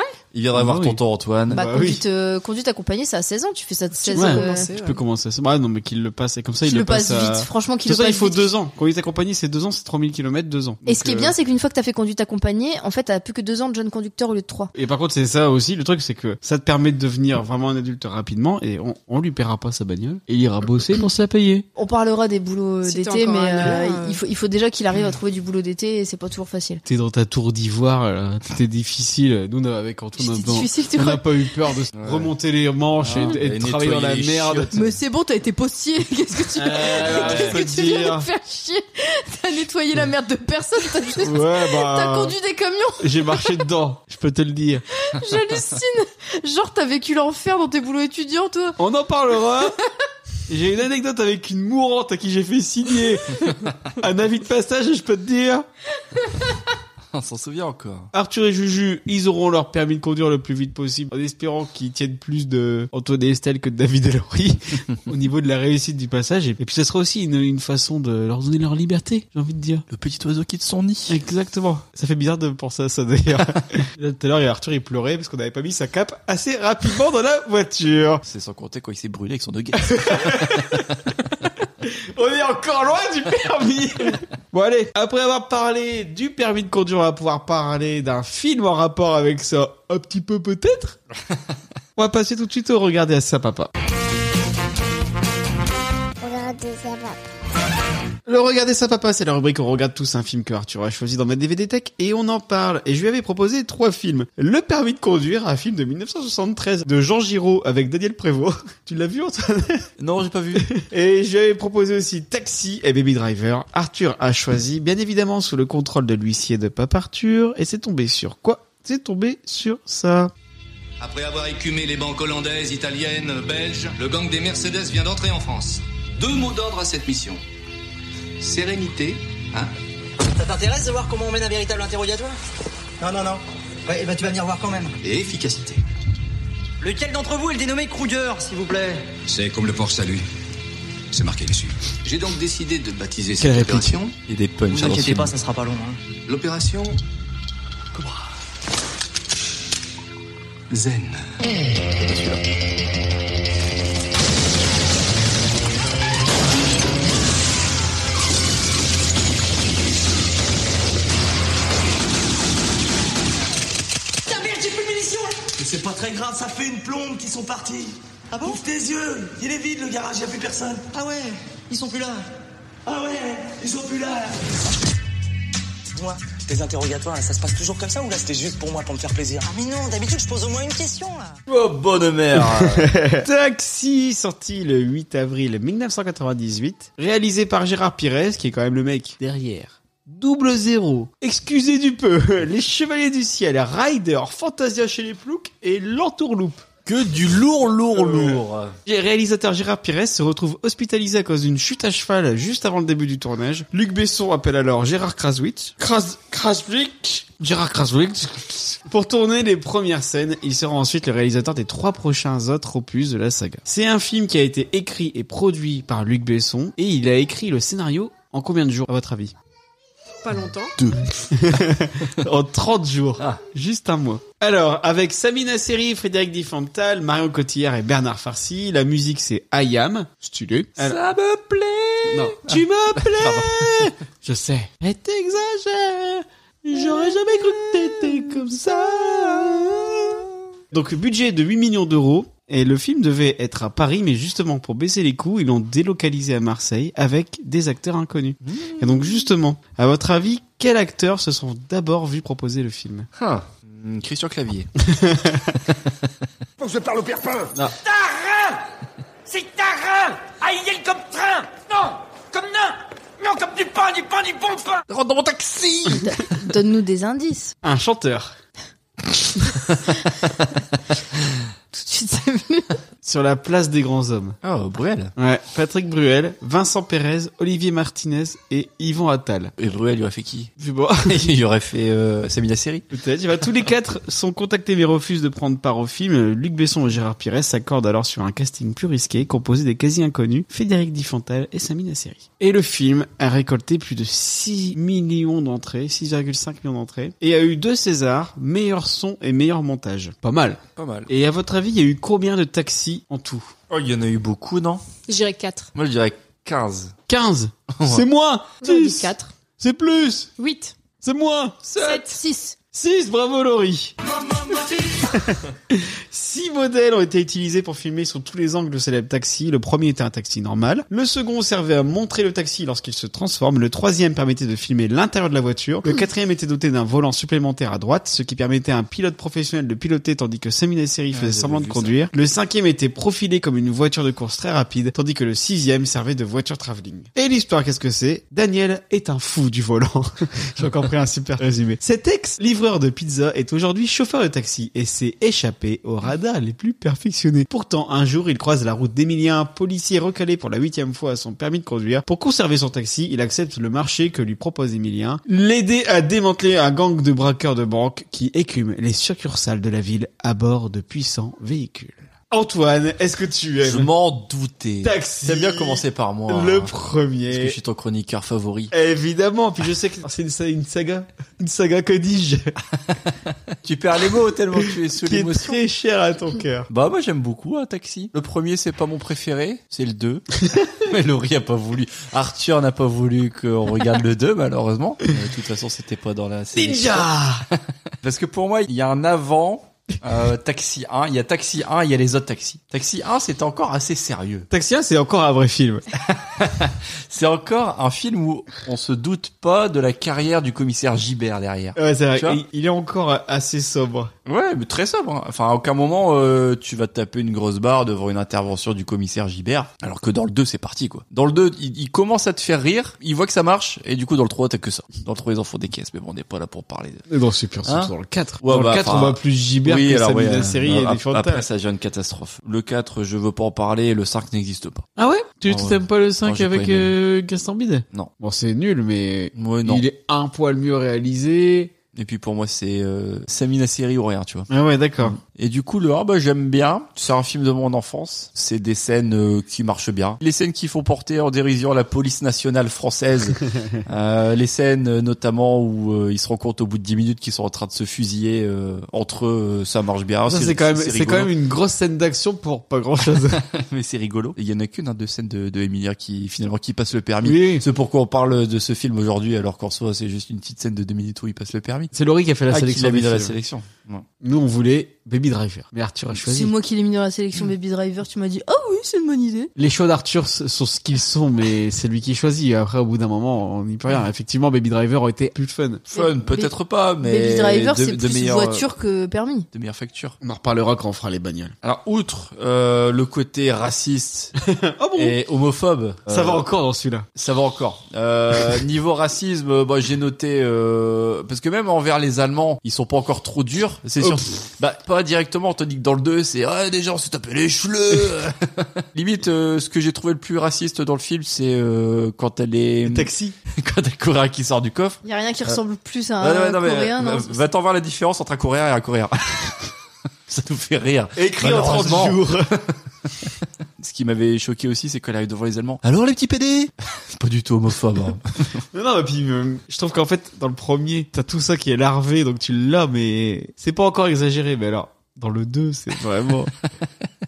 S3: Bah, eh, Il viendra
S2: Ah,
S3: voir
S2: oui.
S3: tonton Antoine.
S4: Bah,
S2: Bah oui.
S4: conduite, euh, conduite accompagnée, c'est à 16 ans, tu fais ça de 16
S2: Ouais.
S4: ans. euh,
S7: Commencer,
S2: Tu
S7: ouais.
S2: peux commencer à ça. Ouais, non, mais qu'il le passe. Et comme ça,
S4: Qu'il
S2: il
S4: le passe
S2: à-
S4: vite, franchement
S2: De
S4: qu'il
S2: toute
S4: le
S2: façon,
S4: passe
S2: il faut
S4: vite.
S2: deux ans. Quand il est accompagné, c'est deux ans, c'est 3000 km, deux ans.
S4: Et
S2: Donc,
S4: ce qui est
S2: euh,
S4: bien, c'est qu'une fois que t'as fait conduite accompagnée, en fait, t'as plus que deux ans de jeune conducteur au lieu de trois.
S2: Et par contre, c'est ça aussi. Le truc, c'est que ça te permet de devenir vraiment un adulte rapidement et on, on lui paiera pas sa bagnole. Et il ira bosser pour se la payer.
S4: On parlera des boulots euh,
S7: Si t'as
S4: d'été,
S7: encore
S4: mais
S7: un
S4: euh,
S7: lien, euh.
S4: il, faut, il faut déjà qu'il arrive à trouver du boulot d'été et c'est pas toujours facile.
S2: T'es dans ta tour d'ivoire, là. t'étais difficile. Nous, on a- avec Antoine,
S4: C'était
S2: on a-
S4: difficile, tu
S2: on n'a
S4: vois.
S2: pas eu peur de se
S3: Ouais.
S2: remonter les manches et, de- Ah. et de
S3: Et
S2: travailler dans la
S3: nettoyer les
S2: merde.
S3: chiottes.
S4: Mais c'est bon, t'as été postier, qu'est-ce que tu,
S2: Euh,
S4: qu'est-ce
S2: faut
S4: que
S2: te
S4: tu viens
S2: dire.
S4: de faire chier T'as nettoyé la merde de personne, t'as juste...
S2: Ouais,
S4: T'as
S2: bah.
S4: conduit des camions,
S2: J'ai marché dedans. Je peux te le dire.
S4: j'hallucine Genre t'as vécu l'enfer dans tes boulots étudiants, toi
S2: On en parlera. J'ai une anecdote avec une mourante à qui j'ai fait signer un avis de passage et je peux te dire.
S3: On s'en souvient encore.
S2: Arthur et Juju, ils auront leur permis de conduire le plus vite possible en espérant qu'ils tiennent plus de Antoine et Estelle que de David et Laurie au niveau de la réussite du passage. Et puis ça sera aussi une, une façon de leur donner leur liberté, j'ai envie de dire.
S3: Le petit oiseau quitte son nid.
S2: Exactement. Ça fait bizarre de penser à ça d'ailleurs. Là, Tout à l'heure, il y a Arthur, il pleurait parce qu'on n'avait pas mis sa cape assez rapidement dans la voiture.
S3: C'est sans compter quand il s'est brûlé avec son nugget.
S2: On est encore loin du permis. bon allez, après avoir parlé du permis de conduire, on va pouvoir parler d'un film en rapport avec ça, un petit peu peut-être. on va passer tout de suite au regarder à ça papa.
S1: Regardez ça, papa.
S2: Le regarder ça papa, c'est la rubrique où on regarde tous un film que Arthur a choisi dans ma DVD Tech et on en parle. Et je lui avais proposé trois films. Le permis de conduire, un film de 1973 de Jean Giraud avec Daniel Prévost. Tu l'as vu Antoine
S3: non, j'ai pas vu.
S2: Et j'avais proposé aussi Taxi et Baby Driver. Arthur a choisi, bien évidemment, sous le contrôle de l'huissier de Pape Arthur. Et c'est tombé sur quoi C'est tombé sur ça.
S9: Après avoir écumé les banques hollandaises, italiennes, belges, le gang des Mercedes vient d'entrer en France. Deux mots d'ordre à cette mission. Sérénité, hein
S10: Ça t'intéresse de voir comment on mène un véritable interrogatoire Non, non, non. Ouais, eh ben tu vas venir voir quand même.
S9: et efficacité.
S10: Lequel d'entre vous est le dénommé Kruger, s'il vous plaît
S9: C'est comme le port salut. C'est marqué dessus. J'ai donc décidé de baptiser
S2: Quelle
S9: cette
S2: réplique.
S9: opération
S3: Il y a des punchs.
S10: Vous
S3: dans ce
S10: inquiétez
S3: film.
S10: pas, ça sera pas long. hein.
S9: l'opération Cobra. Zen.
S10: Putain, merde, j'ai plus de munitions Mais c'est pas très grave, ça fait une plombe qu'ils sont partis. Ah bon Ouvre tes yeux Il est vide le garage, y a plus personne. Ah ouais Ils sont plus là. Ah ouais Ils sont plus là Moi, tes interrogatoires, là, ça se passe toujours comme ça ou là c'était juste pour moi, pour me faire plaisir Ah mais non, d'habitude je pose au moins une question là
S3: Oh, bonne mère.
S2: Taxi, sorti le 8 avril 1998, réalisé par Gérard Pires, qui est quand même le mec derrière. Double zéro, excusez du peu, les chevaliers du ciel, Rider, Fantasia chez les ploucs et l'entourloupe. Euh,
S3: que du lourd, lourd, lourd.
S2: Les réalisateurs Gérard Pires se retrouve hospitalisé à cause d'une chute à cheval juste avant le début du tournage. Luc Besson appelle alors Gérard Kraswitz. Kras... Kraswitz Gérard Kraswitz Pour tourner les premières scènes, il sera ensuite le réalisateur des trois prochains autres opus de la saga. C'est un film qui a été écrit et produit par Luc Besson et il a écrit le scénario en combien de jours à votre avis eh.
S7: Pas longtemps.
S2: En 30 jours.
S3: Ah.
S2: Juste un mois. Alors, avec Samina Seri, Frédéric Diffental, Marion Cotillard et Bernard Farcy, la musique c'est I Am. Stylé. Alors-
S7: Ça me plaît
S2: non. Tu me plais Je sais. Mais t'exagères J'aurais jamais cru que t'étais comme ça Donc, budget de 8 millions d'euros. Et le film devait être à Paris, mais justement, pour baisser les coûts, ils l'ont délocalisé à Marseille avec des acteurs inconnus. Et donc, justement, à votre avis, quels acteurs se sont d'abord vus proposer le film
S3: Hein. Hmm, Christian Clavier.
S6: Faut que je parle au perpin
S10: C'est tarin Ah, il y comme train Non Comme nain Non, comme du pain, du pain, du bon pain
S3: Rentre dans mon taxi
S4: Donne-nous des indices.
S2: Un chanteur.
S4: Tout de suite, c'est venu.
S2: Sur la place des grands hommes.
S3: Oh, Bruel.
S2: Ouais, Patrick Bruel, Vincent Pérez, Olivier Martinez et Yvan Attal.
S3: Et Bruel, il aurait fait qui
S2: Je sais pas.
S3: Il aurait fait euh, Samy Nasseri.
S2: Peut-être. Il va- Tous les quatre sont contactés mais refusent de prendre part au film. Euh, Luc Besson et Gérard Pires s'accordent alors sur un casting plus risqué, composé des quasi-inconnus, Frédéric Diffental et Samy Nasseri. Et le film a récolté plus de 6 millions d'entrées, 6,5 millions d'entrées, et a eu deux Césars, meilleur son et meilleur montage. Pas mal.
S3: Pas mal.
S2: Et à votre avis, il y a eu combien de taxis en tout
S3: Oh, il y en a eu beaucoup, non
S7: J'irai 4.
S3: Moi, je dirais 15.
S2: 15 C'est moins 10
S7: 4.
S2: C'est plus
S7: 8.
S2: C'est moins 7
S4: 6.
S2: 6, bravo Laurie 6 modèles ont été utilisés pour filmer sous tous les angles le célèbre taxi. Le premier était un taxi normal. Le second servait à montrer le taxi lorsqu'il se transforme. Le troisième permettait de filmer l'intérieur de la voiture. Le quatrième était doté d'un volant supplémentaire à droite, ce qui permettait à un pilote professionnel de piloter tandis que Samina Seri faisait
S3: Ah, j'avais
S2: semblant de
S3: vu ça.
S2: conduire. Le cinquième était profilé comme une voiture de course très rapide, tandis que le sixième servait de voiture travelling. Et l'histoire, qu'est-ce que c'est Daniel est un fou du volant. J'ai encore pris un super résumé. Cet ex-livreur de pizza est aujourd'hui chauffeur de taxi et c'est laissé échapper aux radars les plus perfectionnés. Pourtant, un jour, il croise la route d'Emilien, un policier recalé pour la huitième fois à son permis de conduire. Pour conserver son taxi, il accepte le marché que lui propose Emilien, l'aider à démanteler un gang de braqueurs de banque qui écume les succursales de la ville à bord de puissants véhicules. Antoine, est-ce que tu aimes
S3: Je m'en doutais.
S2: Taxi.
S3: T'as bien commencé par moi.
S2: le
S3: hein, Parce que
S2: premier
S3: je suis ton chroniqueur favori.
S2: Évidemment, puis je sais que c'est une, sa- une saga, une saga que dis-je,
S3: Tu perds les mots tellement tu es sous
S2: qui est
S3: l'émotion.
S2: très chère à ton cœur.
S3: Bah moi j'aime beaucoup un taxi. Le premier c'est pas mon préféré, c'est le 2. mais Laurie a pas voulu. Arthur n'a pas voulu qu'on regarde le 2 malheureusement. Euh, de toute façon c'était pas dans la série. Parce que pour moi il y a un avant euh, Taxi 1, il y a Taxi 1, il y a les autres taxis. Taxi 1 c'était encore assez sérieux.
S2: Taxi 1, c'est encore un vrai film.
S3: C'est encore un film où on se doute pas de la carrière du commissaire Gibert derrière.
S2: Ouais, c'est vrai.
S3: Tu vois
S2: Il, il est encore assez sobre.
S3: Ouais, mais très sobre. hein. Enfin, à aucun moment euh, tu vas te taper une grosse barre devant une intervention du commissaire Gibert, alors que dans le 2, c'est parti quoi. Dans le 2, il, il commence à te faire rire, il voit que ça marche et du coup dans le 3, t'as que ça. Dans le 3, ils en font des caisses, mais bon, on n'est pas là pour parler. de-
S2: Non, c'est pur,
S3: Hein
S2: dans le 4.
S3: Ouais,
S2: dans
S3: bah,
S2: le 4,
S3: enfin,
S2: on voit plus Gibert que Samina
S3: ouais,
S2: Seri et
S3: euh, ap-
S2: des
S3: après
S2: fantasmes.
S3: ça devient une catastrophe. Le 4, je veux pas en parler, le 5 n'existe pas.
S2: Ah ouais Tu
S3: Ah
S2: tu
S3: ouais.
S2: t'aimes pas le
S3: Non,
S2: 5
S3: j'ai
S2: avec
S3: pas aimé.
S2: euh, Gaston Bide
S3: Non.
S2: Bon, c'est nul, mais
S3: Ouais, non.
S2: il est un poil mieux réalisé.
S3: Et puis pour moi, c'est euh, Samina Seri ou rien, tu vois.
S2: Ah ouais, d'accord.
S3: Et du coup, le 1, bah, j'aime bien. C'est un film de mon enfance. C'est des scènes euh, qui marchent bien. Les scènes qui font porter en dérision la police nationale française. Euh, les scènes euh, notamment où euh, ils se rendent compte au bout de 10 minutes qu'ils sont en train de se fusiller euh, entre eux. Euh, Ça marche bien.
S2: Ça, c'est quand même, c'est quand
S3: rigolo. Ah,
S2: même une grosse scène d'action pour pas grand chose.
S3: Mais c'est rigolo. Il y en a qu'une hein, de scènes de, de Emilia qui finalement qui passe le permis.
S2: oui.
S3: C'est pourquoi on parle de ce film aujourd'hui alors qu'en soi c'est juste une petite scène de 2 minutes où il passe le permis.
S2: C'est Laurie qui a fait la
S3: Ah, qui
S2: sélection.
S3: l'a mis
S2: des
S3: dans la
S2: films.
S3: sélection. Ouais.
S2: Nous, on voulait Baby Driver. Mais Arthur a
S4: C'est
S2: choisi.
S4: moi qui l'ai mis dans la
S3: Hmm.
S4: sélection Baby Driver. Tu m'as dit, oh oui, c'est une bonne idée.
S2: Les choix d'Arthur s- sont ce qu'ils sont, mais c'est lui qui choisit. Après, au bout d'un moment, on n'y peut rien. Effectivement, Baby Driver aurait été plus fun.
S3: Fun,
S4: Mais-
S3: peut-être pas, mais
S4: Baby Driver,
S3: de-
S4: c'est
S3: de
S4: plus
S3: meilleure-
S4: voiture que permis.
S3: de meilleure facture.
S2: On en reparlera quand on fera les bagnoles.
S3: Alors, outre euh, le côté raciste
S2: Oh bon
S3: et homophobe,
S2: Ça
S3: euh,
S2: va encore dans celui-là.
S3: Ça va encore. Euh, niveau racisme, euh, bah, j'ai noté euh, parce que même envers les Allemands, ils sont pas encore trop durs. C'est
S2: Oh,
S3: sûr. Bah, pas directement. Tandis que dans le 2, c'est ah déjà on s'est tapé les cheveux. Limite, euh, ce que j'ai trouvé le plus raciste dans le film, c'est euh, quand elle est
S2: Taxi.
S3: quand elle coréen qui sort du coffre.
S4: Y a rien qui
S3: Euh,
S4: ressemble plus à
S2: Ah,
S3: Ouais, ouais,
S4: un
S3: non, mais, bah,
S4: coréen,
S3: va-
S4: non
S3: va t'en voir la différence entre un coréen et un coréen. ça nous fait rire.
S2: Écrit
S3: en 30
S2: jours.
S3: Ce qui m'avait choqué aussi, c'est qu'elle arrive devant les Allemands. Alors les petits PD C'est Pas du tout homophobe. hein.
S2: non, non, et puis, euh, je trouve qu'en fait, dans le premier, t'as tout ça qui est larvé, donc tu l'as, mais c'est pas encore exagéré. Mais alors, dans le 2, c'est vraiment...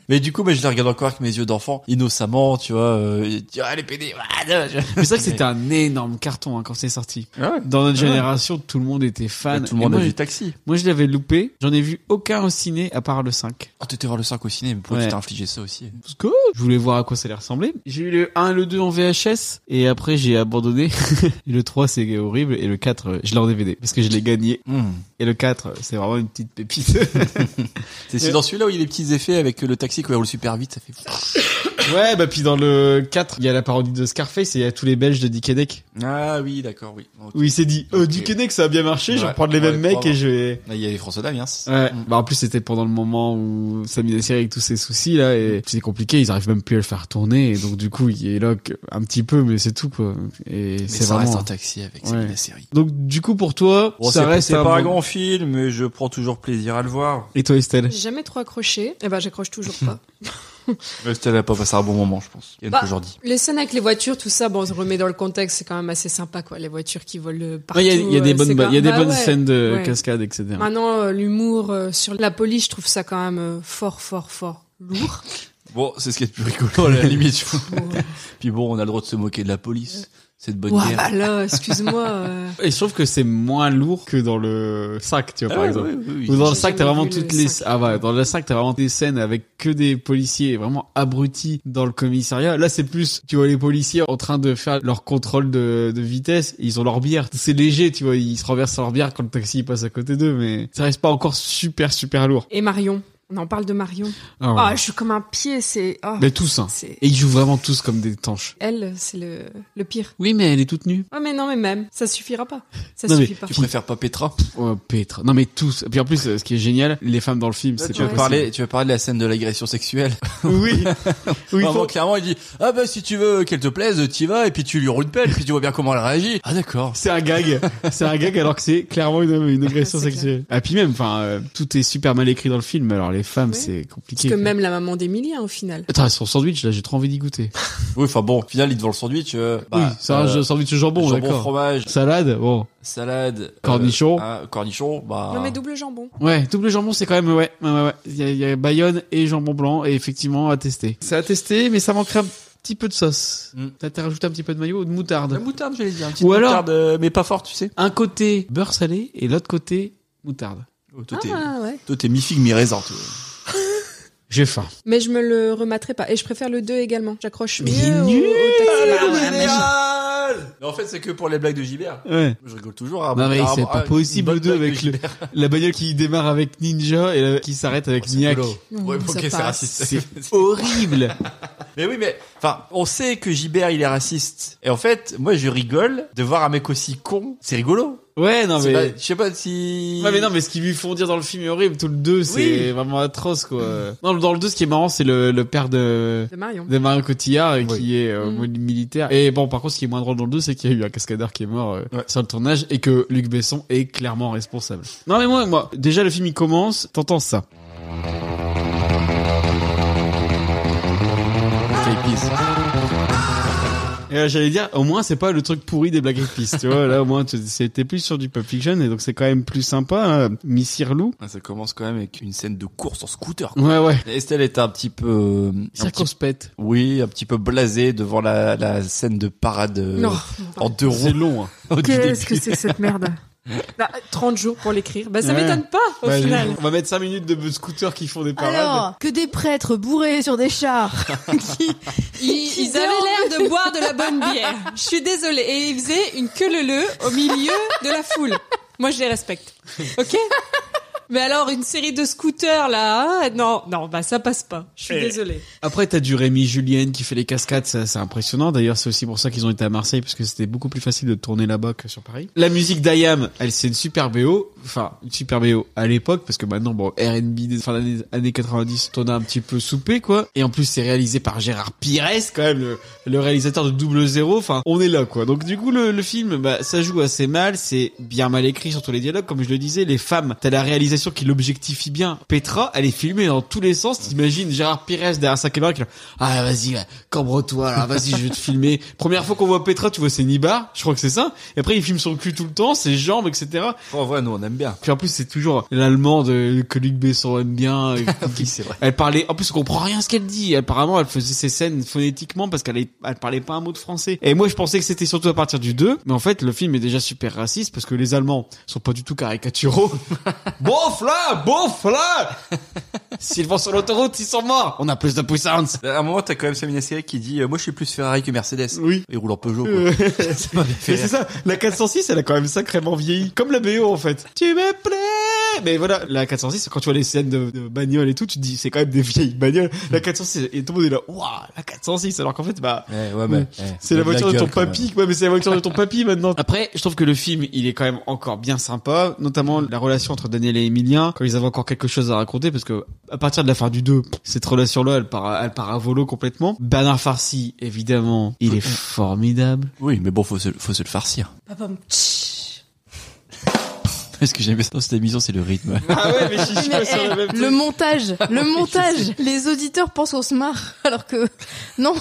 S3: Mais du coup, bah, je les regarde encore avec mes yeux d'enfant, innocemment, tu vois. euh, et tu vois, les PD. ah, non, je-
S2: mais c'est vrai que c'était un énorme carton hein, quand c'est sorti.
S3: Ah ouais.
S2: Dans notre
S3: Ah ouais.
S2: génération, tout le monde était fan.
S3: Bah, Tout le
S2: Et
S3: monde a
S2: moi,
S3: vu taxi.
S2: Moi, je l'avais loupé. J'en ai vu aucun au ciné à part le 5.
S3: Oh, t'étais voir le 5 au ciné, mais pourquoi
S2: Ouais.
S3: tu t'as infligé ça aussi
S2: Parce que je voulais voir à quoi ça allait ressembler. J'ai eu le 1 et le 2 en VHS et après j'ai abandonné. Et le 3 c'est horrible et le 4 euh, je l'ai en DVD parce que je l'ai gagné.
S3: Hmm.
S2: Et le 4 euh, c'est vraiment une petite pépite.
S3: C'est c'est dans celui-là où il y a les petits effets avec euh, le taxi qui roule super vite, ça fait.
S2: ouais, bah puis dans le 4 il y a la parodie de Scarface et il y a tous les Belges de Dick Hedek.
S3: Ah oui, d'accord, oui. Ok.
S2: Où il s'est dit, euh,
S3: Ok.
S2: Dick Hedek ça a bien marché, je vais
S3: Ouais,
S2: reprendre les
S3: ouais,
S2: mêmes mecs
S3: bravo.
S2: et je vais...
S3: Là, il y avait François Damiens.
S2: Ouais,
S3: Mm.
S2: bah en plus c'était pendant le moment où Samy Nasseri avec tous ses soucis là et c'est compliqué, ils arrivent même plus à le faire tourner et donc du coup il éloque un petit peu mais c'est tout quoi. Et
S3: Mais
S2: c'est
S3: ça reste
S2: vraiment.
S3: un taxi avec
S2: Ouais.
S3: Sabine série.
S2: Donc du coup pour toi ça reste un bon-
S3: film, mais je prends toujours plaisir à le voir.
S2: Et toi Estelle
S7: J'ai jamais trop accroché. Eh ben, j'accroche toujours pas.
S3: Estelle a pas passé un bon moment, je pense. Il y a
S7: Bah,
S3: toujours dit.
S7: Les scènes avec les voitures, tout ça, bon, on se remet dans le contexte, c'est quand même assez sympa, quoi. Les voitures qui volent euh, partout.
S2: Ouais, Il y a- il y a des
S7: euh, c'est
S2: bonnes,
S7: quand
S2: il y a des
S7: même-
S2: bonnes
S7: Bah ouais.
S2: scènes de
S7: ouais.
S2: cascade etc.
S7: Maintenant, euh, l'humour euh, sur la police, je trouve ça quand même euh, fort, fort, fort lourd. euh,
S3: Bon, c'est ce qui est le plus rigolo à la limite. je trouve. Puis bon, on a le droit de se moquer de la police. C'est de bonne
S7: Ouah,
S3: guerre.
S7: bah là, excuse-moi. euh,
S2: Et je trouve que c'est moins lourd que dans le sac tu vois
S3: Ah
S2: par
S3: ouais,
S2: exemple.
S3: oui, oui, oui.
S2: Ou dans le
S7: J'ai
S2: sac t'as
S7: jamais
S2: vraiment
S7: vu le
S2: toutes les
S7: sac.
S2: ah ouais dans le sac t'as vraiment des scènes avec que des policiers vraiment abrutis dans le commissariat. Là c'est plus tu vois les policiers en train de faire leur contrôle de, de vitesse, ils ont leur bière, c'est léger tu vois ils se renversent leur bière quand le taxi passe à côté d'eux mais ça reste pas encore super super lourd.
S7: Et Marion. On en parle de Marion.
S2: Ah ouais.
S7: Ah, je suis comme un pied, c'est. ah.
S2: Mais tous, hein.
S7: C'est-
S2: Et ils jouent vraiment tous comme des tanches.
S7: Elle, c'est le, le pire.
S2: Oui, mais elle est toute nue.
S7: Ouais, mais non, mais même, ça suffira pas. Ça
S2: Non, mais
S7: suffit pas.
S3: Tu préfères pas Petra
S2: Oh, Petra. Non, mais tous. Et puis en plus, euh, ce qui est génial, les femmes dans le film, c'est
S3: tu,
S2: pas
S3: veux parler, tu veux parler de la scène de l'agression sexuelle
S2: Oui. oui
S3: Vraiment,
S2: faut-
S3: clairement, il dit Ah bah si tu veux qu'elle te plaise, t'y vas, et puis tu lui roules une pelle, puis tu vois bien comment elle réagit. Ah d'accord.
S2: C'est un gag. C'est un gag alors que c'est clairement une, une agression
S7: C'est
S2: sexuelle. Ah, puis même, enfin, euh, tout est super mal écrit dans le film. Alors les femmes,
S7: Oui.
S2: c'est
S7: Parce
S2: compliqué.
S7: que
S2: quoi.
S7: même la maman d'Emilie, hein, au final.
S2: Attends, son sandwich, là, j'ai trop envie d'y goûter.
S3: Oui, enfin bon, au final, il te vend le sandwich. euh, bah,
S2: oui, c'est un
S3: euh,
S2: sandwich au jambon,
S3: jambon,
S2: d'accord.
S3: fromage,
S2: Salade, bon.
S3: salade,
S2: Cornichon.
S3: euh, hein, cornichon,
S2: Ah.
S3: bah.
S7: Non, mais double jambon.
S2: Ouais, double jambon, c'est quand même, ouais, ouais, ouais. ouais. Il y a, il y a Bayonne et jambon blanc, et effectivement, à tester. C'est à tester, mais ça manquerait un petit peu de sauce.
S3: Mm.
S2: T'as t'as rajouté un petit peu de maillot ou de moutarde.
S3: moutarde, je vais dire.
S2: Ou alors-
S3: mais pas forte, tu sais.
S2: Un côté beurre salé et l'autre côté moutarde.
S3: Oh, toi, t'es-
S7: Ah, ouais.
S3: toi, t'es mi-figue, mi-raisin. toi.
S2: J'ai faim.
S7: Mais je me le rematerai pas. Et je préfère le 2 également. J'accroche
S2: Mais
S7: mieux
S2: il est
S7: au,
S2: nul
S7: au texte.
S3: Ah,
S7: Bah, ouais, mais je-
S3: génial Mais En fait, c'est que pour les blagues de Gilbert.
S2: Ouais.
S3: Je rigole toujours. hein,
S2: Non mais
S3: ah,
S2: c'est
S3: ah,
S2: pas
S3: une
S2: possible
S3: bonne
S2: le deux
S3: blague de
S2: avec le,
S3: Gilbert. Oh,
S2: la bagnole qui démarre avec Ninja et la- qui s'arrête avec
S3: C'est
S2: Niak.
S3: rigolo. Ouais,
S7: Ça
S3: ok, c'est
S7: passe.
S2: C'est
S3: raciste.
S2: horrible.
S3: Mais oui, mais enfin, on sait que Gilbert il est raciste. Et en fait, moi je rigole de voir un mec aussi con. C'est rigolo.
S2: Ouais non
S3: C'est
S2: mais
S3: pas- je sais pas si.
S2: Ouais, mais non mais ce qu'ils lui font dire dans le film est horrible. Tout le 2 c'est
S3: Oui.
S2: vraiment atroce quoi. Non dans le 2 ce qui est marrant c'est le, le père de
S7: De Marion.
S2: de Marion Cotillard euh, qui est euh,
S7: Mm.
S2: militaire. Et bon par contre ce qui est moins drôle dans le 2 c'est qu'il y a eu un cascadeur qui est mort euh,
S3: Ouais.
S2: sur le tournage et que Luc Besson est clairement responsable. Non mais moi moi déjà le film il commence, t'entends ça.
S3: Black Eyed Peas.
S2: Et euh, j'allais dire, au moins c'est pas le truc pourri des Black Eyed Peas, tu vois. Là au moins tu- c'était plus sur du Pulp Fiction et donc c'est quand même plus sympa. Hein. Miss Irlou.
S3: Ah, Ça commence quand même avec une scène de course en scooter. quoi.
S2: Ouais ouais.
S3: Estelle est un petit peu, euh, un petit,
S2: Circonspect.
S3: oui, un petit peu blasée devant la, la scène de parade euh,
S7: Non.
S3: en deux
S2: C'est
S3: roues.
S2: long. Hein.
S3: au début.
S7: Qu'est-ce que c'est que cette merde Bah, 30 jours pour l'écrire. Bah, ça
S2: Ouais.
S7: m'étonne pas, au
S2: Ouais,
S7: final.
S2: on va mettre 5 minutes de scooters qui font des parades.
S4: Alors, que des prêtres bourrés sur des chars qui,
S7: Ils,
S4: qui
S7: ils avaient l'air de boire de la bonne bière. Je suis désolée. Et ils faisaient une queue leu au milieu de la foule. Moi, je les respecte. Ok Mais alors, une série de scooters, là, hein Non, non, bah ça passe pas. Je
S3: Eh,
S7: suis désolée.
S2: Après t'as du Rémi Julien qui fait les cascades, ça, c'est impressionnant. D'ailleurs c'est aussi pour ça qu'ils ont été à Marseille parce que c'était beaucoup plus facile de tourner là-bas que sur Paris. La musique d'Ayam, elle c'est une super BO, enfin une super BO à l'époque parce que maintenant bon R&B des fin d'année années 90, t'en as un petit peu soupé quoi. Et en plus c'est réalisé par Gérard Pires quand même le, le réalisateur de Double Zéro. Enfin on est là quoi. Donc du coup le, le film bah ça joue assez mal, c'est bien mal écrit surtout les dialogues comme je le disais. Les femmes, t'as la réalisation qui l'objectifie bien. Petra elle est filmée dans tous les sens. T'imagines Gérard Pires derrière sa caméra qui est là, ah vas-y ouais, cambre-toi là vas-y je vais te filmer. Première fois qu'on voit Petra tu vois c'est Nibar, je crois que c'est ça. Et après il filme son cul tout le temps, ses jambes etc.
S3: En vrai, nous on aime bien.
S2: Puis en plus, c'est toujours l'allemande euh, que Luc Besson aime bien. euh, qui-
S3: Ah c'est vrai.
S2: Elle parlait, en plus, on comprend rien à ce qu'elle dit. Apparemment, elle faisait ses scènes phonétiquement parce qu'elle est- elle parlait pas un mot de français. Et moi, je pensais que c'était surtout à partir du 2. Mais en fait, le film est déjà super raciste parce que les Allemands sont pas du tout caricaturaux. bof là, bof là! S'ils vont sur l'autoroute, ils sont morts! On a plus de puissance!
S3: À un moment, t'as quand même Samina Seri qui dit, euh, moi je suis plus Ferrari que Mercedes.
S2: Oui.
S3: Il roule en Peugeot. quoi.
S2: Euh,
S3: m'a fait
S2: Mais c'est ça, la 406 elle a quand même sacrément vieilli, comme la BO en fait. Tu me plais Mais voilà, la 406 quand tu vois les scènes de, de bagnoles et tout, tu te dis c'est quand même des vieilles bagnoles. La 406 et tout le monde est là, waouh, la 406 alors qu'en fait bah
S3: Eh, ouais, mais, eh,
S2: c'est la
S3: de
S2: voiture de
S3: gueule,
S2: ton
S3: quand même.
S2: papy, ouais, mais c'est la voiture de ton papy maintenant. Après, je trouve que le film, il est quand même encore bien sympa, notamment la relation entre Daniel et Emilien, quand ils avaient encore quelque chose à raconter, parce que à partir de la fin du 2, cette relation-là, elle part, à- elle part à volo complètement. Bernard Farcy, évidemment, il est formidable.
S3: Oui, mais bon, faut se, faut se le farcir.
S4: Ah,
S3: Parce que j'aime bien dans cette émission, c'est le rythme.
S2: Ah ouais, mais je suis
S4: Mais, eh, le montage, le montage. Les auditeurs pensent qu'on se marre, alors que non.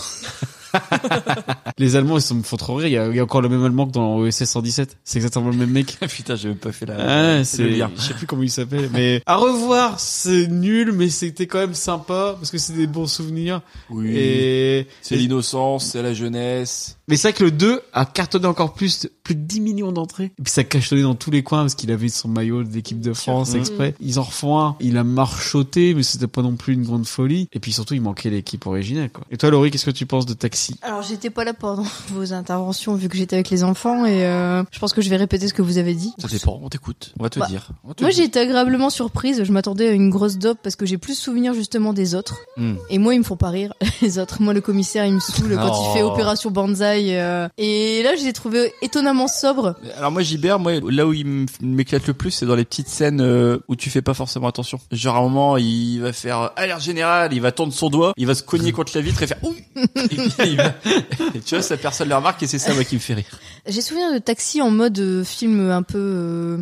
S2: Les Allemands, ils se me font trop rire. Il y, a, il y a encore le même Allemand que dans OSS 117. C'est exactement le même mec.
S3: Putain, j'ai même pas fait la,
S2: Ah,
S3: c'est le
S2: c'est,
S3: lien.
S2: je sais plus comment il s'appelle, mais à revoir, c'est nul, mais c'était quand même sympa parce que c'est des bons souvenirs.
S3: Oui.
S2: Et
S3: C'est l'innocence, c'est la jeunesse.
S2: Mais c'est vrai que le 2 a cartonné encore plus, plus de 10 millions d'entrées. Et puis ça a cartonné dans tous les coins parce qu'il avait son maillot d'équipe de France
S3: Mmh.
S2: exprès. Ils en refont un. Il a marchoté, mais c'était pas non plus une grande folie. Et puis surtout, il manquait l'équipe originelle, quoi. Et toi, Laurie, qu'est-ce que tu penses de Taxi
S4: Alors j'étais pas là pendant vos interventions vu que j'étais avec les enfants et euh, je pense que je vais répéter ce que vous avez dit.
S3: Ça dépend, on t'écoute. On va te
S4: Bah,
S3: dire. On va te
S4: Moi
S3: dire.
S4: j'ai été agréablement surprise, je m'attendais à une grosse dope parce que j'ai plus souvenir justement des autres.
S3: Hmm.
S4: Et moi ils me font pas rire, les autres. Moi le commissaire il me saoule quand
S3: Oh.
S4: il fait opération Banzai. euh, Et là je l'ai trouvé étonnamment sobre.
S3: Alors moi Gilbert, moi là où il m- m'éclate le plus, c'est dans les petites scènes euh, où tu fais pas forcément attention. Genre à un moment, il va faire euh, alerte générale, il va tourner son doigt, il va se cogner contre la vitre et faire ouh. Et puis, il va- et tu vois, ça personne le remarque et c'est ça moi qui me fait rire.
S4: J'ai souvenir de Taxi en mode euh, film un peu euh,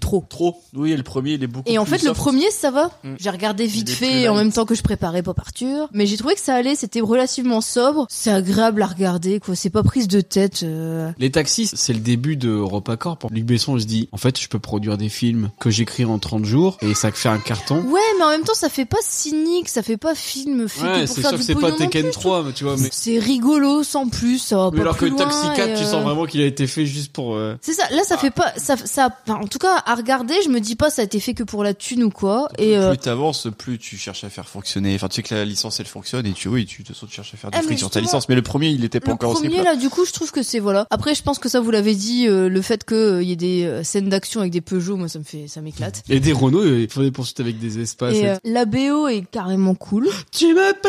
S4: trop trop.
S3: Trop. Oui, et le premier, il est beaucoup
S4: Et en
S3: plus
S4: fait, le
S3: soft.
S4: premier, ça va.
S3: Mm.
S4: J'ai regardé vite
S3: est
S4: fait
S3: plus
S4: en
S3: light.
S4: même temps que je préparais Pop Arthur. Mais j'ai trouvé que ça allait, c'était relativement sobre. C'est agréable à regarder, quoi. C'est pas prise de tête. euh.
S2: Les taxis, c'est le début de Repacorp. Luc Besson, il se dit, en fait, je peux produire des films que j'écris en 30 jours et ça fait un carton.
S4: Ouais, mais en même temps, ça fait pas cynique, ça fait pas film fait
S2: Ouais,
S4: pour
S2: c'est
S4: faire
S2: sûr
S4: du
S2: que c'est pas
S4: pognon non
S2: Tekken
S4: plus.
S2: 3, mais tu vois, mais.
S4: C'est rigolo sans plus, ça va
S2: Mais
S4: pas
S2: alors que
S4: plus loin,
S2: Taxi 4,
S4: et,
S2: tu
S4: euh,
S2: sens vraiment qu'il a été fait juste pour. euh,
S4: C'est ça, là ça fait pas ça ça enfin, en tout cas à regarder, je me dis pas ça a été fait que pour la thune ou quoi et euh,
S3: Plus t'avances, plus tu cherches à faire fonctionner. Enfin, tu sais que la licence elle fonctionne et tu oui, tu de toute façon, tu cherches à faire du
S4: Eh, mais
S3: fric sur ta
S4: justement,
S3: licence. Mais le premier, il était pas
S4: Le
S3: encore au
S4: premier
S3: slip.
S4: là, du coup, je trouve que c'est voilà. Après, je pense que ça vous l'avez dit, euh, le fait que euh, il y ait des euh, scènes d'action avec des Peugeot, moi ça me fait, ça m'éclate.
S2: Et des Renault, euh, ils font des poursuites avec des espaces.
S4: Et
S2: et-
S4: euh, la BO est carrément cool
S2: Tu m'appelles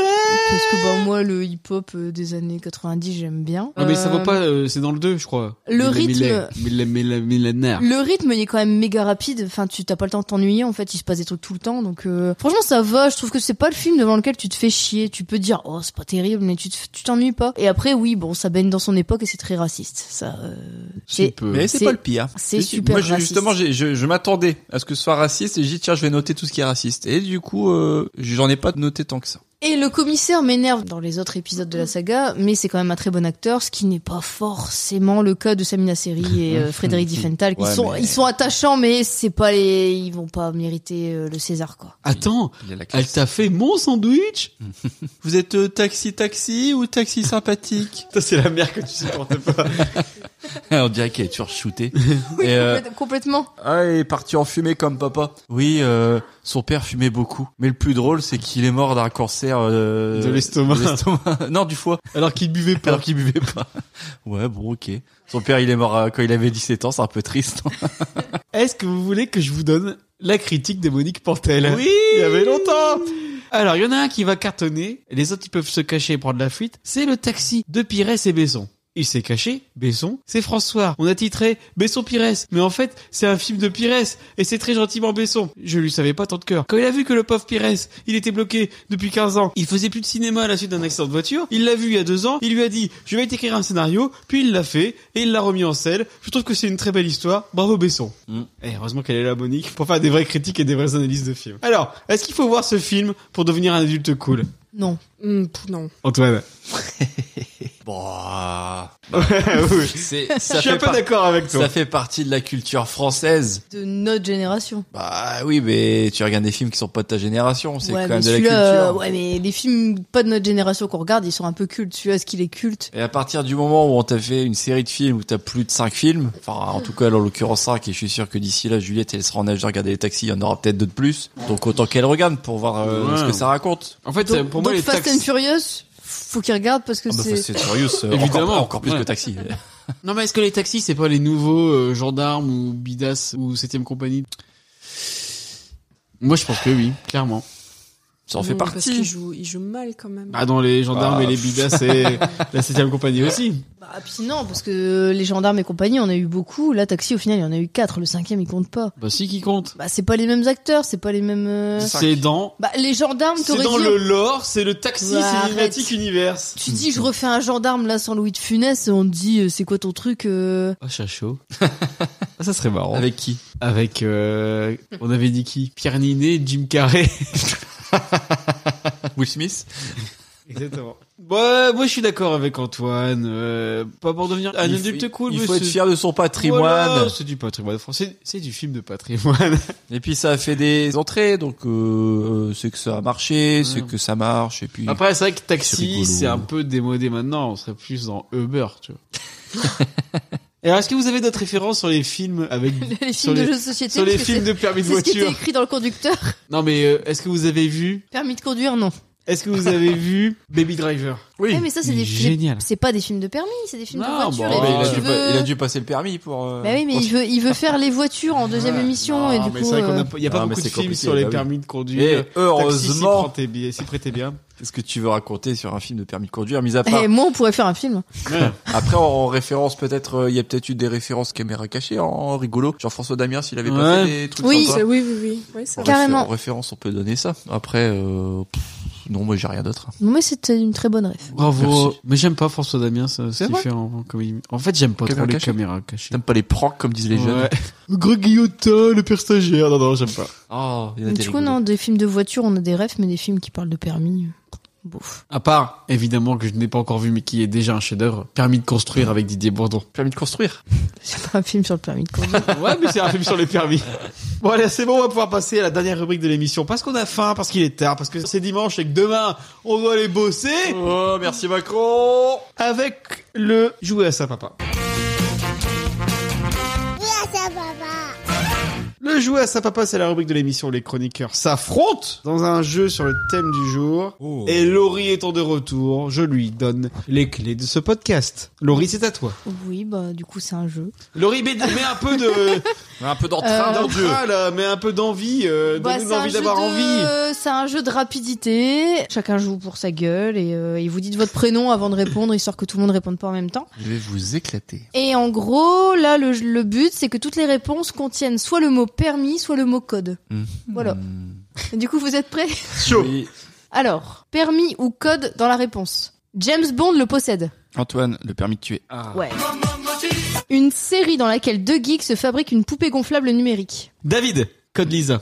S4: parce que bah moi le hip-hop euh, des années 90 j'aime bien.
S2: Non, mais ça
S4: Euh,
S2: vaut pas, euh, c'est dans le 2, je crois.
S4: le rythme-
S2: Millénaire.
S4: Le rythme il est quand même méga rapide. Enfin tu t'as pas le temps de t'ennuyer en fait. Il se passe des trucs tout le temps. Donc euh, franchement ça va. Je trouve que c'est pas le film devant lequel tu te fais chier. Tu peux dire oh c'est pas terrible mais tu te- tu t'ennuies pas. Et après oui bon ça baigne dans son époque et c'est très raciste. Ça euh, j'ai-
S3: Mais c'est
S4: C'est-
S3: pas le pire.
S4: c'est
S3: Et-
S4: super
S3: Moi, j'ai-
S4: raciste.
S3: justement, j'ai- je, je m'attendais à ce que ce soit raciste et j'ai dit, tiens, je vais noter tout ce qui est raciste. Et du coup, euh, j'en ai pas noté tant que ça.
S4: Et le commissaire m'énerve dans les autres épisodes de la saga, mais c'est quand même un très bon acteur, ce qui n'est pas forcément le cas de Samina Seri et euh, Frédéric Diffenthal. Ils
S3: Ouais,
S4: sont,
S3: mais-
S4: ils sont attachants, mais c'est pas les, ils vont pas mériter euh, le César, quoi.
S2: Attends,
S3: Il a la
S2: elle t'a fait mon sandwich
S3: Vous êtes euh, taxi taxi ou taxi sympathique
S2: Ça, c'est la merde que tu supportes pas.
S3: On dirait qu'elle est toujours shootée.
S4: Oui,
S3: et, euh,
S4: complète- complètement.
S3: ah, elle est partie en fumée comme papa. Oui, euh, son père fumait beaucoup. Mais le plus drôle, c'est qu'il est mort d'un cancer euh,
S2: De l'estomac.
S3: de l'estomac. non, du foie.
S2: Alors qu'il buvait pas.
S3: Alors qu'il buvait pas. Ouais, bon, ok. Son père, il est mort euh, quand il avait 17 ans, c'est un peu triste.
S2: Est-ce que vous voulez que je vous donne la critique de Monique Pantel Oui Il y avait longtemps Alors, il y en a un qui va cartonner, les autres ils peuvent se cacher et prendre la fuite, c'est le taxi de Pires et Besson. Il s'est caché, Besson, c'est François. On a titré Besson Pires, mais en fait, c'est un film de Pires, et c'est très gentiment Besson. Je lui savais pas tant de cœur. Quand il a vu que le pauvre Pires, il était bloqué depuis 15 ans, il faisait plus de cinéma à la suite d'un accident de voiture, il l'a vu il y a deux ans, il lui a dit, je vais t'écrire un scénario, puis il l'a fait, et il l'a remis en selle. Je trouve que c'est une très belle histoire. Bravo Besson. Et Eh, heureusement qu'elle est là, Monique, pour faire des vraies critiques et des vraies analyses de films. Alors, est-ce qu'il faut voir ce film pour devenir un adulte cool
S4: Non.
S7: Hum, pff, non.
S2: Antoine
S3: bon,
S2: Oui.
S3: Bah. c'est,
S2: Je
S3: ça
S2: suis un
S3: fait
S2: peu
S3: par-
S2: d'accord avec toi.
S3: Ça fait partie de la culture française.
S4: De notre génération.
S3: Bah oui, mais tu regardes des films qui sont pas de ta génération, c'est
S4: Ouais,
S3: quand même
S4: mais
S3: de la culture.
S4: celui-là, euh, ouais, mais les films pas de notre génération qu'on regarde, ils sont un peu cultes. Celui-là, est-ce qu'il est culte?
S3: Et à partir du moment où on t'a fait une série de films où t'as plus de 5 films, enfin en tout cas là, en l'occurrence 5, et je suis sûr que d'ici là Juliette elle sera en âge de regarder les taxis, il y en aura peut-être deux de plus, donc autant qu'elle regarde pour voir euh,
S2: Ouais.
S3: ce que ça raconte.
S2: En fait,
S4: Donc,
S2: euh, pour moi,
S4: donc
S2: les
S4: Fast and
S2: taxis...
S4: Furious, faut qu'ils regardent parce que
S3: Ah bah,
S4: c'est...
S3: c'est sérieux, euh,
S2: Évidemment.
S3: encore, encore plus
S2: Ouais.
S3: que taxi.
S2: Non, mais est-ce que les taxis, c'est pas les nouveaux euh, gendarmes ou bidas ou 7ème compagnie Moi, je pense que oui, clairement.
S3: ça en fait
S7: Non, Parce
S3: partie.
S7: qu'il joue, il joue mal quand même.
S2: Bah, dans les gendarmes
S3: Ah.
S2: et les bidas et la 7ème compagnie aussi.
S4: Bah, puis non, parce que euh, les gendarmes et compagnie, on a eu beaucoup. Là, Taxi, au final, il y en a eu quatre. Le cinquième, il compte pas.
S2: Bah, si, qui compte
S4: Bah, c'est pas les mêmes acteurs, c'est pas les mêmes. euh,
S2: C'est dans...
S4: Bah, les gendarmes,
S2: C'est
S4: t'aurais
S2: dans
S4: dit.
S2: le lore, c'est le taxi
S4: Ouais,
S2: cinématique
S4: arrête.
S2: universe.
S4: Tu dis, je refais un gendarme là sans Louis de Funès, et on te dit, euh, c'est quoi ton truc euh,
S2: Oh, chacho. ça serait marrant.
S3: Avec qui
S2: Avec, euh, on avait dit qui Pierre Ninet, Jim Carrey.
S3: Will Smith
S2: Exactement. Ouais, Bah, moi je suis d'accord avec Antoine. euh, pas pour devenir un
S3: Il
S2: adulte
S3: faut-
S2: cool,
S3: il
S2: mais
S3: faut
S2: c'est-
S3: être fier de son patrimoine.
S2: Voilà, c'est du patrimoine français, c'est du film de patrimoine.
S3: Et puis ça a fait des entrées, donc euh, euh, c'est que ça a marché, c'est que ça marche, et
S4: Ah,
S3: puis
S2: Après, c'est vrai que
S3: rigolo.
S2: Taxi, c'est un peu démodé maintenant. On serait plus dans Uber, tu vois. Et alors, est-ce que vous avez d'autres références sur les films avec
S4: Les
S2: sur
S4: films de jeux de société.
S2: sur les
S4: parce que
S2: films de permis
S4: c'est-
S2: de
S4: C'est ce qui était
S2: voiture
S4: écrit dans le conducteur.
S2: Non, mais euh, est-ce que vous avez vu
S4: Permis de conduire, non.
S2: Est-ce que vous avez vu Baby Driver
S3: oui.
S4: Ouais, mais ça, c'est
S2: il est
S4: des
S2: génial.
S4: C'est pas des films de permis, c'est des films
S2: Non,
S4: de voiture.
S2: bon,
S3: Mais
S4: et
S3: il,
S4: puis
S3: a
S4: tu
S3: dû,
S4: veux-
S3: pa- il a dû passer le permis pour. euh,
S4: Bah oui, mais il veut, il veut faire les voitures en deuxième émission et
S2: Ah,
S4: du
S2: mais
S4: coup.
S2: c'est vrai
S4: euh,
S2: qu'on a- il n'y a pas
S3: Ah, mais
S2: beaucoup de
S3: c'est
S2: films
S3: compliqué,
S2: sur les
S3: bah oui.
S2: permis de
S3: Et
S2: conduire. Taxi, s'y
S3: heureusement,
S2: prêtait bien- s'y prêtait bien.
S3: qu'est-ce que tu veux raconter sur un film de permis de conduire, mis à part.
S4: eh, moi, on pourrait faire un film.
S3: Après, en, en référence, peut-être, euh, il y a peut-être eu des références caméra cachée en, en rigolo. Jean-François Damiens, s'il avait
S2: Ouais.
S3: pas fait des trucs
S4: Oui.
S3: sympas.
S7: C'est- Oui, oui, oui. oui ça
S3: En
S7: va.
S4: Car- Carrément.
S3: réfé- En référence, on peut donner ça. Après, euh, pff, non, moi, j'ai rien d'autre.
S4: Non, mais c'était une très bonne ref.
S2: Bravo.
S3: Merci.
S2: Mais j'aime pas François Damien, ça, ce
S3: C'est
S2: qu'il
S3: vrai
S2: fait en, en comédie. En fait, j'aime pas
S3: Caméra
S2: trop les
S3: cachée.
S2: caméras cachées.
S3: T'aimes pas les pranks, comme disent les jeunes.
S2: Ouais. Greg Guillotin, le père stagiaire. Non, non, j'aime pas.
S3: Oh, il y en a des
S4: Du coup,
S3: rigolos.
S4: non, des films de voiture, on a des refs, mais des films qui parlent de permis. euh, Bouf.
S2: À part, évidemment, que je n'ai pas encore vu, mais qui est déjà un chef-d'œuvre, Permis de construire avec Didier Bourdon.
S3: Permis de construire.
S4: C'est pas un film sur le permis de conduire.
S2: Ouais, mais c'est un film sur les permis. Bon, allez, c'est bon, on va pouvoir passer à la dernière rubrique de l'émission. Parce qu'on a faim, parce qu'il est tard, parce que c'est dimanche et que demain, on doit aller bosser
S3: Oh, merci Macron.
S2: avec le jouet à sa papa.
S1: Oui, à ça, papa.
S2: Le jouet à sa papa, c'est la rubrique de l'émission où les chroniqueurs s'affrontent dans un jeu sur le thème du jour.
S3: Oh.
S2: Et Laurie étant de retour, je lui donne les clés de ce podcast. Laurie, c'est à toi.
S4: oui, bah, du coup, c'est un jeu.
S2: Laurie, mets, mets un peu de...
S3: Un peu
S4: Euh,
S3: d'entrain, dans Dieu.
S2: d'entrain, là, mets un peu d'envie, euh,
S4: Bah,
S2: donne-nous
S4: c'est un
S2: envie
S4: jeu
S2: d'avoir
S4: de-
S2: envie.
S4: C'est un jeu de rapidité. Chacun joue pour sa gueule et euh, il vous dites votre prénom avant de répondre, histoire que tout le monde réponde pas en même temps.
S3: Je vais vous éclater.
S4: Et en gros, là, le, le but, c'est que toutes les réponses contiennent soit le mot permis, soit le mot code. Voilà. Du coup, vous êtes prêts
S2: Chaud.
S3: Oui.
S4: Alors, permis ou code dans la réponse. James Bond le possède.
S3: Antoine, le permis de tuer.
S4: Ouais. Une série dans laquelle deux geeks se fabriquent une poupée gonflable numérique.
S2: David, code Lisa.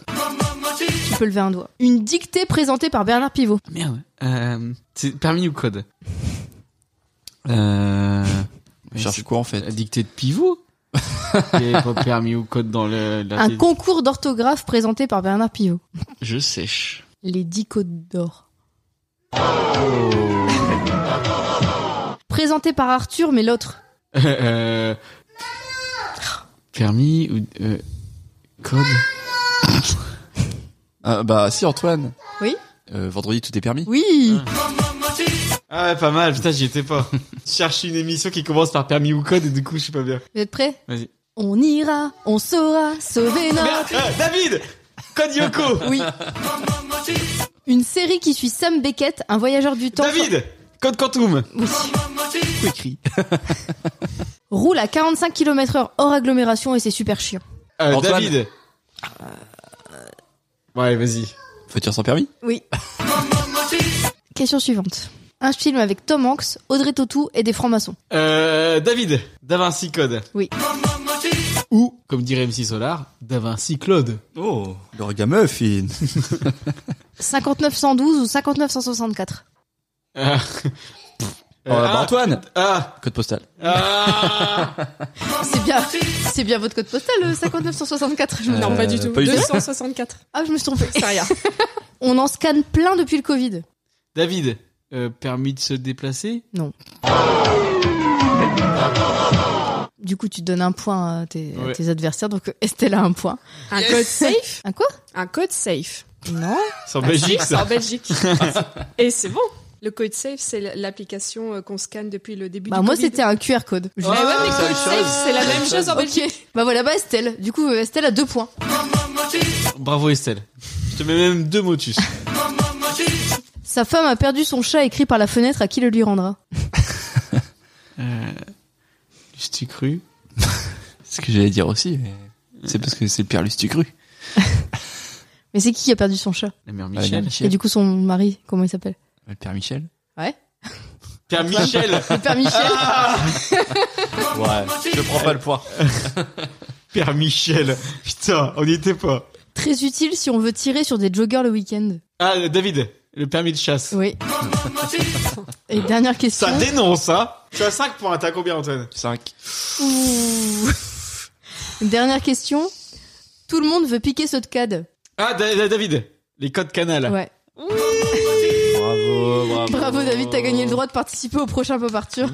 S4: Tu peux lever un doigt. Une dictée présentée par Bernard Pivot.
S2: Merde. Euh, c'est permis ou code euh,
S3: Je cherche quoi en fait
S2: La dictée de pivot Il n'y avait pas permis ou code dans le, la
S4: Un concours d'orthographe présenté par Bernard Pivot.
S2: Je sèche.
S4: Les dix codes d'or. présenté par Arthur, mais l'autre.
S2: Euh, euh, permis ou euh, code
S3: Ah, Bah si Antoine.
S4: Oui
S3: Euh, vendredi tout est permis.
S4: Oui
S2: Ah ouais, pas mal, putain, j'y étais pas. Je cherche une émission qui commence par permis ou code et du coup, je suis pas bien.
S4: Vous êtes prêts
S2: Vas-y.
S4: On ira, on saura sauver
S2: Merde,
S4: notre...
S2: euh, David Code Yoko
S4: Oui. Une série qui suit Sam Beckett, un voyageur du temps...
S2: David Code Quantum
S4: Oui.
S3: écrit.
S4: Roule à 45 km heure hors agglomération et c'est super chiant.
S2: Euh,
S3: Antoine.
S2: David Euh. Ouais, vas-y.
S3: Voiture sans permis
S4: Oui. Question suivante. Un film avec Tom Hanks, Audrey Tautou et des francs-maçons.
S2: Euh, David, Davinci Code.
S4: Oui.
S2: Ou, comme dirait MC Solar, Davinci Claude.
S3: Oh. Euh, Le regard muffin.
S4: 5912 ou 59164
S2: Ah.
S3: Oh, bah, Antoine.
S2: Euh, Ah,
S3: Code postal.
S2: ah.
S4: C'est bien, c'est bien votre code postal, euh, le 59164. je me-
S7: Non,
S3: Euh,
S7: pas du tout.
S3: pas du tout.
S7: 264.
S4: Ah, je me suis trompée.
S7: C'est rien.
S4: On en scanne plein depuis le Covid.
S2: David, euh, permis de se déplacer
S4: Du coup, tu donnes un point à tes, à
S2: Ouais.
S4: tes adversaires, donc euh, Estelle a un point.
S7: Un code safe
S4: Un quoi
S7: Un code safe.
S4: Non
S2: C'est en Belgique,
S7: C'est en
S2: ça. Ah,
S7: Belgique. Et c'est bon. Le code safe, c'est l'application euh, qu'on scanne depuis le début
S4: Bah,
S7: du
S4: moi,
S7: Covid.
S4: c'était un QR code.
S7: Mais ouais, mais
S2: c'est Ah, la
S7: code
S2: même chose.
S7: safe, c'est la même chose en Belgique.
S4: Ok. Bah voilà, bah Estelle. Du coup, euh, Estelle a deux points.
S2: Bravo Estelle. Je te mets même deux motus.
S4: Sa femme a perdu son chat écrit par la fenêtre, à qui le lui rendra
S2: Je cru.
S3: C'est ce que j'allais dire aussi. mais C'est parce que c'est le père Lustucru.
S4: Mais c'est qui qui a perdu son chat
S2: La mère
S3: Ah, non,
S2: Michel.
S4: Et du coup, son mari, comment il s'appelle
S3: Le père Michel.
S2: Père Michel.
S4: Le père Michel.
S3: Ouais. Je prends pas le poids.
S2: Père Michel. Putain, on n'y était pas.
S4: Très utile si on veut tirer sur des joggers le week-end.
S2: Ah, David, Le permis de chasse.
S4: Oui. Et dernière question.
S2: Ça dénonce, hein Tu as 5 points, t'as combien, Antoine
S3: 5.
S4: Ouh. Dernière question. Tout le monde veut piquer ce cad.
S2: Ah, Da- Da- David Les codes canal.
S4: Ouais.
S2: Bravo, bravo.
S4: Bravo David, t'as gagné le droit de participer au prochain Pop Arthur.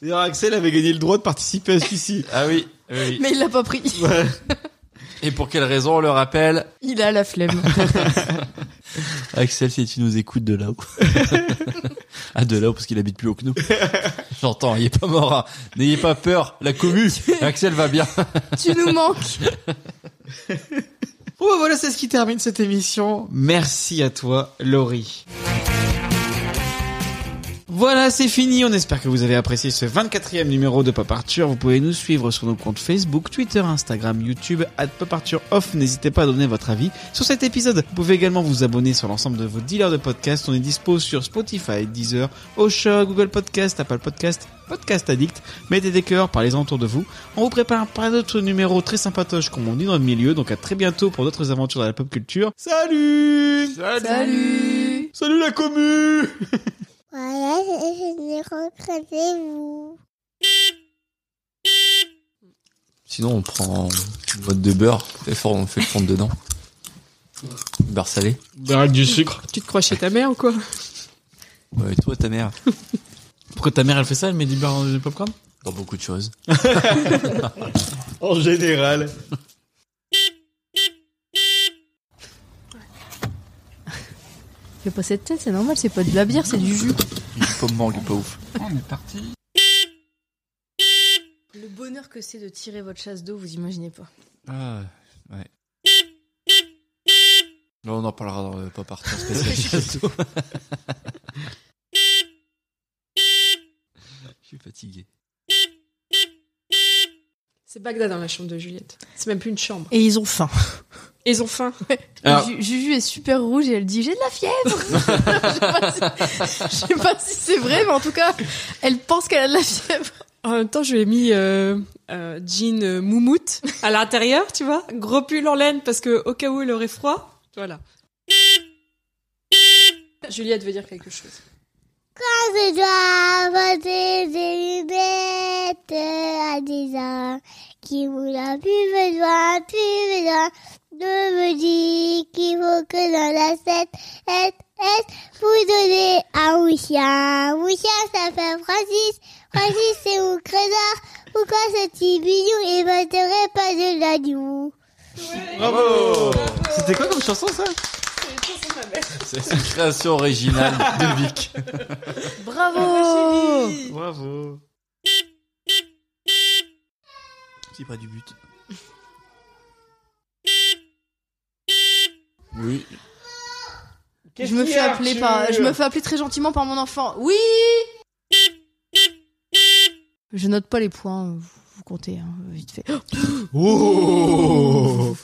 S2: D'ailleurs, Axel avait gagné le droit de participer à celui-ci.
S3: Ah oui. oui.
S4: Mais il l'a pas pris.
S2: Ouais.
S3: Et pour quelle raison on le rappelle
S4: Il a la flemme.
S3: Axel, si tu nous écoutes de là-haut. ah, de là-haut, parce qu'il habite plus haut que nous. J'entends, il est pas mort. hein. N'ayez pas peur, la commu. Axel va bien.
S4: tu nous manques.
S2: Bon, bah voilà, c'est ce qui termine cette émission. Merci à toi, Laurie. Voilà, c'est fini. On espère que vous avez apprécié ce 24e numéro de Pop Arthur. Vous pouvez nous suivre sur nos comptes Facebook, Twitter, Instagram, YouTube, at Pop Arthur Off. N'hésitez pas à donner votre avis sur cet épisode. Vous pouvez également vous abonner sur l'ensemble de vos dealers de podcasts. On est dispo sur Spotify, Deezer, Osha, Google Podcast, Apple Podcast, Podcast Addict. Mettez des cœurs, parlez-en autour de vous. On vous prépare plein d'autres numéros très sympatoches comme on dit dans le milieu. Donc à très bientôt pour d'autres aventures dans la pop culture. Salut
S4: Salut.
S2: Salut la commu
S1: Voilà, je, je l'ai rencontré, vous.
S3: Sinon, on prend une boîte de beurre. Fait fort, on fait fondre dedans. Beurre salé.
S2: Avec du sucre.
S7: Tu te crois chez ta mère ou quoi
S3: Ouais, et toi, ta mère.
S2: Pourquoi ta mère elle fait ça Elle met du beurre dans le popcorn
S3: Dans beaucoup de choses.
S2: En général.
S4: Fais pas cette tête, c'est normal, c'est pas de la bière, c'est du jus.
S3: Une pomme mangue, pas ouf.
S8: On est parti.
S4: Le bonheur que c'est de tirer votre chasse d'eau, vous imaginez pas.
S3: Ah, ouais. Là, on en parlera dans le pop art spécial château. Je suis fatigué.
S7: C'est Bagdad dans la chambre de Juliette. C'est même plus une chambre.
S4: Et ils ont faim.
S7: Et Ils ont faim.
S2: Alors-
S4: Ju- Juju est super rouge et elle dit j'ai de la fièvre. je, sais pas si, je sais pas si c'est vrai, mais en tout cas, elle pense qu'elle a de la fièvre.
S7: En même temps, je lui ai mis euh, euh, jean euh, moumoute à l'intérieur, tu vois. Gros pull en laine parce que au cas où il aurait froid. Voilà. Juliette veut dire quelque chose.
S1: Quand je dois porter des lunettes à des hommes qui voulaient plus besoin, plus besoin de me dire qu'il faut que dans la tête, est, est, vous donnez à Ouchien. Ouchien, ça fait Francis. Francis, c'est mon trésor. Pourquoi ce petit bidou, il m'intéresse pas de l'agneau?
S2: Bravo C'était quoi comme chanson ça
S3: C'est une création originale de Vic.
S4: Bravo.
S2: Bravo
S3: C'est pas du but. Oui.
S4: Je me fais appeler par, je me fais appeler très gentiment par mon enfant. Oui. Je note pas les points. euh, vous- Vous comptez hein, vite fait.
S2: Oh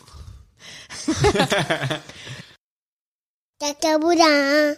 S1: Cacaboudin.